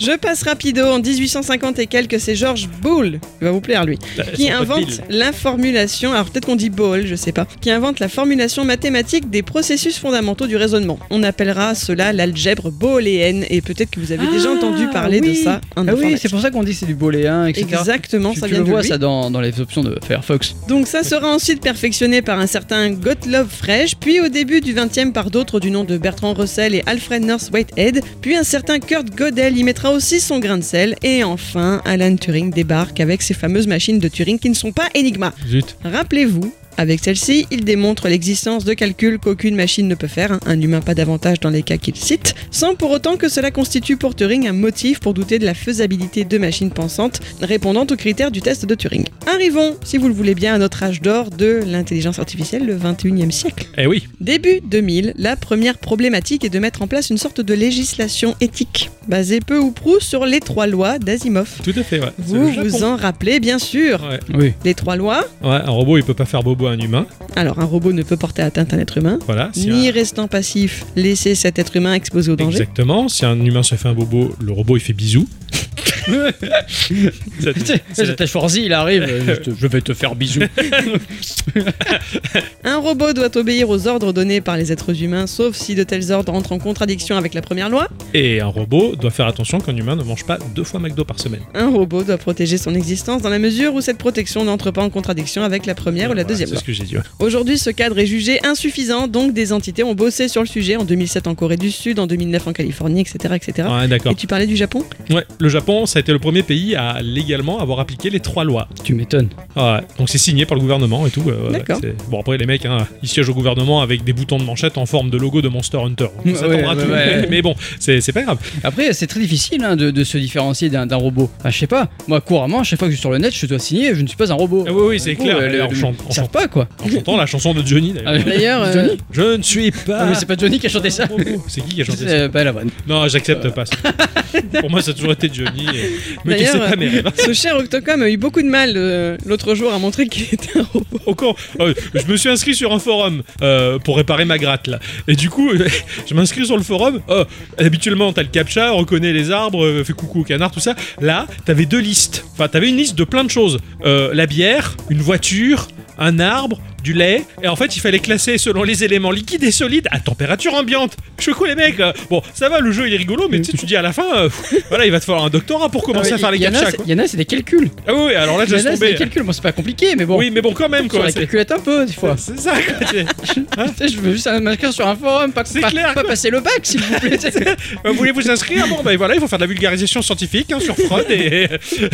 Speaker 3: Je passe rapido en 1850 et quelques, c'est George Boole, il va vous plaire lui, qui
Speaker 1: Sans pas de
Speaker 3: invente
Speaker 1: pile.
Speaker 3: la formulation, alors peut-être qu'on dit Boole, je sais pas, qui invente la formulation mathématique des processus fondamentaux du raisonnement. On appellera cela l'algèbre booléenne et peut-être que vous avez déjà
Speaker 2: Ah,
Speaker 3: entendu parler de
Speaker 2: oui.
Speaker 3: ça. en
Speaker 2: Ah oui,
Speaker 3: informatique.
Speaker 2: c'est pour ça qu'on dit que c'est du boléen, etc.
Speaker 3: Exactement,
Speaker 2: tu,
Speaker 3: ça
Speaker 2: tu
Speaker 3: vient
Speaker 2: le
Speaker 3: de
Speaker 2: vois
Speaker 3: lui.
Speaker 2: ça dans, dans les options de Firefox.
Speaker 3: Donc ça sera ensuite perfectionné par un certain Gottlob Frege, puis au début du 20e par d'autres du nom de Bertrand Russell et Alfred North Whitehead, puis un certain Kurt Gödel y mettra aussi son grain de sel, et enfin Alan Turing débarque avec ses fameuses machines de Turing qui ne sont pas Enigma.
Speaker 1: Zut.
Speaker 3: Rappelez-vous, avec celle-ci, il démontre l'existence de calculs qu'aucune machine ne peut faire, hein, un humain pas davantage dans les cas qu'il cite, sans pour autant que cela constitue pour Turing un motif pour douter de la faisabilité de machines pensantes répondant aux critères du test de Turing. Arrivons, si vous le voulez bien, à notre âge d'or de l'intelligence artificielle, le 21e siècle.
Speaker 1: Eh oui.
Speaker 3: Début 2000, la première problématique est de mettre en place une sorte de législation éthique, basée peu ou prou sur les trois lois d'Asimov.
Speaker 1: Tout à fait. Ouais. C'est
Speaker 3: Vous
Speaker 1: le Japon.
Speaker 3: vous en rappelez bien sûr
Speaker 1: Ouais.
Speaker 2: Oui.
Speaker 3: Les trois lois
Speaker 1: Ouais, un robot il peut pas faire bobo à un humain.
Speaker 3: Alors un robot ne peut porter atteinte à un être humain,
Speaker 1: Voilà. si un-
Speaker 3: ni restant passif laisser cet être humain exposé au danger.
Speaker 1: Exactement. Si un humain se fait un bobo, le robot il fait bisous. Ça te- c'est-
Speaker 2: C'était Schwarzy, il arrive. euh, je, te- je vais te faire bisous.
Speaker 3: Un robot doit obéir aux ordres donnés par les êtres humains, sauf si de tels ordres entrent en contradiction avec la première loi.
Speaker 1: Et un robot doit faire attention qu'un humain ne mange pas deux fois McDo par semaine.
Speaker 3: Un robot doit protéger son existence dans la mesure où cette protection n'entre pas en contradiction avec la première ou la
Speaker 1: Voilà,
Speaker 3: deuxième
Speaker 1: C'est
Speaker 3: loi.
Speaker 1: ce que j'ai dit. ouais.
Speaker 3: Aujourd'hui, ce cadre est jugé insuffisant, donc des entités ont bossé sur le sujet en 2007 en Corée du Sud, en 2009 en Californie, etc. etc.
Speaker 2: Ah.
Speaker 1: Ouais, Ah, d'accord.
Speaker 3: Et tu parlais du Japon
Speaker 1: Ouais, le Japon, ça a été le premier pays à légalement avoir appliqué les trois lois. Ah
Speaker 2: tu m'étonnes.
Speaker 1: Ouais, donc c'est signé par le gouvernement et tout. euh, ouais,
Speaker 3: D'accord.
Speaker 1: c'est- Bon, après, les mecs, hein, ils siègent au gouvernement avec des boutons de manchette en forme de logo de Monster Hunter. On
Speaker 2: Ouais,
Speaker 1: s'attendra à
Speaker 2: ouais,
Speaker 1: tout.
Speaker 2: ouais.
Speaker 1: Mais bon, c'est c'est pas grave.
Speaker 2: Après, c'est très difficile hein, de, de se différencier d'un d'un robot. Enfin, je sais pas. Moi, couramment, chaque fois que je suis sur le net, je dois signer, je ne suis pas un robot.
Speaker 1: Ah oui, oui, c'est
Speaker 2: Du coup,
Speaker 1: clair.
Speaker 2: euh, le-
Speaker 1: Alors,
Speaker 2: le-
Speaker 1: on chante- on
Speaker 2: Ils savent
Speaker 1: chante-
Speaker 2: pas quoi.
Speaker 1: En chantant la chanson de Johnny, d'ailleurs.
Speaker 2: Ah oui.
Speaker 3: D'ailleurs, euh,
Speaker 2: Johnny
Speaker 1: Je ne suis
Speaker 2: Ah,
Speaker 1: pas.
Speaker 2: mais c'est pas Johnny qui a chanté ça.
Speaker 1: C'est qui qui Ah a chanté ça
Speaker 2: C'est euh, pas la bonne.
Speaker 1: Non, j'accepte pas. ça. Pour moi, ça a toujours été Johnny. et- Me
Speaker 3: D'ailleurs,
Speaker 1: cassez pas mes rêves.
Speaker 3: Ce cher Octocom a eu beaucoup de mal euh, l'autre jour à montrer qu'il était un robot.
Speaker 1: Au con- euh, je me suis inscrit sur un forum euh, pour réparer ma gratte là. Et du coup, euh, je m'inscris sur le forum. Oh, habituellement, t'as le captcha, reconnaît les arbres, euh, fait coucou au canard, tout ça. Là, t'avais deux listes. Enfin, t'avais une liste de plein de choses. Euh, la bière, une voiture, un arbre, du lait. Et en fait, il fallait classer selon les éléments liquides et solides à température ambiante. Je suis les mecs. euh, Bon, ça va, le jeu il est rigolo, mais tu sais, tu dis à la fin, euh, voilà, il va te falloir un doctorat pour commencer à faire les
Speaker 2: Il y en a,
Speaker 1: captcha.
Speaker 2: Ah, c'est-
Speaker 1: quoi.
Speaker 2: il y en a, c'est des calculs.
Speaker 1: Ah oui, oui, alors là,
Speaker 2: Il y
Speaker 1: je
Speaker 2: en a,
Speaker 1: suis
Speaker 2: c'est des
Speaker 1: tombé.
Speaker 2: calculs. Bon, c'est pas compliqué, mais bon.
Speaker 1: Oui, mais bon, quand même,
Speaker 2: Sur
Speaker 1: quoi.
Speaker 2: la
Speaker 1: c'est-
Speaker 2: calculette un peu, des fois.
Speaker 1: C'est ça, quoi. c'est-
Speaker 2: Tu sais, Je veux juste m'inscrire sur un forum, pas,
Speaker 1: C'est
Speaker 2: pas-
Speaker 1: clair,
Speaker 2: pas passer le bac, s'il vous plaît.
Speaker 1: Euh, Vous voulez vous inscrire Bon, ben voilà, il faut faire de la vulgarisation scientifique hein, sur Freud et.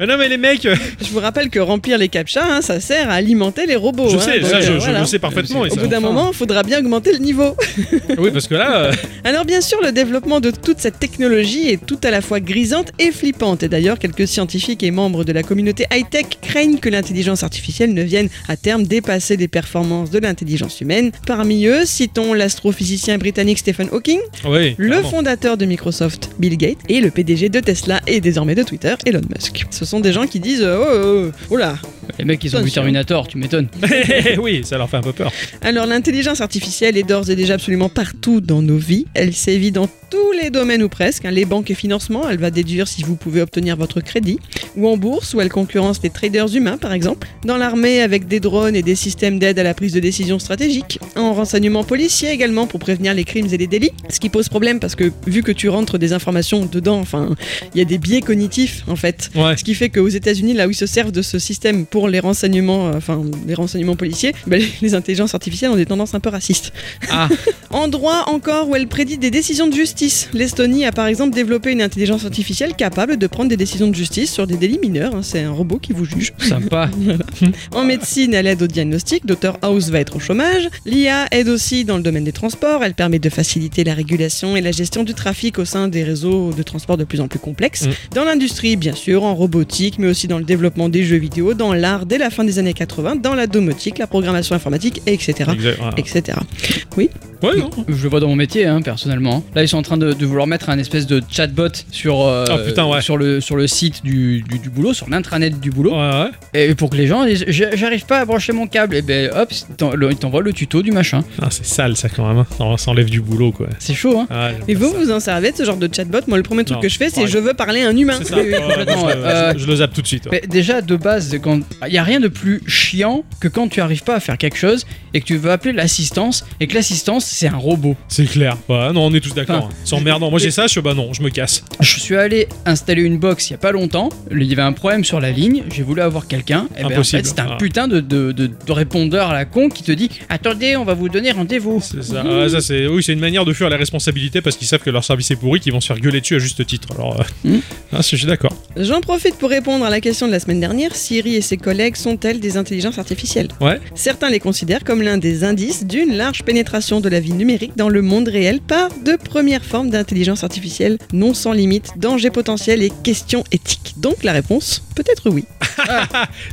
Speaker 1: Mais non, mais les mecs, euh,
Speaker 3: Je vous rappelle que remplir les captchas, hein, ça sert à alimenter les robots.
Speaker 1: je
Speaker 3: hein,
Speaker 1: sais,
Speaker 3: donc,
Speaker 1: ça,
Speaker 3: euh,
Speaker 1: je, je
Speaker 3: voilà.
Speaker 1: le sais parfaitement. et
Speaker 3: Au
Speaker 1: ça-
Speaker 3: bout d'un
Speaker 2: Enfin.
Speaker 3: moment, il faudra bien augmenter le niveau.
Speaker 1: Oui, parce que là, euh,
Speaker 3: Alors bien sûr, le développement de toute cette technologie est tout à la fois grisante et flippante. Et d'ailleurs, quelques scientifiques et membres de la communauté high-tech craignent que l'intelligence artificielle ne vienne à terme dépasser les performances de l'intelligence humaine. Parmi eux, citons l'astrophysicien britannique Stephen Hawking,
Speaker 1: oui,
Speaker 3: le
Speaker 1: clairement.
Speaker 3: fondateur de Microsoft, Bill Gates, et le PDG de Tesla et désormais de Twitter, Elon Musk. Ce sont des gens qui disent euh, oh, oh, oh là.
Speaker 2: Les mecs, ils ont vu
Speaker 3: Attention.
Speaker 2: Terminator, tu m'étonnes.
Speaker 1: oui, ça leur fait un peu peur.
Speaker 3: Alors l'intelligence artificielle est d'ores et déjà absolument partout dans nos vies. Elle sévit dans tous les domaines ou presque. hein. Les banques et financements, elle va déduire si vous pouvez obtenir votre crédit. Ou en bourse, où elle concurrence les traders humains par exemple. Dans l'armée, avec des drones et des systèmes d'aide à la prise de décision stratégique. En renseignement policier également pour prévenir les crimes et les délits. Ce qui pose problème parce que vu que tu rentres des informations dedans, enfin, il y a des biais cognitifs en fait.
Speaker 1: Ouais.
Speaker 3: Euh, Ce qui fait qu'aux États-Unis, là où ils se servent de ce système pour les renseignements, euh, enfin les renseignements policiers, ben, les- les intelligences artificielles ont des tendances un peu racistes.
Speaker 2: Ah.
Speaker 3: en droit encore où elle prédit des décisions de justice. L'Estonie a par exemple développé une intelligence artificielle capable de prendre des décisions de justice sur des délits mineurs. hein. C'est un robot qui vous juge.
Speaker 2: Sympa.
Speaker 3: En médecine, elle aide au diagnostic. Dr House va être au chômage. L'IA aide aussi dans le domaine des transports. Elle permet de faciliter la régulation et la gestion du trafic au sein des réseaux de transport de plus en plus complexes.
Speaker 1: Mm.
Speaker 3: Dans l'industrie, bien sûr, en robotique, mais aussi dans le développement des jeux vidéo, dans l'art dès la fin des années 80, dans la domotique, la programmation informatique, etc.
Speaker 1: Exact- ah.
Speaker 3: etc.
Speaker 1: Ouais, non.
Speaker 2: Je le vois dans mon métier, hein, personnellement. Là, ils sont en train de, de vouloir mettre un espèce de chatbot sur, euh,
Speaker 1: Ah, putain, ouais.
Speaker 2: sur, le, sur le site du, du- du boulot, sur l'intranet du boulot,
Speaker 1: Ouais, ouais.
Speaker 2: et pour que les gens disent J'- J'arrive pas à brancher mon câble, et ben hop, ils t'en- le- ils t'envoient le tuto du machin.
Speaker 1: Ah, c'est sale ça quand même. hein. On s'enlève du boulot quoi.
Speaker 2: C'est chaud, hein
Speaker 1: Ah,
Speaker 3: Et
Speaker 1: j'aime
Speaker 3: vous,
Speaker 1: pas
Speaker 3: vous en servez de ce genre de chatbot Moi, le premier truc
Speaker 1: Non,
Speaker 3: que je fais, c'est
Speaker 1: pareil.
Speaker 3: je veux parler à un humain.
Speaker 1: ça. C'est ça. Ouais, ouais,
Speaker 2: complètement,
Speaker 1: moi, je, le-
Speaker 2: ouais.
Speaker 1: je- je le zappe tout de suite. ouais.
Speaker 2: Mais déjà, de base, quand il y a rien de plus chiant que quand tu arrives pas à faire quelque chose et que tu veux appeler l'assistance et que l'assistance c'est un robot.
Speaker 1: C'est clair. Ouais, non, on est tous d'accord.
Speaker 2: Enfin,
Speaker 3: Ah.
Speaker 1: hein. C'est emmerdant. Moi j'ai ça, je suis bah non, je me casse.
Speaker 2: Je suis allé installer une box il y a pas longtemps, il y avait un problème sur la ligne, j'ai voulu avoir quelqu'un, et ben en
Speaker 1: Impossible.
Speaker 2: fait c'est un
Speaker 1: Ah.
Speaker 2: putain de, de- de- de répondeur à la con qui te dit attendez on va vous donner rendez-vous.
Speaker 1: C'est ça. Ouais, ça, c'est oui, c'est une manière de fuir la responsabilité parce qu'ils savent que leur service est pourri, qu'ils vont se faire gueuler dessus à juste titre. Alors, euh,
Speaker 2: Hmm.
Speaker 1: ah, je suis d'accord.
Speaker 3: J'en profite pour répondre à la question de la semaine dernière. Siri et ses collègues sont-elles des intelligences artificielles
Speaker 1: Ouais.
Speaker 3: Certains les considèrent comme l'un des indices d'une large pénétration de la vie numérique dans le monde réel par de premières formes d'intelligence artificielle non sans limite, danger potentiel et questions éthiques. Donc la réponse, peut-être oui.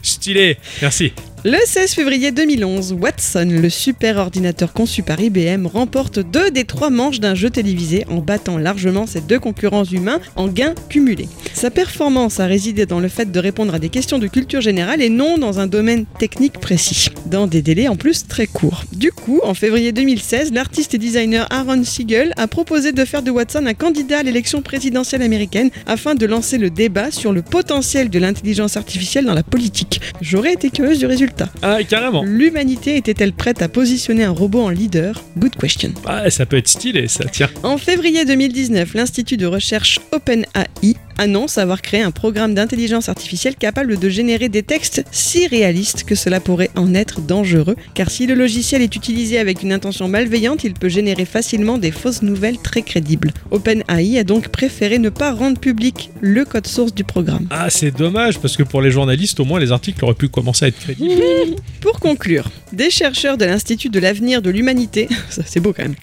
Speaker 1: Stylé. Merci.
Speaker 3: Le 16 février 2011, Watson, le super ordinateur conçu par IBM, remporte deux des trois manches d'un jeu télévisé en battant largement ses deux concurrents humains en gains cumulés. Sa performance a résidé dans le fait de répondre à des questions de culture générale et non dans un domaine technique précis, dans des délais en plus très courts. Du coup, en février 2016, l'artiste et designer Aaron Siegel a proposé de faire de Watson un candidat à l'élection présidentielle américaine afin de lancer le débat sur le potentiel de l'intelligence artificielle dans la politique. J'aurais été curieuse du résultat.
Speaker 1: Ah, carrément.
Speaker 3: L'humanité était-elle prête à positionner un robot en leader Good question.
Speaker 2: Hmm.
Speaker 1: Ah, ça peut être stylé, ça. Tiens.
Speaker 3: En février 2019, l'Institut de recherche OpenAI annonce avoir créé un programme d'intelligence artificielle capable de générer des textes si réalistes que cela pourrait en être dangereux, car si le logiciel est utilisé avec une intention malveillante, il peut générer facilement des fausses nouvelles très crédibles. OpenAI a donc préféré ne pas rendre public le code source du programme.
Speaker 1: Ah, c'est dommage parce que pour les journalistes, au moins les articles auraient pu commencer à être
Speaker 2: Hmm.
Speaker 1: crédibles.
Speaker 3: Pour conclure, des chercheurs de l'Institut de l'avenir de l'humanité, ça c'est beau quand même,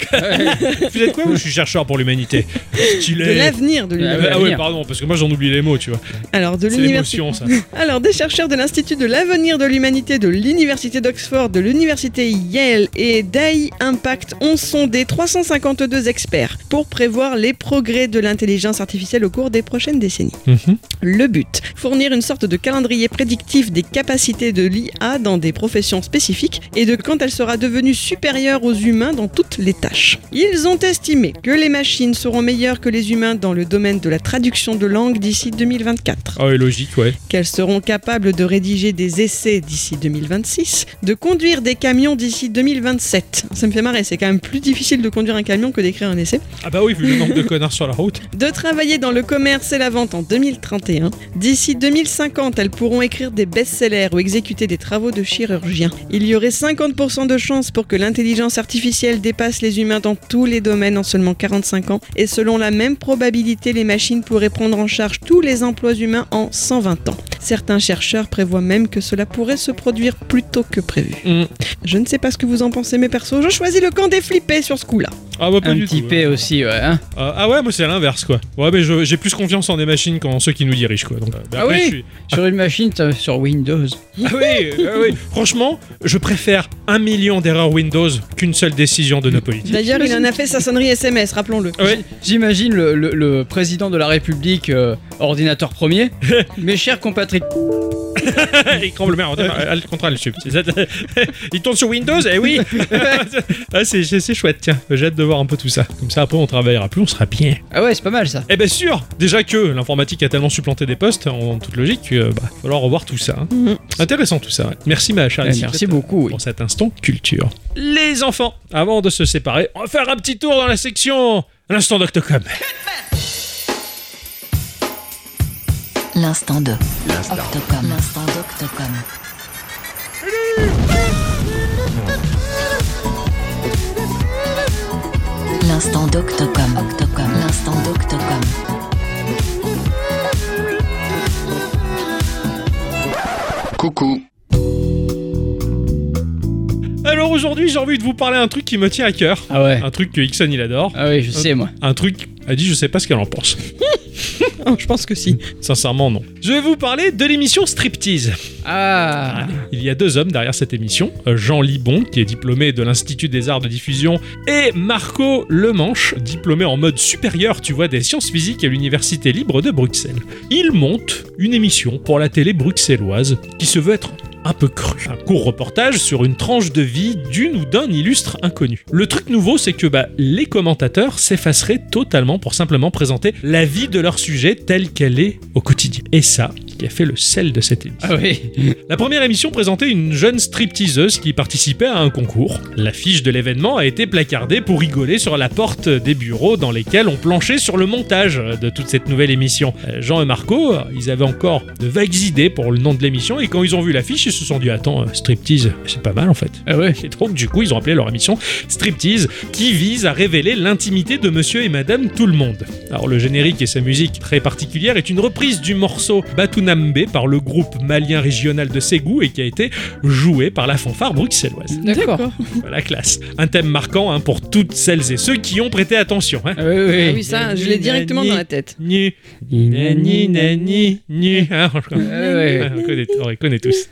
Speaker 1: Vous êtes quoi Moi, je suis chercheur pour l'humanité.
Speaker 3: de
Speaker 1: Stylé.
Speaker 3: l'avenir de l'humanité.
Speaker 1: Ah ouais, pardon, parce que moi j'en oublie les mots, tu vois.
Speaker 3: Alors, de
Speaker 1: C'est
Speaker 3: l'université.
Speaker 1: l'émotion, ça.
Speaker 3: Alors, des chercheurs de l'Institut de l'avenir de l'humanité de l'Université d'Oxford, de l'Université Yale et d'AI Impact ont sondé 352 experts pour prévoir les progrès de l'intelligence artificielle au cours des prochaines décennies.
Speaker 1: Mhm.
Speaker 3: Le but Fournir une sorte de calendrier prédictif des capacités de l'IA dans des professions spécifiques et de quand elle sera devenue supérieure aux humains dans toutes les tâches. Ils ont estimé que les machines seront meilleures que les humains dans le domaine de la traduction de langue d'ici 2024
Speaker 1: Ah, ouais, logique, ouais.
Speaker 3: qu'elles seront capables de rédiger des essais d'ici 2026, de conduire des camions d'ici 2027. Ça me fait marrer, c'est quand même plus difficile de conduire un camion que d'écrire un essai.
Speaker 1: Ah, bah oui, vu le nombre de connards sur la route.
Speaker 3: De travailler dans le commerce et la vente en 2031. D'ici 2050, elles pourront écrire des best-sellers ou exécuter des travaux de chirurgien. Il y aurait 50% de chances pour que l'intelligence artificielle dépasse les humains dans tous les domaines en seulement 45 ans. Et selon la même probabilité, les machines pourraient prendre en charge tous les emplois humains en 120 ans. Certains chercheurs prévoient même que cela pourrait se produire plus tôt que prévu.
Speaker 1: Mm.
Speaker 3: Je ne sais pas ce que vous en pensez, mes persos. Je choisis le camp des flippés sur ce coup-là.
Speaker 1: Ah, bah pas
Speaker 2: Un
Speaker 1: du
Speaker 2: petit
Speaker 1: tout.
Speaker 2: P aussi, ouais. hein.
Speaker 1: Euh, ah ouais, moi c'est à l'inverse quoi. Ouais, mais je- j'ai plus confiance en des machines qu'en ceux qui nous dirigent quoi. Donc, euh, mais
Speaker 2: Ah
Speaker 1: après,
Speaker 2: oui
Speaker 1: je suis-
Speaker 2: Sur une machine, t'as- sur Windows.
Speaker 1: Ah oui, ah oui. Franchement, je préfère un million d'erreurs Windows qu'une seule décision de nos politiques.
Speaker 3: D'ailleurs, il en a fait sa sonnerie SMS, rappelons-le.
Speaker 1: Ouais.
Speaker 2: J'imagine le, le- le président de la République, euh, ordinateur premier. Mes chers compatriotes,
Speaker 1: Il crame le merde, Euh, le contrat, le sub. C'est ça. Il tourne sur Windows, eh oui ah, C'est c'est chouette, tiens. J'ai hâte de voir un peu tout ça. Comme ça, après, on travaillera plus, on sera bien.
Speaker 2: ah ouais, c'est pas mal ça.
Speaker 1: Eh ben sûr Déjà que l'informatique a tellement supplanté des postes, en toute logique, il bah, va falloir revoir tout ça. hein.
Speaker 3: Mhm.
Speaker 1: Intéressant tout ça. ouais. Merci ma chère Alexis,
Speaker 2: Mm-hmm. Eh, Merci
Speaker 1: peut-être,
Speaker 2: beaucoup. oui.
Speaker 1: Pour cet instant culture. Les enfants, avant de se séparer, on va faire un petit tour dans la section l'instant d'Octocom.
Speaker 8: L'instant 2. Octocom. L'instant d'Octocom. Doctocom. Octocom. L'instant Doctocom.
Speaker 9: Coucou.
Speaker 1: Alors aujourd'hui, j'ai envie de vous parler un truc qui me tient à cœur.
Speaker 2: Ah ouais.
Speaker 1: Un truc que Ixon il adore.
Speaker 2: Ah oui, je sais, moi.
Speaker 1: Un truc, elle dit, je sais pas ce qu'elle en pense.
Speaker 3: Oh, je pense que si.
Speaker 1: Sincèrement, non. Je vais vous parler de l'émission Striptease.
Speaker 2: Ah
Speaker 1: Il y a deux hommes derrière cette émission, euh, Jean Libon, qui est diplômé de l'Institut des Arts de Diffusion, et Marco Lemanche, diplômé en mode supérieur, tu vois, des sciences physiques à l'Université libre de Bruxelles. Ils montent une émission pour la télé bruxelloise, qui se veut être un peu crue. Un court reportage sur une tranche de vie d'une ou d'un illustre inconnu. Le truc nouveau, c'est que bah, les commentateurs s'effaceraient totalement pour simplement présenter la vie de leur sujet telle qu'elle est au quotidien. Et ça, qui a fait le sel de cette émission.
Speaker 2: Ah oui
Speaker 1: La première émission présentait une jeune stripteaseuse qui participait à un concours. L'affiche de l'événement a été placardée pour rigoler sur la porte des bureaux dans lesquels on planchait sur le montage de toute cette nouvelle émission. Euh, Jean et Marco, euh, ils avaient encore de vagues idées pour le nom de l'émission et quand ils ont vu l'affiche, ils se sont dit Attends, euh, striptease, c'est pas mal en fait.
Speaker 2: Ah ouais
Speaker 1: Et donc, du coup, ils ont appelé leur émission Striptease, qui vise à révéler l'intimité de monsieur et madame tout le monde. Alors, le générique et sa musique très particulière est une reprise du morceau Batunambe par le groupe malien régional de Ségou et qui a été joué par la fanfare bruxelloise.
Speaker 2: D'accord.
Speaker 1: Voilà, classe. Un thème marquant hein, pour toutes celles et ceux qui ont prêté attention. Hein.
Speaker 2: Ah oui,
Speaker 3: Ah
Speaker 2: oui.
Speaker 3: oui, ça, je l'ai directement dans la tête.
Speaker 1: Ni, ni, ni, ni, ni, ni. Hein, on-
Speaker 2: Ah ouais.
Speaker 1: on, connaît, on les connaît tous.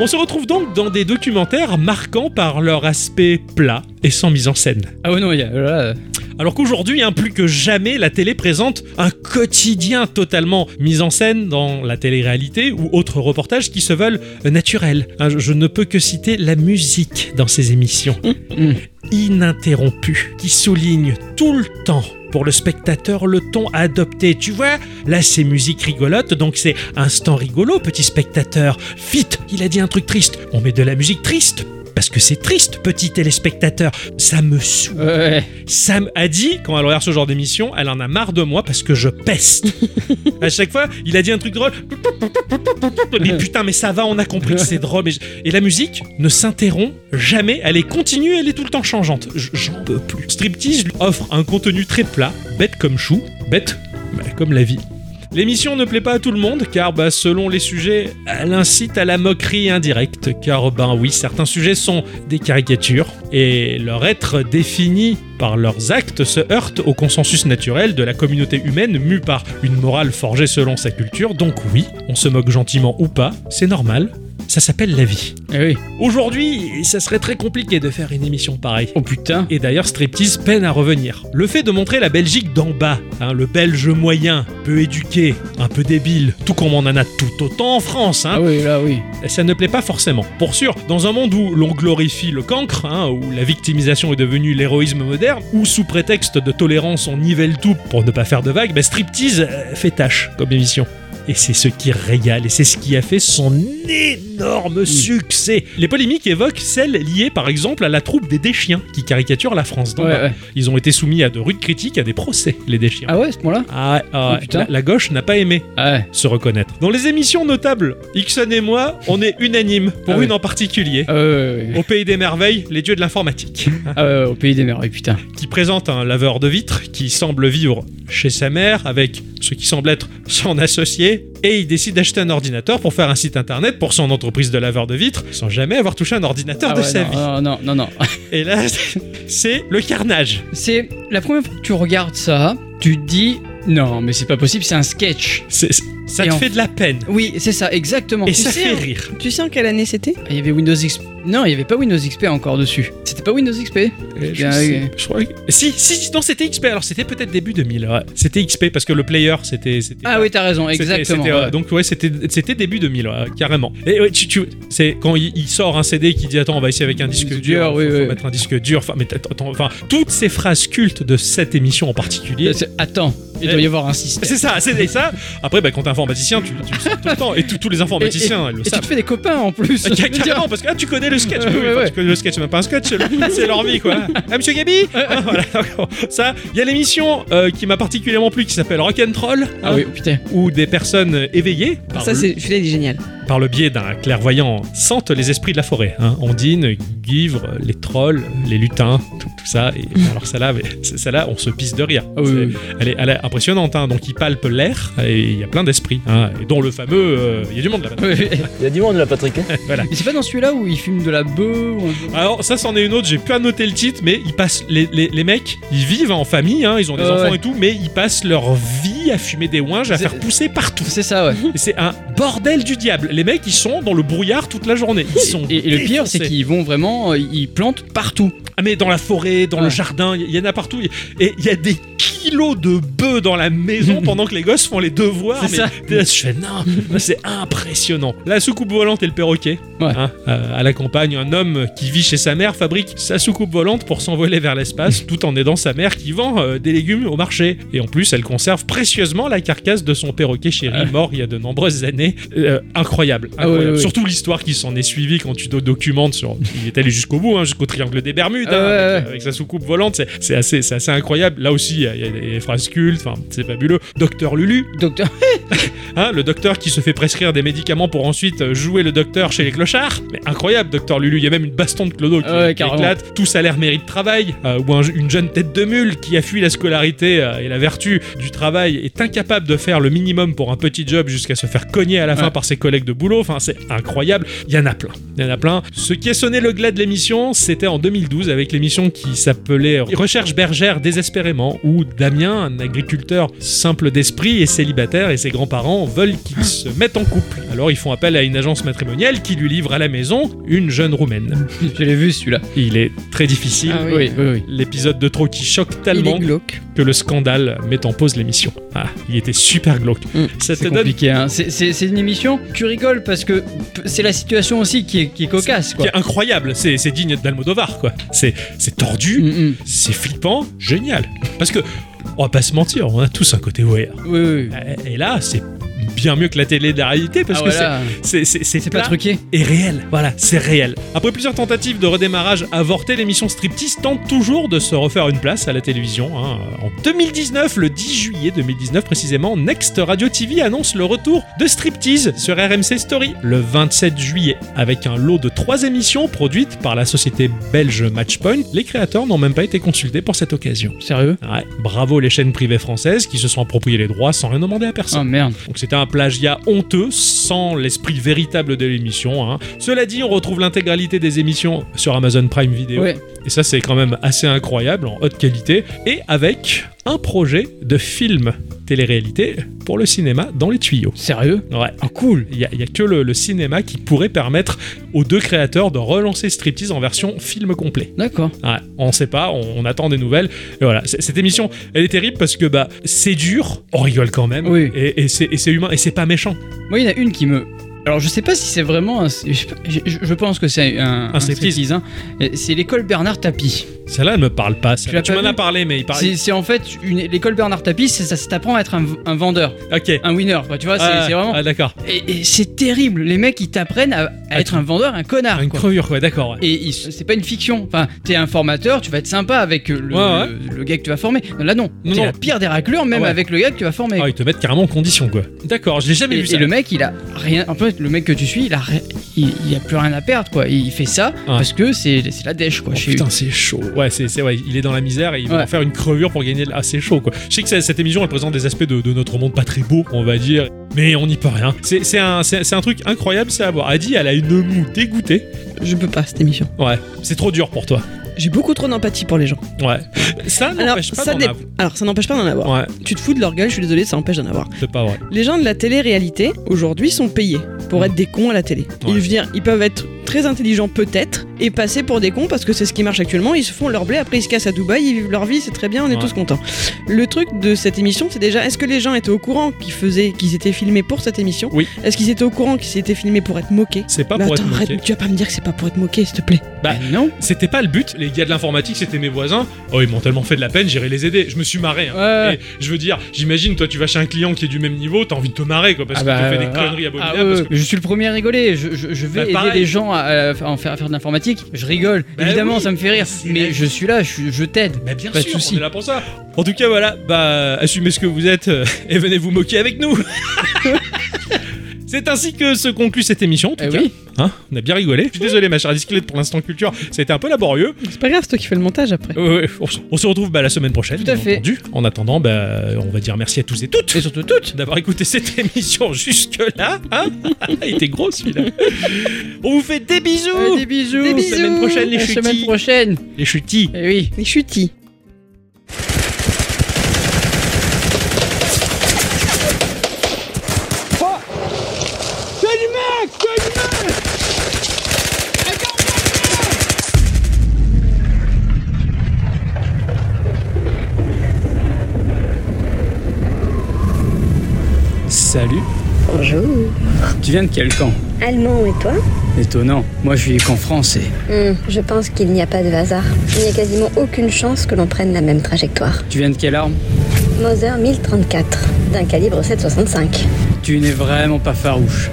Speaker 1: On se retrouve donc dans des documentaires marquants par leur aspect plat et sans mise en scène.
Speaker 2: Ah ouais, non, il y a... Là,
Speaker 1: Alors qu'aujourd'hui, hein, plus que jamais, la télé présente un quotidien totalement mis en scène dans la télé-réalité ou autres reportages qui se veulent euh, naturels. Hein, je, je ne peux que citer la musique dans ces émissions,
Speaker 2: Mm.
Speaker 1: ininterrompue, qui souligne tout le temps. Pour le spectateur, le ton adopté. Tu vois, là, c'est musique rigolote, donc c'est instant rigolo, petit spectateur. Vite, il a dit un truc triste. On met de la musique triste, parce que c'est triste, petit téléspectateur. Ça me saoule.
Speaker 2: ouais.
Speaker 1: Sam a dit, quand elle regarde ce genre d'émission, elle en a marre de moi parce que je peste. à chaque fois, il a dit un truc drôle. Mais putain, mais ça va, on a compris que c'est drôle. mais je- Et la musique ne s'interrompt jamais, elle est continue, elle est tout le temps changeante. J- J'en peux plus. Striptease lui offre un contenu très plat, bête comme chou, bête bah, comme la vie. L'émission ne plaît pas à tout le monde car bah, selon les sujets, elle incite à la moquerie indirecte car ben oui, certains sujets sont des caricatures et leur être défini par leurs actes se heurte au consensus naturel de la communauté humaine mue par une morale forgée selon sa culture. Donc oui, on se moque gentiment ou pas, c'est normal, ça s'appelle la vie.
Speaker 2: Ah oui.
Speaker 1: Aujourd'hui, ça serait très compliqué de faire une émission pareille.
Speaker 2: Oh putain.
Speaker 1: Et d'ailleurs, Striptease peine à revenir. Le fait de montrer la Belgique d'en bas, hein, le Belge moyen, peu éduqué, un peu débile, tout comme on en a tout autant en France, hein,
Speaker 2: Ah oui, là, oui.
Speaker 1: ça ne plaît pas forcément. Pour sûr, dans un monde où l'on glorifie le cancre, hein, où la victimisation est devenue l'héroïsme moderne, où sous prétexte de tolérance on nivelle tout pour ne pas faire de vagues, bah, Striptease euh, fait tâche comme émission. Et c'est ce qui régale, et c'est ce qui a fait son énorme succès. Les polémiques évoquent celles liées par exemple à la troupe des déchiens, qui caricature la France d'en
Speaker 2: Ouais,
Speaker 1: bas.
Speaker 2: ouais.
Speaker 1: Ils ont été soumis à de rudes critiques, à des procès, les déchiens.
Speaker 2: Ah ouais, à ce point-là
Speaker 1: Ah, ah,
Speaker 2: Oh, putain.
Speaker 1: la- la gauche n'a pas aimé
Speaker 2: Ah ouais.
Speaker 1: se reconnaître. Dans les émissions notables, Ixon et moi, on est unanimes, pour
Speaker 2: Ah oui.
Speaker 1: une en particulier.
Speaker 2: Ah ouais, ouais, ouais.
Speaker 1: Au pays des merveilles, les dieux de l'informatique, hein,
Speaker 2: Ah ouais, ouais, au pays des merveilles, putain.
Speaker 1: qui présente un laveur de vitres qui semble vivre chez sa mère avec ce qui semble être son associé, et il décide d'acheter un ordinateur pour faire un site internet pour son entreprise de laveur de vitres, sans jamais avoir touché un ordinateur
Speaker 2: Ah
Speaker 1: de
Speaker 2: ouais,
Speaker 1: sa
Speaker 2: non,
Speaker 1: vie.
Speaker 2: non, non, non, non.
Speaker 1: Et là, c'est le carnage.
Speaker 2: C'est la première fois que tu regardes ça, tu te dis non, mais c'est pas possible, c'est un sketch.
Speaker 1: C'est- ça
Speaker 2: Et
Speaker 1: te
Speaker 2: en-
Speaker 1: fait de la peine.
Speaker 2: Oui, c'est ça, exactement.
Speaker 1: Et
Speaker 2: Tu
Speaker 1: ça
Speaker 2: sais,
Speaker 1: fait rire.
Speaker 3: Tu sais en quelle année c'était
Speaker 2: Il y avait Windows XP. Non, il y avait pas Windows XP encore dessus. C'était pas Windows XP.
Speaker 1: Euh, je
Speaker 2: Bien,
Speaker 1: sais-
Speaker 2: oui.
Speaker 1: je crois que- Si, si, non, c'était XP. Alors, c'était peut-être début 2000. ouais. C'était XP parce que le player, c'était. c'était
Speaker 2: Ah
Speaker 1: pas-
Speaker 2: oui, t'as raison,
Speaker 1: c'était-
Speaker 2: exactement.
Speaker 1: c'était, euh,
Speaker 2: ouais.
Speaker 1: donc, ouais, c'était c'était début 2000, ouais, carrément. Et ouais, tu, tu- c'est quand il, il sort un CD qui dit Attends, on va essayer avec un disque
Speaker 2: Disque
Speaker 1: dur,
Speaker 2: dur, oui,
Speaker 1: faut, faut
Speaker 2: oui.
Speaker 1: mettre un disque dur. Enfin, mais attends, attends, enfin, toutes ces phrases cultes de cette émission en particulier. Eh.
Speaker 2: Euh, c'est- Attends, il doit y avoir un système.
Speaker 1: C'est ça, c'est ça. Après, bah, quand t'as informaticien, tu, tu le sais tout le temps. Et tous- tous les informaticiens, ils
Speaker 2: et,
Speaker 1: le
Speaker 2: et tu
Speaker 1: savent.
Speaker 2: te fais des copains en plus.
Speaker 1: Ah,
Speaker 2: Je
Speaker 1: car-
Speaker 2: veux dire,
Speaker 1: Carrément, parce que ah, tu connais le sketch.
Speaker 2: Ouais,
Speaker 1: Oui,
Speaker 2: ouais,
Speaker 1: enfin,
Speaker 2: ouais.
Speaker 1: Tu connais le sketch, c'est même pas un sketch, le- c'est leur vie quoi. Ah, monsieur Gabi Ah, voilà, d'accord. Ça, il y a l'émission euh, qui m'a particulièrement plu qui s'appelle Rock'n'Troll,
Speaker 2: Ah oui, oh, putain.
Speaker 1: hein, où des personnes éveillées par,
Speaker 3: Ça,
Speaker 1: le,
Speaker 3: c'est, celui-là, il est génial.
Speaker 1: par le biais d'un clairvoyant sentent les esprits de la forêt. Hein. Ondine, Guivre, les trolls, les lutins, tout, tout ça. Et alors, celle-là, mais- celle-là, on se pisse de rire.
Speaker 2: Ah oui,
Speaker 1: C'est-
Speaker 2: oui, oui.
Speaker 1: elle est, elle est impressionnante, hein. donc il palpe l'air et il y a plein d'esprits, hein, et dont le fameux. euh, Il y a du monde là-bas.
Speaker 2: Oui, oui.
Speaker 10: Il y a du monde là, Patrick. hein.
Speaker 2: Mais c'est pas dans celui-là où ils fument de la bœuf ou un-
Speaker 1: Alors, ça, c'en est une autre, j'ai plus à noter le titre, mais ils passent. Les, les- les mecs, ils vivent en famille, hein, ils ont des
Speaker 2: Ouais,
Speaker 1: enfants
Speaker 2: ouais.
Speaker 1: et tout, mais ils passent leur vie à fumer des ouinges, à
Speaker 2: C'est-
Speaker 1: faire pousser partout.
Speaker 2: C'est ça, ouais.
Speaker 1: Et C'est un bordel du diable. Les mecs, ils sont dans le brouillard toute la journée. Ils sont.
Speaker 2: Et, et le pire, c'est
Speaker 1: défoncés.
Speaker 2: qu'ils vont vraiment, euh, ils plantent partout.
Speaker 1: Ah, mais dans la forêt, dans le
Speaker 2: Ouais.
Speaker 1: jardin, il y, en a partout. Et il y a des kilos de bœufs dans la maison pendant que les gosses font les devoirs.
Speaker 2: C'est
Speaker 1: mais
Speaker 2: ça.
Speaker 1: t'es là, je fais, non, mais c'est impressionnant. La soucoupe volante et le perroquet.
Speaker 2: Ouais.
Speaker 1: hein, euh, à la campagne, un homme qui vit chez sa mère fabrique sa soucoupe volante pour s'envoler vers l'espace tout en aidant sa mère qui vend euh, des légumes au marché. Et en plus, elle conserve précieusement la carcasse de son perroquet chéri mort il y a de nombreuses années. Euh, incroyable.
Speaker 2: Ah ouais,
Speaker 1: incroyable.
Speaker 2: ouais, ouais.
Speaker 1: Surtout l'histoire qui s'en est suivie quand tu do- documentes sur. Il est allé jusqu'au bout, hein, jusqu'au triangle des Bermudes.
Speaker 2: Ah
Speaker 1: hein,
Speaker 2: ouais,
Speaker 1: avec,
Speaker 2: ouais.
Speaker 1: avec sa soucoupe volante, c'est- c'est assez, c'est assez incroyable. Là aussi, il y a- il y, a des phrases cultes, enfin, c'est fabuleux. Docteur Lulu,
Speaker 2: Docteur.
Speaker 1: hein, le docteur qui se fait prescrire des médicaments pour ensuite euh, jouer le docteur chez les clochards. Mais incroyable, Docteur Lulu. Il y a même une baston de Clodo qui,
Speaker 2: Ah ouais,
Speaker 1: qui
Speaker 2: carrément.
Speaker 1: éclate. Tout salaire mérite travail. euh, ou un- une jeune tête de mule qui a fui la scolarité euh, et la vertu du travail est incapable de faire le minimum pour un petit job jusqu'à se faire cogner à la fin
Speaker 2: Ouais.
Speaker 1: par ses collègues de boulot. Enfin, c'est incroyable. Il y en a plein. Il y en a plein. Ce qui a sonné le glas de l'émission, c'était en 2012 avec l'émission qui s'appelait Recherche bergère désespérément, où Damien, un agriculteur simple d'esprit et célibataire, et ses grands-parents veulent qu'il se mette en couple. Alors ils font appel à une agence matrimoniale qui lui livre à la maison une jeune roumaine.
Speaker 2: Je l'ai vu celui-là.
Speaker 1: Il est très difficile.
Speaker 3: Ah oui.
Speaker 2: oui, oui. oui.
Speaker 1: L'épisode de trop qui choque
Speaker 3: Il est
Speaker 1: tellement
Speaker 3: glauque.
Speaker 1: que le scandale met en pause l'émission. Ah, il était super glauque.
Speaker 2: Mm,
Speaker 1: Ça te
Speaker 2: C'est
Speaker 1: donne
Speaker 2: compliqué, hein. C'est- C'est c'est une émission, tu rigoles parce que p- c'est la situation aussi qui est, qui est cocasse,
Speaker 1: qui
Speaker 2: quoi.
Speaker 1: est incroyable, c'est c'est digne d'Almodovar quoi. C'est c'est tordu,
Speaker 2: Mm, mm.
Speaker 1: c'est flippant, génial. Parce que, on va pas se mentir, on a tous un côté OR.
Speaker 2: Oui, oui, oui.
Speaker 1: Et là, c'est bien mieux que la télé de la réalité Ah, parce
Speaker 2: Ah,
Speaker 1: que
Speaker 2: voilà.
Speaker 1: c'est c'est c'est
Speaker 2: C'est pas
Speaker 1: plat
Speaker 2: truqué.
Speaker 1: et réel. Voilà, c'est réel. Après plusieurs tentatives de redémarrage avortées, l'émission Striptease tente toujours de se refaire une place à la télévision. hein. En 2019, le 10 juillet 2019 précisément, Next Radio TV annonce le retour de Striptease sur RMC Story le 27 juillet, avec un lot de trois émissions produites par la société belge Matchpoint. Les créateurs n'ont même pas été consultés pour cette occasion.
Speaker 2: Sérieux
Speaker 1: Ouais, bravo les chaînes privées françaises qui se sont appropriées les droits sans rien demander à personne.
Speaker 2: Oh merde.
Speaker 1: Donc c'était un plagiat honteux, sans l'esprit véritable de l'émission. hein. Cela dit, on retrouve l'intégralité des émissions sur Amazon Prime Video.
Speaker 2: Ouais.
Speaker 1: Et ça, c'est quand même assez incroyable, en haute qualité. Et avec un projet de film télé-réalité pour le cinéma dans les tuyaux.
Speaker 2: Sérieux
Speaker 1: Ouais. cool Il n'y a, il y a que le, le cinéma qui pourrait permettre aux deux créateurs de relancer Striptease en version film complet.
Speaker 2: D'accord.
Speaker 1: Ouais, on sait pas, on, on attend des nouvelles. Et voilà, c- cette émission, elle est terrible parce que bah c'est dur, on rigole quand même,
Speaker 2: Oui.
Speaker 1: et, et c'est et c'est humain, et c'est pas méchant.
Speaker 2: Moi, il y en a une qui me. Alors, je sais pas si c'est vraiment. un- Je, sais pas, je- je pense que c'est un,
Speaker 1: Un striptease.
Speaker 2: hein. Et C'est l'école Bernard Tapie.
Speaker 1: Celle-là, elle me parle pas. celle-là.
Speaker 2: l'as
Speaker 1: Tu
Speaker 2: pas
Speaker 1: m'en as
Speaker 2: vu
Speaker 1: parlé, mais il parle.
Speaker 2: C'est c'est en fait une... l'école Bernard Tapie, c'est ça, ça t'apprend à être un, un vendeur,
Speaker 1: Ok.
Speaker 2: un winner. Quoi. Tu vois, Ah, c'est
Speaker 1: Ah,
Speaker 2: c'est vraiment.
Speaker 1: ah, d'accord.
Speaker 2: Et, et c'est terrible. Les mecs, ils t'apprennent à, à
Speaker 1: Ah,
Speaker 2: être
Speaker 1: tu-
Speaker 2: un vendeur, un connard.
Speaker 1: Une
Speaker 2: quoi.
Speaker 1: crevure, ouais, d'accord. ouais.
Speaker 2: Et ils- c'est pas une fiction. Enfin, t'es un formateur, tu vas être sympa avec euh, le,
Speaker 1: Ouais, ouais.
Speaker 2: le- le gars que tu vas former. Là, non.
Speaker 1: Non,
Speaker 2: T'es
Speaker 1: non.
Speaker 2: la pire des raclures, même
Speaker 1: Ah ouais.
Speaker 2: avec le gars que tu vas former.
Speaker 1: Ah, ils te mettent carrément en condition, quoi. D'accord, je l'ai jamais
Speaker 2: Et,
Speaker 1: vu
Speaker 2: et
Speaker 1: ça. Oh,
Speaker 2: le mec, il a rien. En fait, le mec que tu suis, il a, ri- il, il a plus rien à perdre, quoi. Il fait ça parce que c'est c'est la dèche, quoi.
Speaker 1: Ah. Oh,
Speaker 2: chez
Speaker 1: putain,
Speaker 2: eux.
Speaker 1: c'est chaud. Ouais, c'est, c'est- ouais, il est dans la misère et il va
Speaker 2: Ouais.
Speaker 1: en faire une crevure pour gagner. de- Ah, c'est chaud quoi. Je sais que c'est- cette émission elle présente des aspects de, de notre monde pas très beau, on va dire, mais on n'y peut rien. C'est, c'est un, c'est- c'est un truc incroyable, c'est à voir. Adi, elle a une moue dégoûtée.
Speaker 3: Je peux pas, cette émission.
Speaker 1: Ouais, c'est trop dur pour toi.
Speaker 3: J'ai beaucoup trop d'empathie pour les gens.
Speaker 1: Ouais. Ça
Speaker 3: Alors,
Speaker 1: n'empêche pas
Speaker 3: ça
Speaker 1: d'en
Speaker 3: dé-
Speaker 1: avoir.
Speaker 3: Alors, ça n'empêche pas d'en avoir.
Speaker 1: Ouais,
Speaker 3: Tu te fous de leur gueule, je suis désolé, ça empêche d'en avoir.
Speaker 1: c'est pas vrai.
Speaker 3: Les gens de la télé-réalité, aujourd'hui, sont payés pour
Speaker 1: Mm.
Speaker 3: être des cons à la télé.
Speaker 1: Ouais.
Speaker 3: Ils, je veux dire, ils peuvent être très intelligents peut-être, et passer pour des cons parce que c'est ce qui marche actuellement. Ils se font leur blé, après ils se cassent à Dubaï, ils vivent leur vie, c'est très bien, on est
Speaker 1: Ouais.
Speaker 3: tous contents. Le truc de cette émission, c'est déjà est-ce que les gens étaient au courant qu'ils faisaient, qu'ils étaient filmés pour cette émission
Speaker 1: Oui.
Speaker 3: Est-ce qu'ils étaient au courant qu'ils étaient filmés pour être moqués
Speaker 1: C'est pas
Speaker 3: Mais
Speaker 1: pour
Speaker 3: attends,
Speaker 1: être
Speaker 3: arrête,
Speaker 1: moqué.
Speaker 3: tu vas pas me dire que c'est pas pour être moqué, s'il te plaît.
Speaker 1: Bah,
Speaker 2: Eh non.
Speaker 1: C'était pas le but, les gars de l'informatique, c'était mes voisins. Oh, ils m'ont tellement fait de la peine, j'irai les aider. Je me suis marré. hein.
Speaker 2: Ouais.
Speaker 1: Et je veux dire, j'imagine, toi, tu vas chez un client qui est du même niveau, t'as envie de te marrer, quoi, parce
Speaker 2: Ah
Speaker 1: que
Speaker 2: bah,
Speaker 1: tu fais
Speaker 2: euh,
Speaker 1: des conneries
Speaker 2: ah,
Speaker 1: abominables.
Speaker 2: ah, ouais,
Speaker 1: parce
Speaker 2: ouais.
Speaker 1: que-
Speaker 2: Je suis le premier à rigoler. Je, je- je vais
Speaker 1: Bah,
Speaker 2: aider
Speaker 1: pareil.
Speaker 2: les gens à, à- à en faire, à faire de l'informatique. Je rigole.
Speaker 1: Bah
Speaker 2: Évidemment,
Speaker 1: oui,
Speaker 2: ça me fait rire.
Speaker 1: c'est la
Speaker 2: Mais
Speaker 1: vie.
Speaker 2: je suis là, je, suis- je t'aide.
Speaker 1: Mais bien
Speaker 2: Pas de
Speaker 1: sûr,
Speaker 2: souci.
Speaker 1: on est là pour ça. En tout cas, voilà, bah assumez ce que vous êtes euh, et venez vous moquer avec nous. C'est ainsi que se conclut cette émission. En tout
Speaker 2: Eh
Speaker 1: cas.
Speaker 2: oui.
Speaker 1: Hein, on a bien rigolé. Je suis désolé, ma chère disquelette, pour l'instant culture. C'était un peu laborieux.
Speaker 3: C'est pas grave, c'est toi qui fais le montage après.
Speaker 1: Ouais, ouais, on, se- on se retrouve bah, la semaine prochaine.
Speaker 2: Tout à
Speaker 1: bien
Speaker 2: fait.
Speaker 1: entendu. En attendant, bah, on va dire merci à tous et toutes.
Speaker 2: Et surtout toutes.
Speaker 1: d'avoir écouté cette émission jusque-là. Hein Il était gros celui-là. On vous fait des bisous.
Speaker 2: Euh, des bisous.
Speaker 1: Oh, Des bisous. Semaine prochaine, les
Speaker 2: À la semaine
Speaker 1: chutis.
Speaker 2: prochaine.
Speaker 1: Les chutis.
Speaker 2: Eh oui.
Speaker 3: Les chutis.
Speaker 2: Salut.
Speaker 10: Bonjour.
Speaker 2: Tu viens de quel camp
Speaker 10: Allemand et toi
Speaker 2: Étonnant. Moi, je suis camp français.
Speaker 10: Hum, Je pense qu'il n'y a pas de hasard. Il n'y a quasiment aucune chance que l'on prenne la même trajectoire.
Speaker 2: Tu viens de quelle arme
Speaker 10: Mauser 1034, d'un calibre 7,65.
Speaker 2: Tu n'es vraiment pas farouche.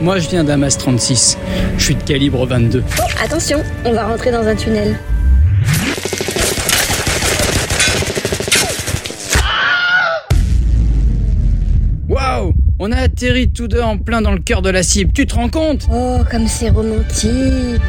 Speaker 2: Moi, je viens d'un Mas 36. Je suis de calibre 22.
Speaker 10: Attention, on va rentrer dans un tunnel.
Speaker 2: Waouh On a atterri tous deux en plein dans le cœur de la cible. Tu te rends compte
Speaker 10: Oh, comme c'est romantique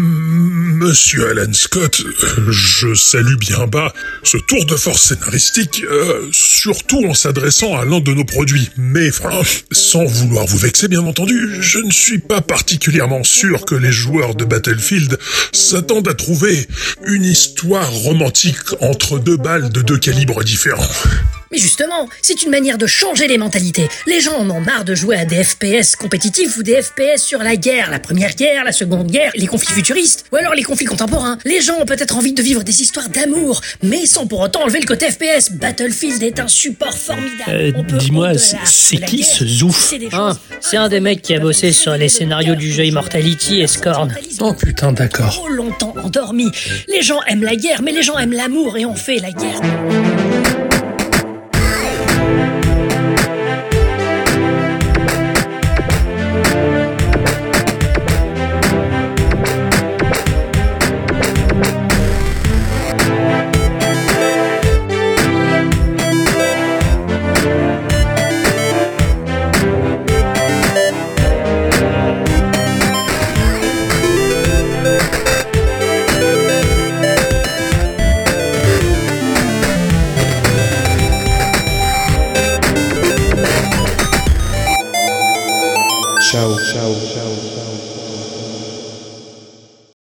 Speaker 11: Monsieur Alan Scott, euh, je salue bien bas ce tour de force scénaristique, euh, surtout en s'adressant à l'un de nos produits. Mais enfin, sans vouloir vous vexer bien entendu, je ne suis pas particulièrement sûr que les joueurs de Battlefield s'attendent à trouver une histoire romantique entre deux balles de deux calibres différents.
Speaker 6: Mais justement, c'est une manière de changer les mentalités. Les gens en ont marre de jouer à des FPS compétitifs ou des FPS sur la guerre, la première guerre, la seconde guerre, les conflits futuristes, ou alors les conflits contemporains. Les gens ont peut-être envie de vivre des histoires d'amour, mais sans pour autant enlever le côté FPS. Battlefield est un support formidable.
Speaker 7: Euh,
Speaker 6: On peut
Speaker 7: dis-moi,
Speaker 6: rendre de
Speaker 7: c'est-
Speaker 6: l'art,
Speaker 7: c'est
Speaker 6: de la
Speaker 7: qui
Speaker 6: guerre,
Speaker 7: ce Zouf
Speaker 6: c'est des
Speaker 4: Ah,
Speaker 6: choses
Speaker 4: c'est un des mecs qui a bossé sur les scénarios du jeu Immortality et Scorn.
Speaker 6: Oh
Speaker 4: putain, d'accord.
Speaker 6: Trop longtemps endormi. Les gens aiment la guerre, mais les gens aiment l'amour et on fait la guerre.
Speaker 11: Ciao, ciao, ciao.